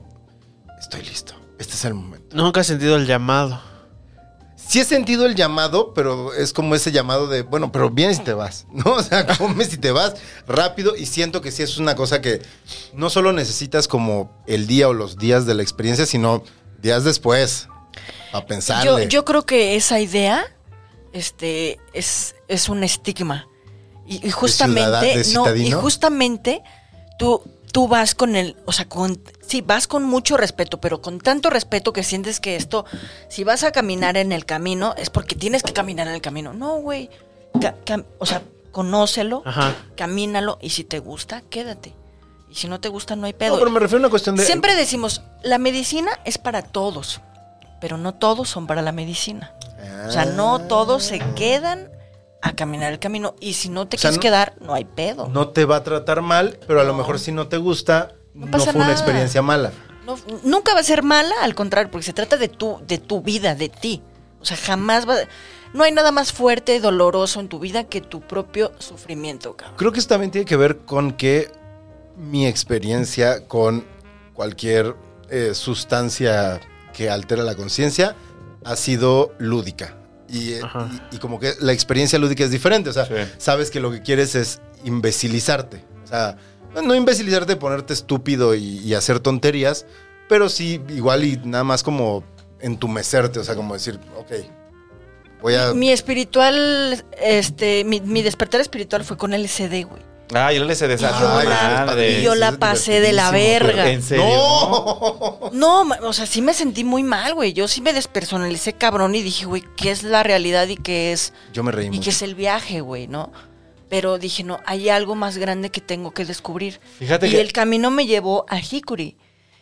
estoy listo, este es el momento.
Nunca he sentido el llamado.
Sí he sentido el llamado, pero es como ese llamado de, bueno, pero vienes y te vas, ¿no? O sea, comes y te vas rápido y siento que sí es una cosa que no solo necesitas como el día o los días de la experiencia, sino días después a
Yo,
pensarle.
yo creo que esa idea este, es, es un estigma. Y, y
ciudadá-
justamente,
de
no, y
citadino?
justamente tú, tú vas con el, o sea, con, sí, vas con mucho respeto, pero con tanto respeto que sientes que esto, si vas a caminar en el camino, es porque tienes que caminar en el camino. No, güey. Ca- cam- o sea, conócelo,
Ajá.
camínalo, y si te gusta, quédate. Y si no te gusta, no hay pedo.
No, pero me refiero a una cuestión de...
Siempre decimos, la medicina es para todos,
Ah.
pero no todos son para la medicina. O sea, no todos se quedan a caminar el camino. Y si no te
O sea,
quieres
no-
quedar, no hay pedo. No,
No te va a tratar mal, pero a lo mejor si no te gusta, no,
No pasa
fue una
nada.
experiencia mala.
nunca va a ser mala, al contrario, porque se trata de tu, de tu vida, de ti. O sea, jamás va. No hay nada más fuerte y doloroso en tu vida que tu propio sufrimiento, cabrón.
Creo que eso también tiene que ver con que mi experiencia con cualquier eh, sustancia que altera la conciencia ha sido lúdica. Y, eh, y- y como que la experiencia lúdica es diferente. O sea,
Sí.
sabes que lo que quieres es imbecilizarte. O sea, no imbecilizarte, ponerte estúpido y, y hacer tonterías, pero sí igual y nada más como entumecerte. O sea, como decir, ok, voy a...
Mi espiritual, este, mi, mi despertar espiritual fue con LCD, güey.
Ay, yo le se desató.
Ay,
madre.
y yo la
es
pasé de la
divertidísimo,
verga.
¿En serio?
¡No!
No, ma- o sea, sí me sentí muy mal, güey. Yo sí me despersonalicé cabrón y dije, güey, ¿qué es la realidad y qué es,
Yo me reí
y qué
mucho.
es el viaje, güey, no? Pero dije, no, hay algo más grande que tengo que descubrir.
Fíjate
y
que-
el camino me llevó a Hikuri.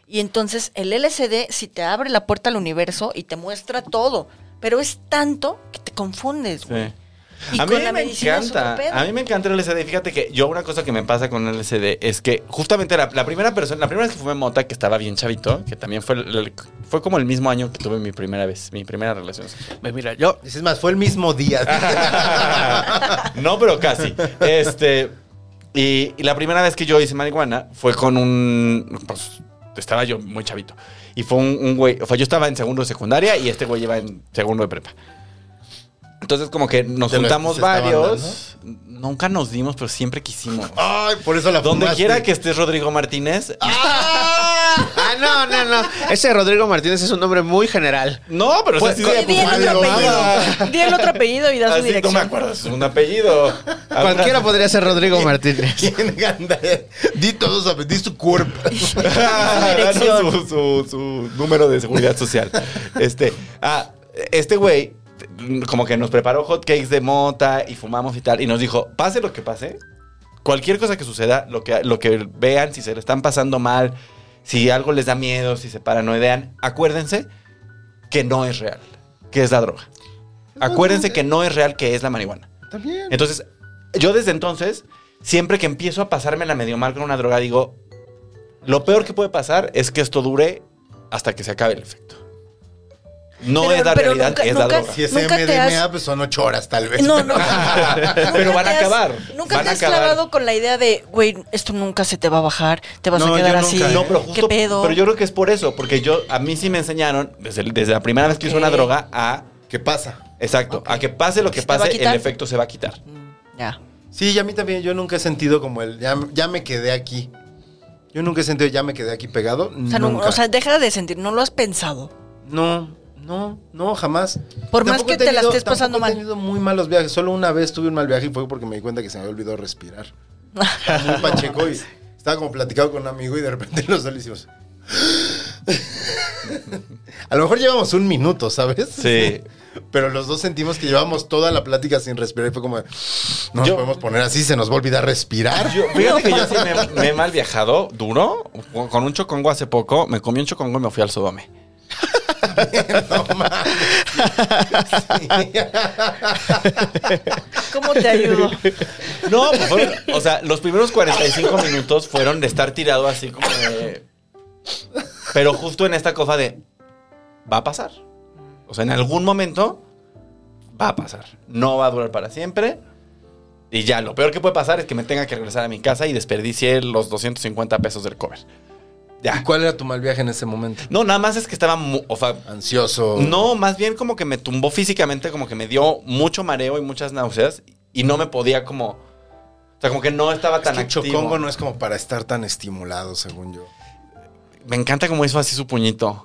Y entonces el LCD sí te abre la puerta al universo y te muestra todo. Pero es tanto que te confundes, güey.
Sí.
Y
A mí
con la
me
medicina es
encanta.
otro pedo.
A mí me encanta el LSD. Fíjate que yo una cosa que me pasa con el LSD es que justamente la, la primera persona, la primera vez que fumé mota, que estaba bien chavito, que también fue, el- el- fue como el mismo año que tuve mi primera vez, mi primera relación.
Pues mira, yo.
Es más, fue el mismo día.
no, pero casi. Este. Y, y la primera vez que yo hice marihuana fue con un. Pues estaba yo muy chavito. Y fue un, un güey. O sea, yo estaba en segundo de secundaria y este güey iba en segundo de prepa. Entonces, como que nos
¿Te lo-
juntamos
se estaban
varios. Nunca nos dimos, pero siempre quisimos.
Ay, por eso Ah, la
Donde
fumaste.
quiera que estés, Rodrigo Martínez.
Ah, no, no, no. Ese Rodrigo Martínez es un nombre muy general.
No, pero
Pues,
sí,
¿cuál-
sí,
Di el otro apellido. Di el otro apellido y da su
Así no
dirección.
me acuerdo, es un apellido.
Cualquiera podría ser Rodrigo Martínez.
¿Quién gana? Di todos a di su cuerpo.
Danos su, su- su número de seguridad social. Este, ah, este güey t- como que nos preparó hotcakes de mota y fumamos y tal y nos dijo, pase lo que pase, cualquier cosa que suceda, lo que, lo que vean, si se le están pasando mal, si algo les da miedo, si se paranoidean, acuérdense que no es real, que es la droga. Acuérdense que no es real, que es la marihuana.
Está bien.
Entonces, yo desde entonces, siempre que empiezo a pasármela medio mal con una droga, digo, lo peor que puede pasar es que esto dure hasta que se acabe el efecto. No
Pero-
es la
pero
realidad,
nunca-
es la
nunca-
droga.
Si es
Nunca te
MDMA,
has-
pues son ocho horas tal vez.
Eh, No, no.
Pero
Nunca
van a
te has-
acabar,
Nunca
van
te
a
has
acabar.
clavado con la idea de, güey, esto nunca se te va a bajar, te vas
No,
a
yo
quedar
nunca,
así.
¿eh?
No, pero justo.
¿Qué pedo?
Pero yo creo que es por eso, porque yo a mí sí me enseñaron desde, desde la primera vez que usé una
Ok.
droga a
¿Qué pasa?
exacto, a que pase lo que
¿Se te va a
pase, el
quitar?
efecto se va a quitar.
Mm, Ya.
Sí, y a mí también. Yo nunca he sentido como el ya, ya me quedé aquí. Yo nunca he sentido ya me quedé aquí pegado.
O sea, no-
nunca.
o sea, deja de sentir, no lo has pensado.
no, no, no, jamás.
Por más
Tampoco he
que te la
tenido-
estés pasando
tampoco
mal.
He tenido muy malos viajes. Solo una vez tuve un mal viaje y fue porque me di cuenta que se me había olvidado respirar. Estaba muy pacheco y estaba como platicado con un amigo y de repente nos solo hicimos. A lo mejor llevamos un minuto, ¿sabes?
Sí.
Pero los dos sentimos que llevamos toda la plática sin respirar y fue como, no nos
Yo-
podemos poner así, se nos va a olvidar respirar.
Yo- fíjate que yo sí me, me he mal viajado duro. Con un chocongo hace poco, me comí un chocongo y me fui al Sodome.
No mames.
¿Cómo te ayudo?
No, pues fueron- o sea, los primeros 45 minutos fueron de estar tirado así como de. Pero justo en esta cosa de. Va a pasar. O sea, en algún momento va a pasar. No va a durar para siempre. Y ya, lo peor que puede pasar es que me tenga que regresar a mi casa y desperdicie los 250 pesos del cover.
¿Y
Ya.
cuál era tu mal viaje en ese momento?
No, nada más es que estaba. mu- O sea,
Ansioso.
no, más bien como que me tumbó físicamente, como que me dio mucho mareo y muchas náuseas y no me podía como... O sea, como que no estaba
Es
tan
que
activo.
Chocongo no es como para estar tan estimulado, según yo.
Me encanta como hizo así su puñito.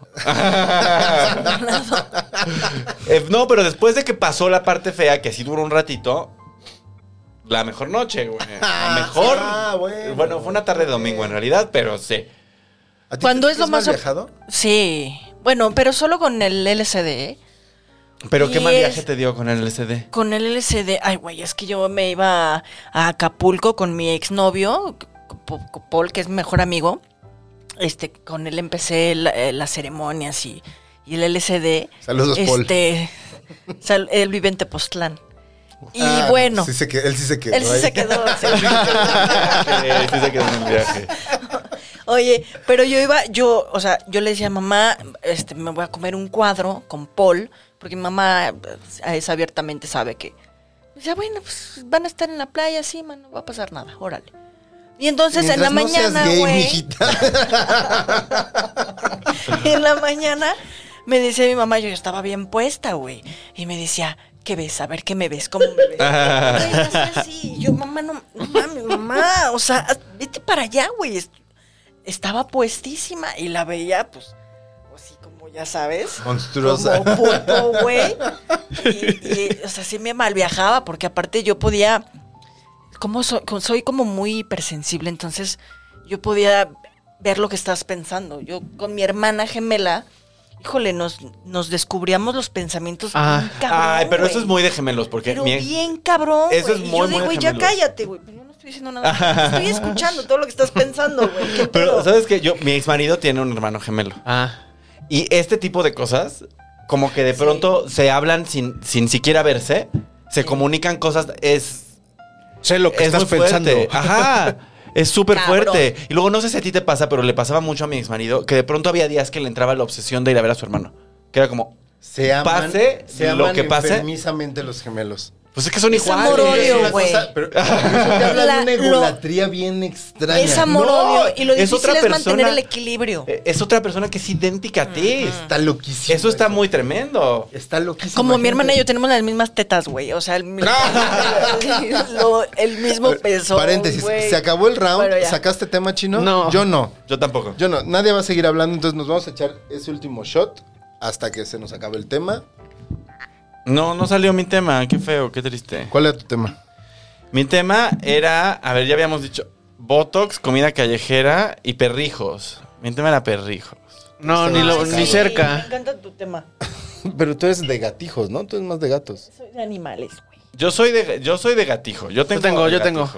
Eh, no, pero después de que pasó la parte fea, que así duró un ratito, la mejor noche, güey. La mejor...
Ah, bueno.
bueno. fue una tarde de domingo en realidad, pero sí.
¿A ti
Cuando
te-
es
te
lo
has
más-
mal viajado?
Sí. Bueno, pero solo con el LCD, ¿eh?
Pero qué
Y
mal
es-
viaje te dio con el LSD.
Con el LCD, ay, güey, es que yo me iba a Acapulco con mi exnovio, P- P- Paul, que es mi mejor amigo. Este, con él empecé la- eh, las ceremonias y, y el LCD.
Saludos, Paul.
este, sal- él vive en Tepoztlán. Y
Ah,
bueno,
sí se que- él sí se quedó.
él sí
ahí.
se quedó. sí.
Eh, sí se quedó en el viaje.
Oye, pero yo iba, yo, o sea, yo le decía a mamá, este, me voy a comer un cuadro con Paul, porque mi mamá eh, es abiertamente sabe que. Decía, bueno, pues van a estar en la playa, sí, man, no va a pasar nada, órale. Y entonces en la
Mientras no seas
mañana,
gay,
güey,
mijita.
en la mañana me decía mi mamá, yo ya estaba bien puesta, güey, y me decía, ¿qué ves? A ver, ¿qué me ves? ¿Cómo me ves? Güey, no seas así. Y yo, mamá, no, no mames, mamá, o sea, vete para allá, güey. Est- Estaba puestísima y la veía, pues, así como ya sabes.
Monstruosa.
Como pulpo, güey. Y, y, o sea, sí me mal viajaba porque aparte yo podía, como soy, como- soy como muy hipersensible, entonces yo podía ver lo que estás pensando. Yo con mi hermana gemela, híjole, nos, nos descubríamos los pensamientos.
Ah.
bien cabrón,
Ay, pero eso es
güey.
muy de gemelos, porque
Pero
mi-
bien cabrón, güey.
Eso es
Y
muy,
yo
muy
digo,
de
güey, ya
gemelos".
cállate, güey. Pero yo no estoy diciendo nada. Estoy escuchando todo lo que estás pensando, güey. ¿Qué
Pero,
pedo?
¿sabes qué? Yo, mi ex marido tiene un hermano gemelo.
Ah.
Y este tipo de cosas, como que de pronto se hablan sin, sin siquiera verse, se comunican cosas, es,
Sé lo que
es
estás
muy fuerte.
pensando.
Ajá. Es súper
Cabrón.
fuerte. Y luego no sé si a ti te pasa, pero le pasaba mucho a mi ex marido que de pronto había días que le entraba la obsesión de ir a ver a su hermano. Que era como,
Se aman,
Pase
se
lo
aman
que pase.
enfermizamente los gemelos.
pues es que son
Es
iguales.
amor-odio,
Es una
güey.
cosa- pero eso te habla
La-
de una
lo-
egolatría bien extraña.
Es amor
No,
odio. Y lo
es
difícil
otra
es, mantener
persona.
el equilibrio.
Eh, Es otra persona que es idéntica a ti.
Está loquísimo.
Eso está muy tremendo.
Está loquísimo.
Como mi hermana y yo
Imagínate.
tenemos las mismas tetas, güey. O sea, el mismo, lo- el mismo peso.
Eh, Paréntesis.
güey.
Se acabó el round.
Bueno, ya.
¿Sacaste tema chino?
No.
Yo no.
Yo tampoco.
Yo no. Nadie va a seguir hablando, entonces nos vamos a echar ese último shot hasta que se nos acabe el tema.
No, no salió mi tema. Qué feo, qué triste.
¿Cuál era tu tema?
Mi tema era, a ver, ya habíamos dicho Botox, comida callejera y perrijos. Mi tema era perrijos.
No,
Está
ni, lo-
complicado.
ni
Sí, Me
cerca.
encanta tu tema.
Pero tú eres de gatijos, ¿no? Tú eres más de gatos.
Soy de animales, güey.
Yo soy de, yo soy de gatijo. Yo tengo,
tengo, yo
gatijo.
tengo.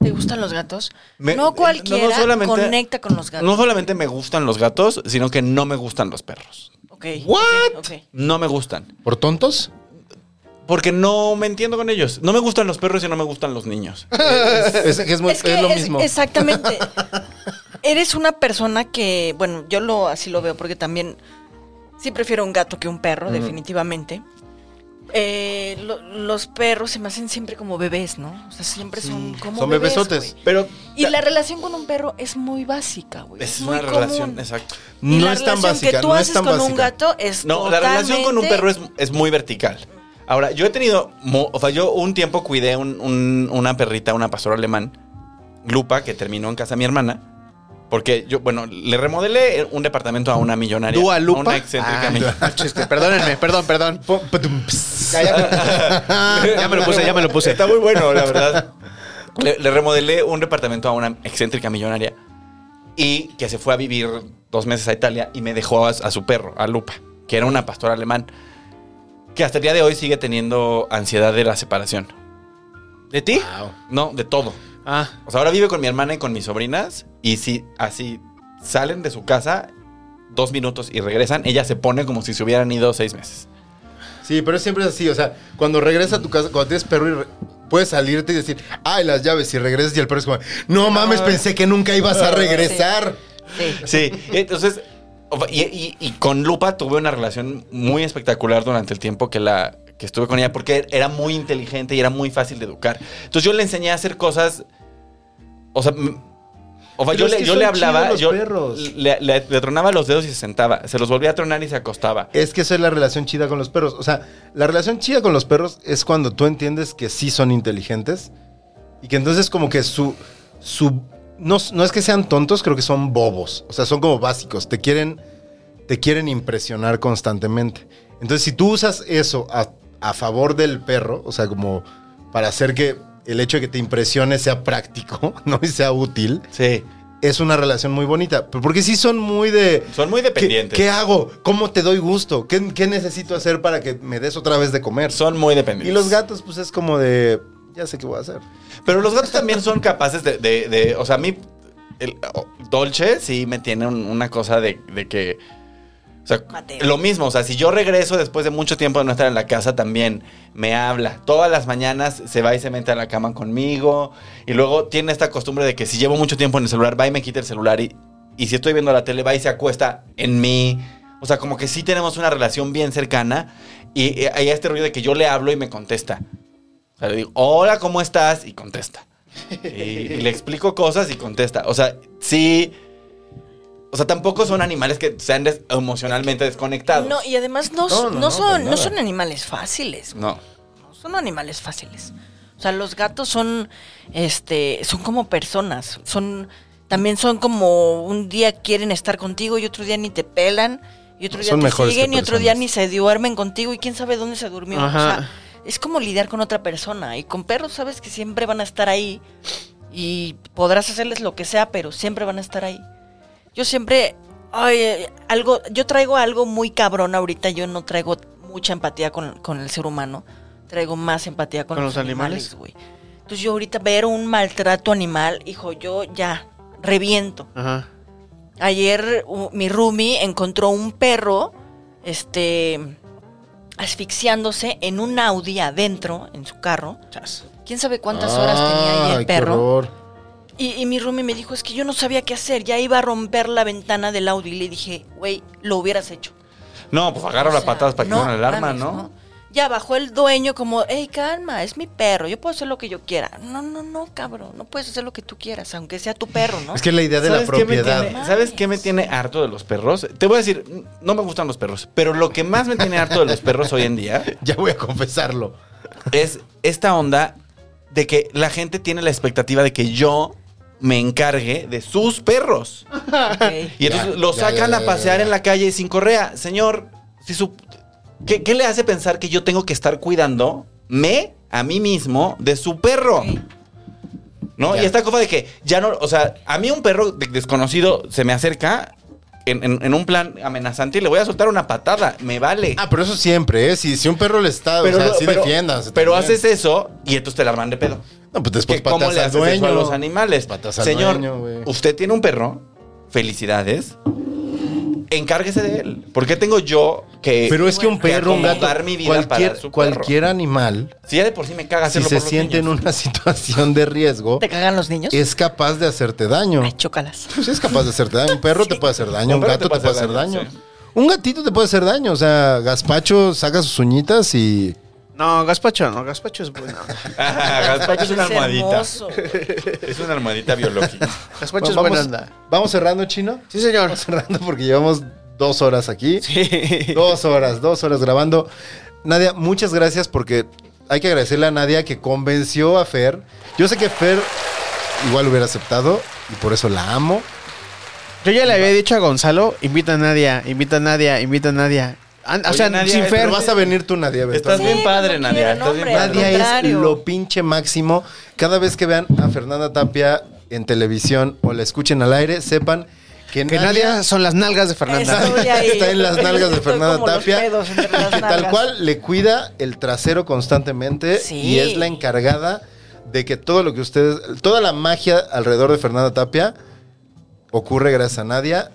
¿Te gustan los gatos?
Me-
no cualquiera
no solamente-
conecta con los gatos.
No solamente me gustan los gatos, sino que no me gustan los perros.
Ok,
What?
ok, ok.
No me gustan.
¿Por tontos?
Porque no me entiendo con ellos. No me gustan los perros y no me gustan los niños.
es, que es, muy-
Es que
es lo
es-
mismo.
Exactamente. Eres una persona que, bueno, yo lo así lo veo porque también sí prefiero un gato que un perro, definitivamente. Eh, lo- los perros se me hacen siempre como bebés, ¿no? O sea, siempre son como
Son
bebés,
bebesotes.
güey.
Pero
Y la relación con un perro es muy básica, güey.
es
muy
una relación,
común.
exacto.
Y
No
la
es tan
relación
básica,
que tú
no es
haces
tan
con un
básica.
gato es
No, la relación con un
totalmente-
perro es, es muy vertical. Ahora, yo he tenido, mo- o sea, yo un tiempo cuidé un- un- una perrita, una pastora alemán, Lupa, que terminó en casa de mi hermana. Porque yo, bueno, le remodelé un departamento a una millonaria.
¿Dua Lupa?
a Una excéntrica
Ah,
millonaria.
no, chiste, perdónenme, perdón, perdón. Ya, ya me- ya me lo puse, ya me lo puse.
Ah, Está muy bueno, la verdad. Le, le remodelé un departamento a una excéntrica millonaria y que se fue a vivir dos meses a Italia y me dejó a, a su perro, a Lupa, que era una pastora alemán, que hasta el día de hoy sigue teniendo ansiedad de la separación.
¿De ti?
No, de todo.
Ah,
O sea, ahora vive con mi hermana y con mis sobrinas y si así salen de su casa dos minutos y regresan, ella se pone como si se hubieran ido seis meses.
Sí, pero siempre es así. O sea, cuando regresas a tu casa, cuando tienes perro y re- puedes salirte y decir, ay, las llaves, y regresas y el perro es como, no mames, pensé que nunca ibas a regresar.
Sí.
Sí, entonces, y, y- y con Lupa tuve una relación muy espectacular durante el tiempo que la que estuve con ella, porque era muy inteligente y era muy fácil de educar. Entonces yo le enseñé a hacer cosas, o sea, m- o
Pero
sea, yo,
es
le,
que
yo
son
le hablaba,
chidos los
yo
perros.
Le, le- le tronaba los dedos y se sentaba, se los volvía a tronar y se acostaba.
Es que esa es la relación chida con los perros. O sea, la relación chida con los perros es cuando tú entiendes que sí son inteligentes y que entonces como que su... su no, no es que sean tontos, creo que son bobos. O sea, son como básicos. Te quieren, te quieren impresionar constantemente. Entonces, si tú usas eso a, a favor del perro, o sea, como para hacer que el hecho de que te impresione sea práctico, ¿no? Y sea útil,
Sí,
es una relación muy bonita. Porque sí son muy de...
son muy
¿Qué-
dependientes.
¿Qué, hago? ¿Cómo te doy gusto? ¿Qué, qué necesito hacer para que me des otra vez de comer?
Son muy dependientes.
Y los gatos, pues es como de. Ya sé qué voy a hacer.
Pero los gatos también son capaces de, de- de- o sea, oh, a mí, el- o- Dolce sí me tiene un- una cosa de, de que, o sea,
Mateo.
lo mismo, o sea, si yo regreso después de mucho tiempo de no estar en la casa, también me habla. Todas las mañanas se va y se mete a la cama conmigo. Y luego tiene esta costumbre de que si llevo mucho tiempo en el celular, va y me quita el celular. Y, y si estoy viendo la tele, va y se acuesta en mí. O sea, como que sí tenemos una relación bien cercana. Y eh, hay este rollo de que yo le hablo y me contesta. O sea, le digo, hola, ¿cómo estás? Y contesta. Y, y le explico cosas y contesta. O sea, sí. O sea, tampoco son animales que sean des- emocionalmente desconectados.
No, y además no,
No, no, no,
no
para
son, no
nada.
son animales fáciles.
No.
No son animales fáciles. O sea, los gatos son, este, son como personas. Son, también son como un día quieren estar contigo y otro día ni te pelan y otro día
Son
te
mejores que
siguen y otro día
personas.
ni se duermen contigo y quién sabe dónde se durmió. O
Ajá.
sea, es como lidiar con otra persona y con perros sabes que siempre van a estar ahí y podrás hacerles lo que sea, pero siempre van a estar ahí. Yo siempre, ay, eh, algo, yo traigo algo muy cabrón ahorita, yo no traigo mucha empatía con, con el ser humano, traigo más empatía con,
¿Con
los,
los animales?
animales, güey. Entonces yo ahorita ver un maltrato animal, hijo, yo ya reviento.
Ajá.
Ayer u- mi roomie encontró un perro, este, asfixiándose en un Audi adentro, en su carro. ¿Quién sabe cuántas horas tenía ahí
Ay,
el
qué
perro?
horror.
Y, y mi roomie me dijo, es que yo no sabía qué hacer, ya iba a romper la ventana del Audi. Y le dije, güey, lo hubieras hecho.
No, pues agarro
O
las
sea,
patadas para que no, el arma,
mames,
¿no?
Ya bajó el dueño como, hey, calma, es mi perro, yo puedo hacer lo que yo quiera. No, no, no, cabrón, no puedes hacer lo que tú quieras, aunque sea tu perro, ¿no?
Es que la idea de la
¿Sabes qué me
propiedad.
tiene- ¿Sabes qué me tiene harto de los perros? Te voy a decir, no me gustan los perros, pero lo que más me tiene harto de los perros hoy en día
Ya voy a confesarlo.
es esta onda de que la gente tiene la expectativa de que yo me encargue de sus perros.
Ok.
Y entonces
Ya,
lo
ya,
sacan
ya,
a
ya,
pasear
ya.
en la calle sin correa. Señor, si su- ¿qué, qué le hace pensar que yo tengo que estar cuidando me, a mí mismo, de su perro?
Ok.
¿No?
Ya.
Y esta cosa de que ya no. O sea, a mí un perro de- desconocido se me acerca en, en- en un plan amenazante y le voy a soltar una patada. Me vale.
Ah, pero eso siempre, ¿eh? Si, si un perro le está, o sea,
no-
sí defiendas.
pero haces eso y entonces te la arman de pedo.
No, pues después
Que ¿Cómo
patas
le
al
haces eso
dueño.
a los animales?
Patas al
Señor,
dueño, güey.
usted tiene un perro. Felicidades. Encárguese de él. ¿Por qué tengo yo que
Pero es que un
que
perro, un gato,
acomodar mi vida
cualquier,
para su
cualquier animal,
perro? Si ya de por sí me caga
si
hacerlo
se
por los
siente en
niños.
una situación de riesgo,
¿Te cagan los niños?
es capaz de hacerte daño.
Ay, chócalas.
Sí, Pues, es capaz de hacerte daño. Un perro te puede hacer daño,
Un
un,
perro
gato te puede hacer daño. Un gatito te puede hacer daño. O sea, Gaspacho saca sus uñas y.
No, Gaspacho no, Gaspacho es bueno.
Ajá, Gazpacho es una
Es
almohadita.
hermoso.
Es una almohadita biológica.
Gaspacho es
vamos,
buena onda.
vamos cerrando, chino.
Sí, señor.
Vamos cerrando porque llevamos dos horas aquí.
Sí.
Dos horas, dos horas grabando. Nadia, muchas gracias porque hay que agradecerle a Nadia que convenció a Fer. Yo sé que Fer igual hubiera aceptado y por eso la amo.
Yo ya le había dicho a Gonzalo, invita a Nadia, invita a Nadia, invita a Nadia. An- o
Oye,
sea,
Nadia, eh,
sin
pero
Fer.
Pero vas a venir tú, Nadia.
Estás
eventualmente.
bien
Sí,
padre,
cuando
Nadia.
quieran,
Estás bien
hombre.
padre.
Al
Nadia es
contrario.
lo pinche máximo. Cada vez que vean a Fernanda Tapia en televisión o la escuchen al aire, sepan que,
Que Nadia son las nalgas de Fernanda.
Eso. Estoy ahí.
está en las nalgas de
Estoy
Fernanda
como los
Tapia.
pedos entre las
y que tal
nalgas.
cual le cuida el trasero constantemente
Sí.
y es la encargada de que todo lo que ustedes, toda la magia alrededor de Fernanda Tapia ocurre gracias a Nadia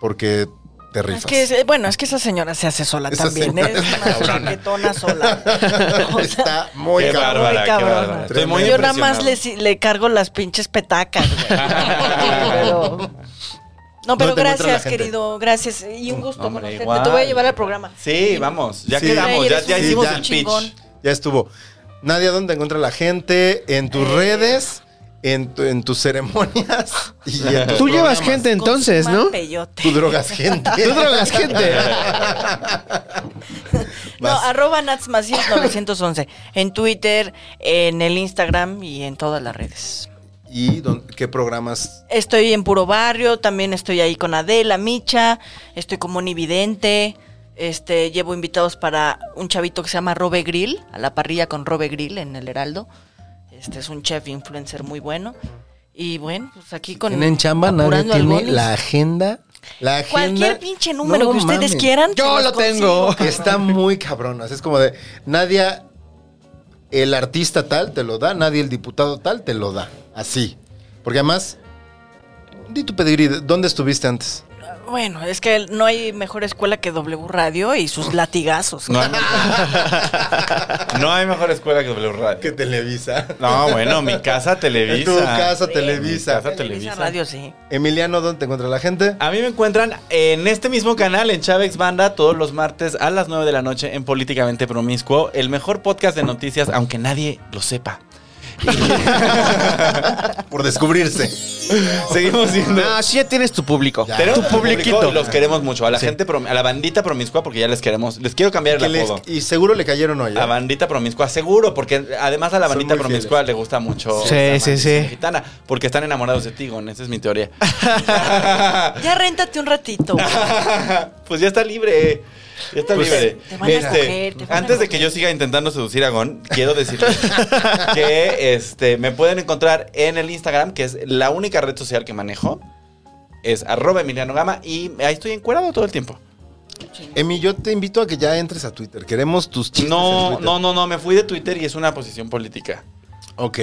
porque te rifas.
Es que, es- eh, bueno, es que esa señora se hace sola
Esa
también. ¿eh?
señora
Es
está
una
cabrona.
chaquetona sola. O sea,
Está muy
Qué
cabrón.
bárbara, qué
cabrón.
bárbara. Estoy muy
yo nada más le,
impresionado.
si- le cargo las pinches petacas, güey. Pero- No, pero
¿Dónde encuentra la
gracias,
gente?
querido. Gracias. Y un gusto
Hombre,
conocerte.
igual.
Te voy a llevar al programa.
Sí, vamos. Ya
Sí.
quedamos.
Güey,
Ya,
eres
ya
un
hicimos el pitch.
chingón.
Ya estuvo. Nadia, ¿dónde encuentra la gente? En tus
Eh.
redes, en, tu- en tus ceremonias y en tus
Tú llevas
programas.
gente entonces,
Consuma
¿no?
peyote.
Tú drogas gente.
Tú drogas gente.
No,
Vas.
arroba natsmaciel911. En Twitter, en el Instagram y en todas las redes.
¿Y dónde- qué programas?
Estoy en Puro Barrio, también estoy ahí con Adela, Micha, estoy como Nividente, este, llevo invitados para un chavito que se llama Robe Grill, a la parrilla con Robe Grill en el Heraldo. Este es un chef influencer muy bueno. Y bueno, pues aquí con...
Tienen chamba, Nadia
apurando
tiene
algodones.
la agenda. La agenda.
Cualquier pinche número
No
que ustedes
mames.
quieran.
Yo
se los
lo tengo.
consigo,
Está muy cabronas. Es como de, Nadia, el artista tal te lo da, Nadia, el diputado tal te lo da. Así. Porque además, di tu pedigrí, ¿dónde estuviste antes?
cabrón. Bueno, es que no hay mejor escuela que W Radio y sus latigazos.
No hay, no hay mejor escuela que Blue Radio.
Que Televisa.
No, bueno, mi casa televisa.
En tu casa Televisa.
Mi casa
Televisa
televisa.
Radio, sí.
Emiliano, ¿dónde te encuentra la gente?
A mí me encuentran en este mismo canal, en Chávez Banda, todos los martes a las 9 de la noche en Políticamente Promiscuo, el mejor podcast de noticias, aunque nadie lo sepa.
Ah, Por descubrirse.
Seguimos siendo...
No, sí ya tienes Ah, tu público.
Ya.
Tenemos
Tu
un público
publiquito.
y los queremos mucho. A la gente, prom- a la bandita promiscua, porque ya les queremos. Les quiero cambiar el
Que les-
apodo.
y seguro le cayeron hoy. ¿eh?
La bandita promiscua, seguro, porque además a la
Son
bandita
muy
promiscua le gusta mucho.
Sí,
esa
sí,
maldición
sí.
Gitana, porque están enamorados de Tigon, esa es mi teoría.
Ya réntate un ratito.
Ah,
pues ya está libre. Ya está
Pues,
libre.
te van a
Este,
coger, te van a
antes de que
coger.
yo siga intentando seducir a Gon, quiero decirles que este, me pueden encontrar en el Instagram, que es la única red social que manejo. Es arroba Emiliano Gama y ahí estoy encuerado todo el tiempo.
Emi, yo te invito a que ya entres a Twitter. Queremos tus chistes. en
No,
Twitter.
no, no, no, me fui de Twitter y es una posición política.
Ok.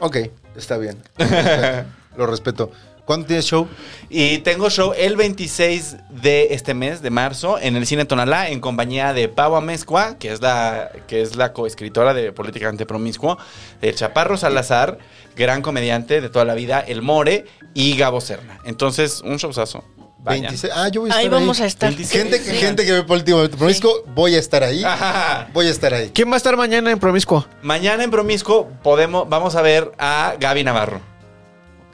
Ok, está bien. Lo respeto. Lo respeto. ¿Cuándo tienes show?
Y tengo show el 26 de este mes, de marzo, en el Cine Tonalá, en compañía de Pau Amezcua, que es la, que es la coescritora de Políticamente Promiscuo, el Chaparro Salazar, gran comediante de toda la vida, El More y Gabo Serna. Entonces, un showzazo. Vayan.
26. Ah, yo voy a estar
Ahí vamos a estar.
Bendice-
Gente, que-
Sí.
gente que ve Políticamente Promiscuo, voy a estar ahí.
Ajá.
Voy a estar ahí.
¿Quién va a estar mañana en Promiscuo?
Mañana en Promiscuo podemos, vamos a ver a Gaby Navarro.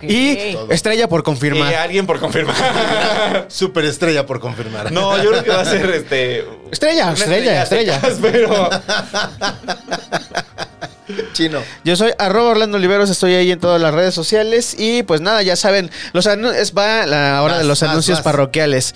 Y
Todo.
estrella por confirmar.
Y alguien por confirmar.
Superestrella por confirmar.
No, yo creo que va a ser este.
Estrella,
una
estrella,
de
estrella.
cas, Pero.
Chino.
Yo soy arroba Orlando Oliveros, estoy ahí en todas las redes sociales y pues nada, ya saben, los anu- es va la hora
Vas,
de los
vas,
anuncios
vas.
parroquiales.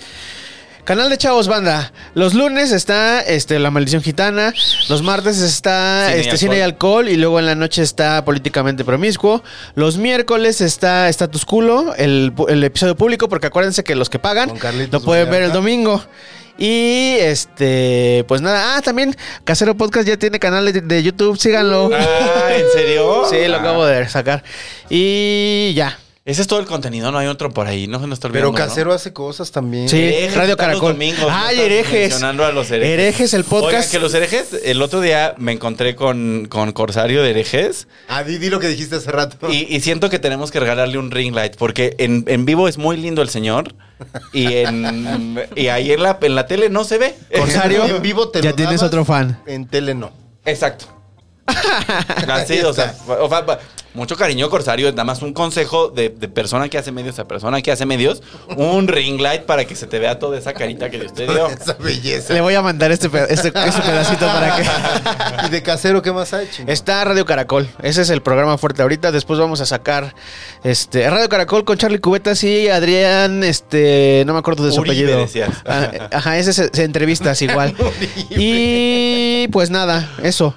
Canal de Chavos Banda. Los lunes está este, La Maldición Gitana. Los martes está
Cine y
este, Cine y Alcohol. Y luego en la noche está Políticamente Promiscuo. Los miércoles está Status Culo, el, pu- el episodio público, porque acuérdense que los que pagan
Con Carlitos
lo pueden ver el
Vallarta.
domingo. Y este, pues nada. Ah, también Casero Podcast ya tiene canal de, de YouTube. Síganlo.
Ah, ¿en serio?
Sí, lo acabo de sacar. Y ya.
Ese es todo el contenido, no hay otro por ahí, no se nos está olvidando.
Pero Casero hace cosas también.
Sí,
Herejes,
eh, Radio
están los
Caracol.
domingos,
Ay,
no están
herejes.
Mencionando a los herejes.
Herejes, el podcast.
Oigan, que los herejes, el otro día me encontré con, con Corsario de herejes
Ah, di, di lo que dijiste hace
Ah.
rato.
y, y siento que tenemos que regalarle un ring light porque en, en vivo es muy lindo el señor y, en, y ahí en la, en la tele no se ve.
Corsario,
En vivo te
ya
lo
tienes
dabas,
otro fan.
En tele no.
Exacto. Así, o sea, o fa- fa- mucho cariño, Corsario. Nada más un consejo de, de persona que hace medios a persona que hace medios. Un ring light para que se te vea toda esa carita que usted dio.
Esa belleza.
Le voy a mandar este, pe- este- este pedacito para que.
¿Y de Casero qué más hay, chino?
Está Radio Caracol. Ese es el programa fuerte ahorita. Después vamos a sacar este Radio Caracol con Charlie Cubetas y Adrián, este, no me acuerdo de su
Uribe,
apellido.
decías.
Ah, Ajá, ese se, se entrevistas igual. y pues nada, eso.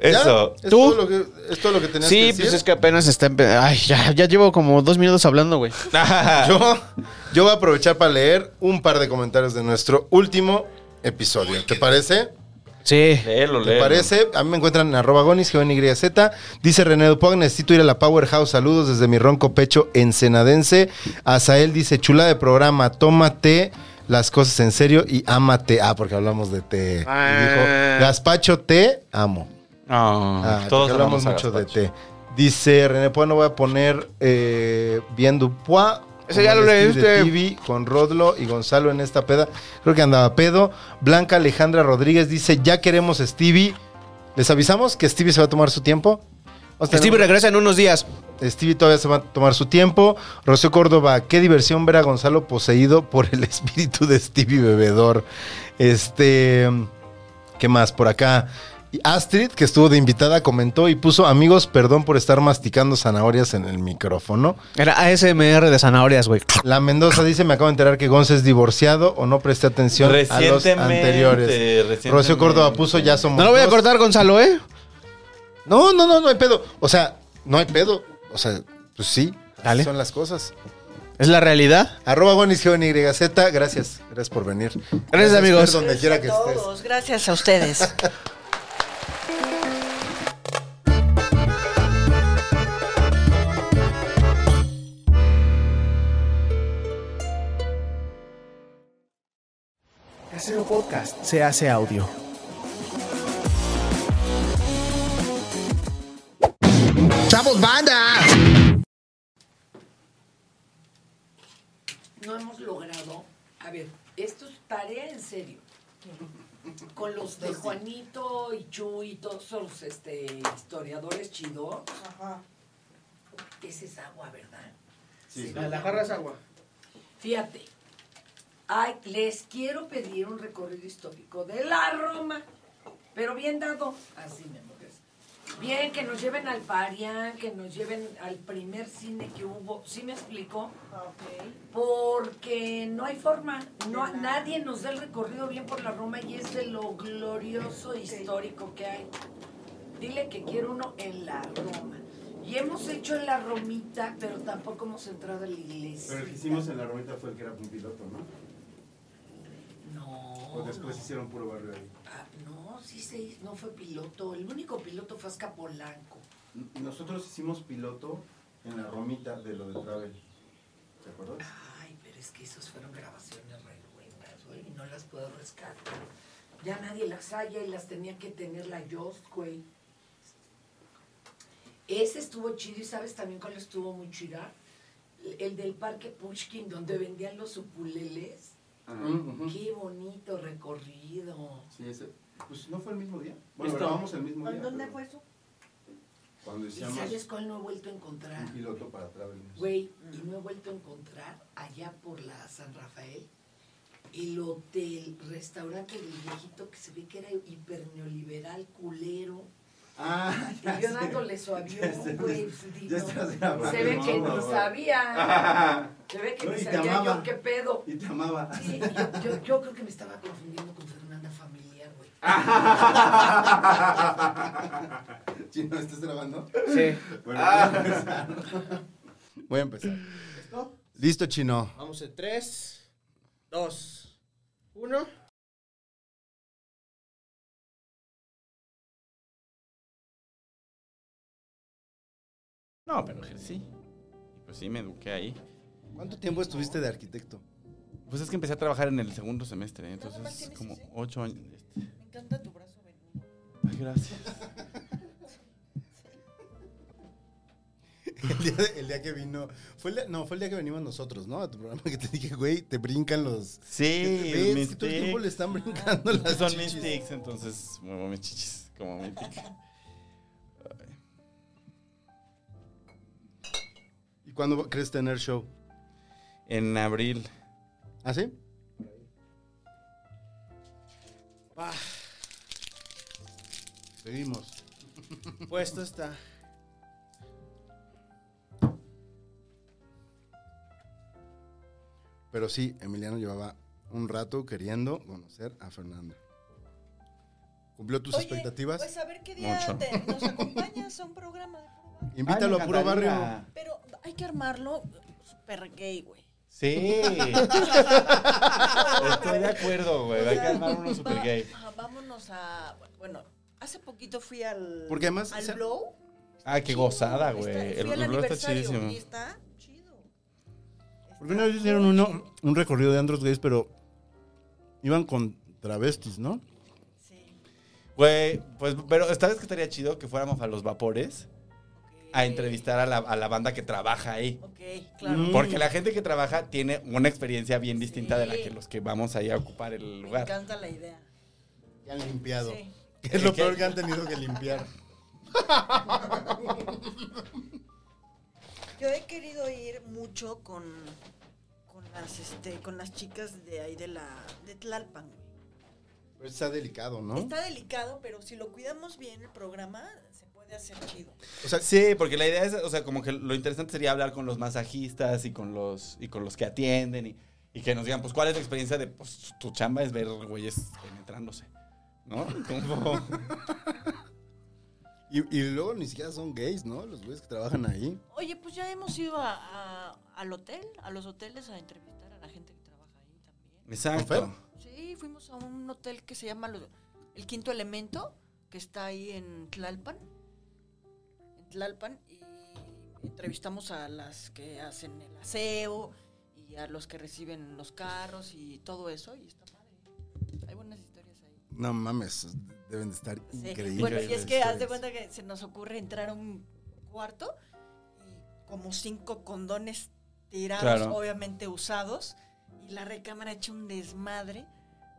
¿Ya?
Eso.
¿Es
¿Tú?
Todo lo que, ¿Es todo lo que tenías
Sí,
que decir?
pues es que apenas está. empe- Ay, ya, ya llevo como dos minutos hablando, güey.
Yo, yo voy a aprovechar para leer un par de comentarios de nuestro último episodio. ¿Te parece?
Sí.
Léelo,
¿Te
léelo.
parece? A mí me encuentran en arroba gonis, G-O-N-Y-Z. Dice René Dupont, necesito ir a la Powerhouse. Saludos desde mi ronco pecho ensenadense. Azael dice, chula de programa, tómate las cosas en serio y ámate. Ah, porque hablamos de té. Y
Ah.
dijo, Gaspacho, te amo.
No,
Ah,
Pues todos
porque hablamos
amamos a
mucho de
Gaspacho.
té. Dice René Dupont, no voy a poner eh, bien Dupois.
Ese ya lo
como
este.
el Steve de
leíste.
TV, con Rodlo y Gonzalo en esta peda. Creo que andaba pedo. Blanca Alejandra Rodríguez dice, ya queremos Stevie. Les avisamos que Stevie se va a tomar su tiempo. Vamos a tener-
Steve regresa en unos días.
Stevie todavía se va a tomar su tiempo. Rocío Córdoba, qué diversión ver a Gonzalo poseído por el espíritu de Stevie Bebedor. Este, ¿qué más por acá? Y Astrid, que estuvo de invitada, comentó y puso, amigos, perdón por estar masticando zanahorias en el micrófono.
Era ASMR de zanahorias, güey.
La Mendoza dice, me acabo de enterar que Gonzalo es divorciado o no presté atención a los
Recientemente,
anteriores.
recientemente.
Rocío Córdoba puso, ya somos
No lo voy a
dos".
cortar, Gonzalo, ¿eh?
No, no, no, no hay pedo. O sea, no hay pedo. O sea, pues sí, así
Dale.
son las cosas.
Es la realidad.
Arroba Gonis, G-O-N-Y-Z. Gracias. Gracias por venir. Gracias,
amigos.
Fer, Donde quiera que
Gracias a
estés.
todos, Gracias a ustedes.
Cero Podcast se hace audio.
¡Chavos, banda!
No hemos logrado. A ver, esto es tarea en serio. Con los de Juanito y Chuy y todos los este, historiadores chidos. Ese es agua, ¿verdad? Sí.
La jarra es agua.
Fíjate, ay, les quiero pedir un recorrido histórico de la Roma, pero bien dado, así me mueres. Bien, que nos lleven al Parián, que nos lleven al primer cine que hubo, ¿sí me explico? Porque no hay forma, no, nadie nos da el recorrido bien por la Roma y es de lo glorioso histórico que hay. Dile que quiero uno en la Roma. Y hemos hecho en la Romita, pero tampoco hemos entrado a la iglesia.
Pero el que hicimos en la romita fue el que era un piloto, ¿no?
No.
O después
Oh, no.
hicieron puro barrio ahí.
Ah, no, sí se hizo, no fue piloto. El único piloto fue Azcapolanco.
N- Nosotros hicimos piloto en la romita de lo de Travel. ¿Te acuerdas?
Ay, pero es que esas fueron grabaciones re buenas, güey, y no las puedo rescatar. Ya nadie las halla y las tenía que tener la Yost, güey. Ese estuvo chido y sabes también cuál estuvo muy chida. El del parque Pushkin, donde vendían los suculeles.
Mm, Ujú.
Ah, Qué bonito recorrido.
Sí, ese. Pues no fue el mismo día. Bueno,
Esto.
grabamos el mismo día.
¿Dónde
pero
fue eso?
Cuando
¿Y
hicimos
sabes cuál no he vuelto a encontrar?
un piloto para Travel. News.
Güey, y no he vuelto a encontrar allá por la San Rafael el hotel, restaurante del viejito que se ve que era hiper neoliberal, culero.
Ah,
Y
ya
yo
sé.
dándole su avión,
Ya sé.
güey. pues, di,
Ya
no.
estás grabando.
Se ve que
No,
no
güey.
sabía. Se ve que
No,
no
y te
sabía yo
amaba.
qué pedo.
Y te amaba.
Sí, yo, yo- yo creo que me estaba confundiendo con Fernanda Familiar, güey.
Chino, ¿estás grabando?
Sí.
Bueno, voy a empezar.
Voy a empezar. Listo, chino.
Vamos en 3, 2, 1.
No, pero ejercí. Pues sí, me eduqué ahí.
¿Cuánto tiempo estuviste de arquitecto?
Pues es que empecé a trabajar en el segundo semestre, ¿eh? entonces como ocho años. este.
Me encanta tu brazo venudo.
Ay, gracias.
El día, de- el día que vino. Fue el día- no, fue el día que venimos nosotros, ¿no? A tu programa que te dije, güey, te brincan los.
Sí,
¿Ves?
mis
Que todo el tiempo
tics.
le están brincando las
Son mis
chichis.
tics, entonces muevo mis chichis como mi tic.
¿Y cuándo crees tener show?
En abril.
¿Ah, sí? Ah.
Va,
Seguimos.
puesto está.
Pero sí, Emiliano llevaba un rato queriendo conocer a Fernando. ¿Cumplió tus expectativas?
Pues a ver qué día
Mucho.
te- nos acompañas a un programa de puro barrio.
Invítalo a puro barrio.
Pero hay que armarlo super gay, güey.
Sí. Estoy de acuerdo, güey. Hay que armar uno super
Va-
gay.
ajá, vámonos a. Bueno, hace poquito fui al.
Porque además,
Al
o sea,
Blow.
Ah, qué
Chido,
gozada,
está-
güey. El
fui al
blog está
aniversario
chidísimo.
Y está chido.
Porque una vez hicieron uno, un recorrido de andros gays, pero iban con travestis, ¿no?
Sí.
Güey, pues, pero esta vez que estaría chido que fuéramos a los vapores
ok.
a entrevistar a la, a la banda que trabaja ahí.
Ok, claro.
Mm.
Porque la gente que trabaja tiene una experiencia bien distinta de la
Sí.
que los que vamos ahí a ocupar el
Me
lugar.
encanta la idea.
Que han limpiado.
Sí.
Que es lo peor que han tenido que limpiar.
Yo he querido ir mucho con, con las este, con las chicas de ahí de la de Tlalpan. güey.
Pero está delicado, ¿no?
Está delicado, pero si lo cuidamos bien el programa se puede hacer chido.
O sea,
Sí, porque la idea es, o sea, como que lo interesante sería hablar con los masajistas y con los y con los que atienden y, y que nos digan, pues, ¿cuál es la experiencia de, pues, tu chamba es ver güeyes penetrándose, ¿no? Como-
y, y luego ni siquiera son gays, ¿no? Los güeyes que trabajan ahí.
Oye, pues ya hemos ido a, a- al hotel, a los hoteles a entrevistar a la gente que trabaja ahí también.
Exacto.
Sí, fuimos a un hotel que se llama Lo- El Quinto Elemento, que está ahí en Tlalpan. En Tlalpan y entrevistamos a las que hacen el aseo y a los que reciben los carros y todo eso y está padre.
No mames, deben de estar
Sí.
increíbles.
Bueno, y es que haz de cuenta que se nos ocurre entrar a un cuarto y como cinco condones tirados,
Claro.
obviamente usados, y la recámara hecho un desmadre.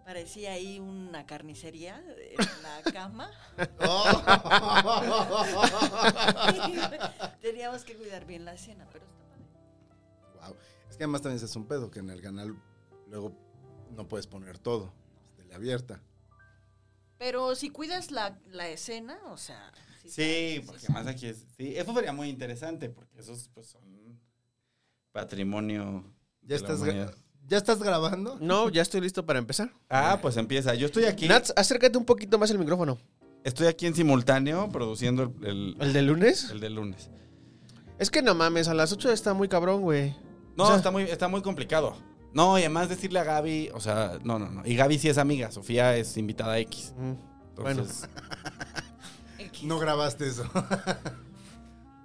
Parecía ahí una carnicería en la cama. Teníamos que cuidar bien la escena, pero está padre.
Guau. Es que además también ese es un pedo que en el canal luego no puedes poner todo. Es tele abierta.
Pero si cuidas la, la escena, o sea. sí
Sí,
está-
porque
sí
más aquí es. Sí, eso sería muy interesante, porque esos pues son patrimonio.
¿Ya
de la
estás,
humanidad.
gra- ¿Ya estás grabando?
No, ya estoy listo para empezar.
Ah, pues empieza. Yo estoy aquí.
Nats, acércate un poquito más el micrófono.
Estoy aquí en simultáneo produciendo el, el,
¿El de lunes?
el del lunes.
Es que no mames, a las 8 está muy cabrón, güey.
No,
O sea-
está, muy, está muy complicado. No, y además decirle a Gaby, o sea, no, no, no. Y Gaby sí es amiga, Sofía es invitada X.
Mm, Bueno.
Entonces,
No grabaste eso.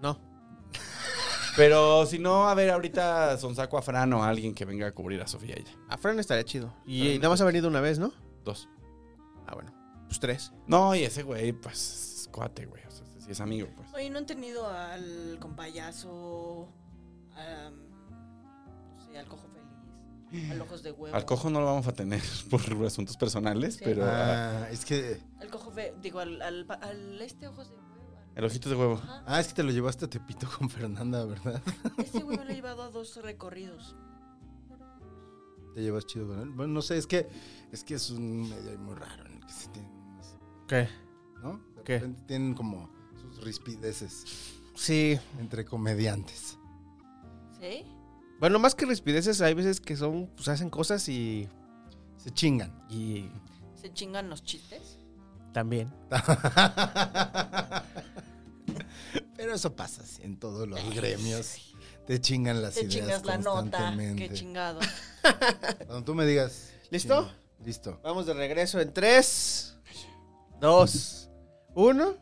No.
Pero si no, a ver, ahorita sonsaco a Fran o a alguien que venga a cubrir a Sofía y ella.
A Fran estaría chido. Y
Fran
eh, nada más ha venido una vez, ¿no?
Dos.
Ah, bueno. Pues tres.
No, y ese güey, pues, es cuate, güey. O sea, sí es amigo, pues.
Oye, ¿no han tenido al compayazo, am, no sé, al cojo feliz, al ojos de huevo?
Al cojo no lo vamos a tener por asuntos personales,
Sí.
pero ah,
Ah, es que.
Al cojo fe- digo, al, al, pa- al este ojos de huevo. al-
el ojito de huevo.
Ajá.
Ah, es que te lo llevaste a Tepito con Fernanda, ¿verdad?
Este güey me lo he llevado a dos recorridos.
Te llevas chido con él. Bueno, no sé, es que es que es un medio ahí muy raro en el que se tienen, unas-
¿Qué?
¿no? De
¿Qué?
repente tienen como sus rispideces
Sí.
entre comediantes.
¿Sí?
Bueno, más que rispideces, hay veces que son, pues hacen cosas y.
Se chingan.
Y.
¿Se chingan los chistes?
También.
Pero eso pasa sí, en todos los gremios. Te chingan las
¿Te
ideas
chingas la nota?
constantemente.
Qué chingado.
Cuando tú me digas.
¿Listo?
chinga, Listo.
Vamos de regreso en tres, dos, uno.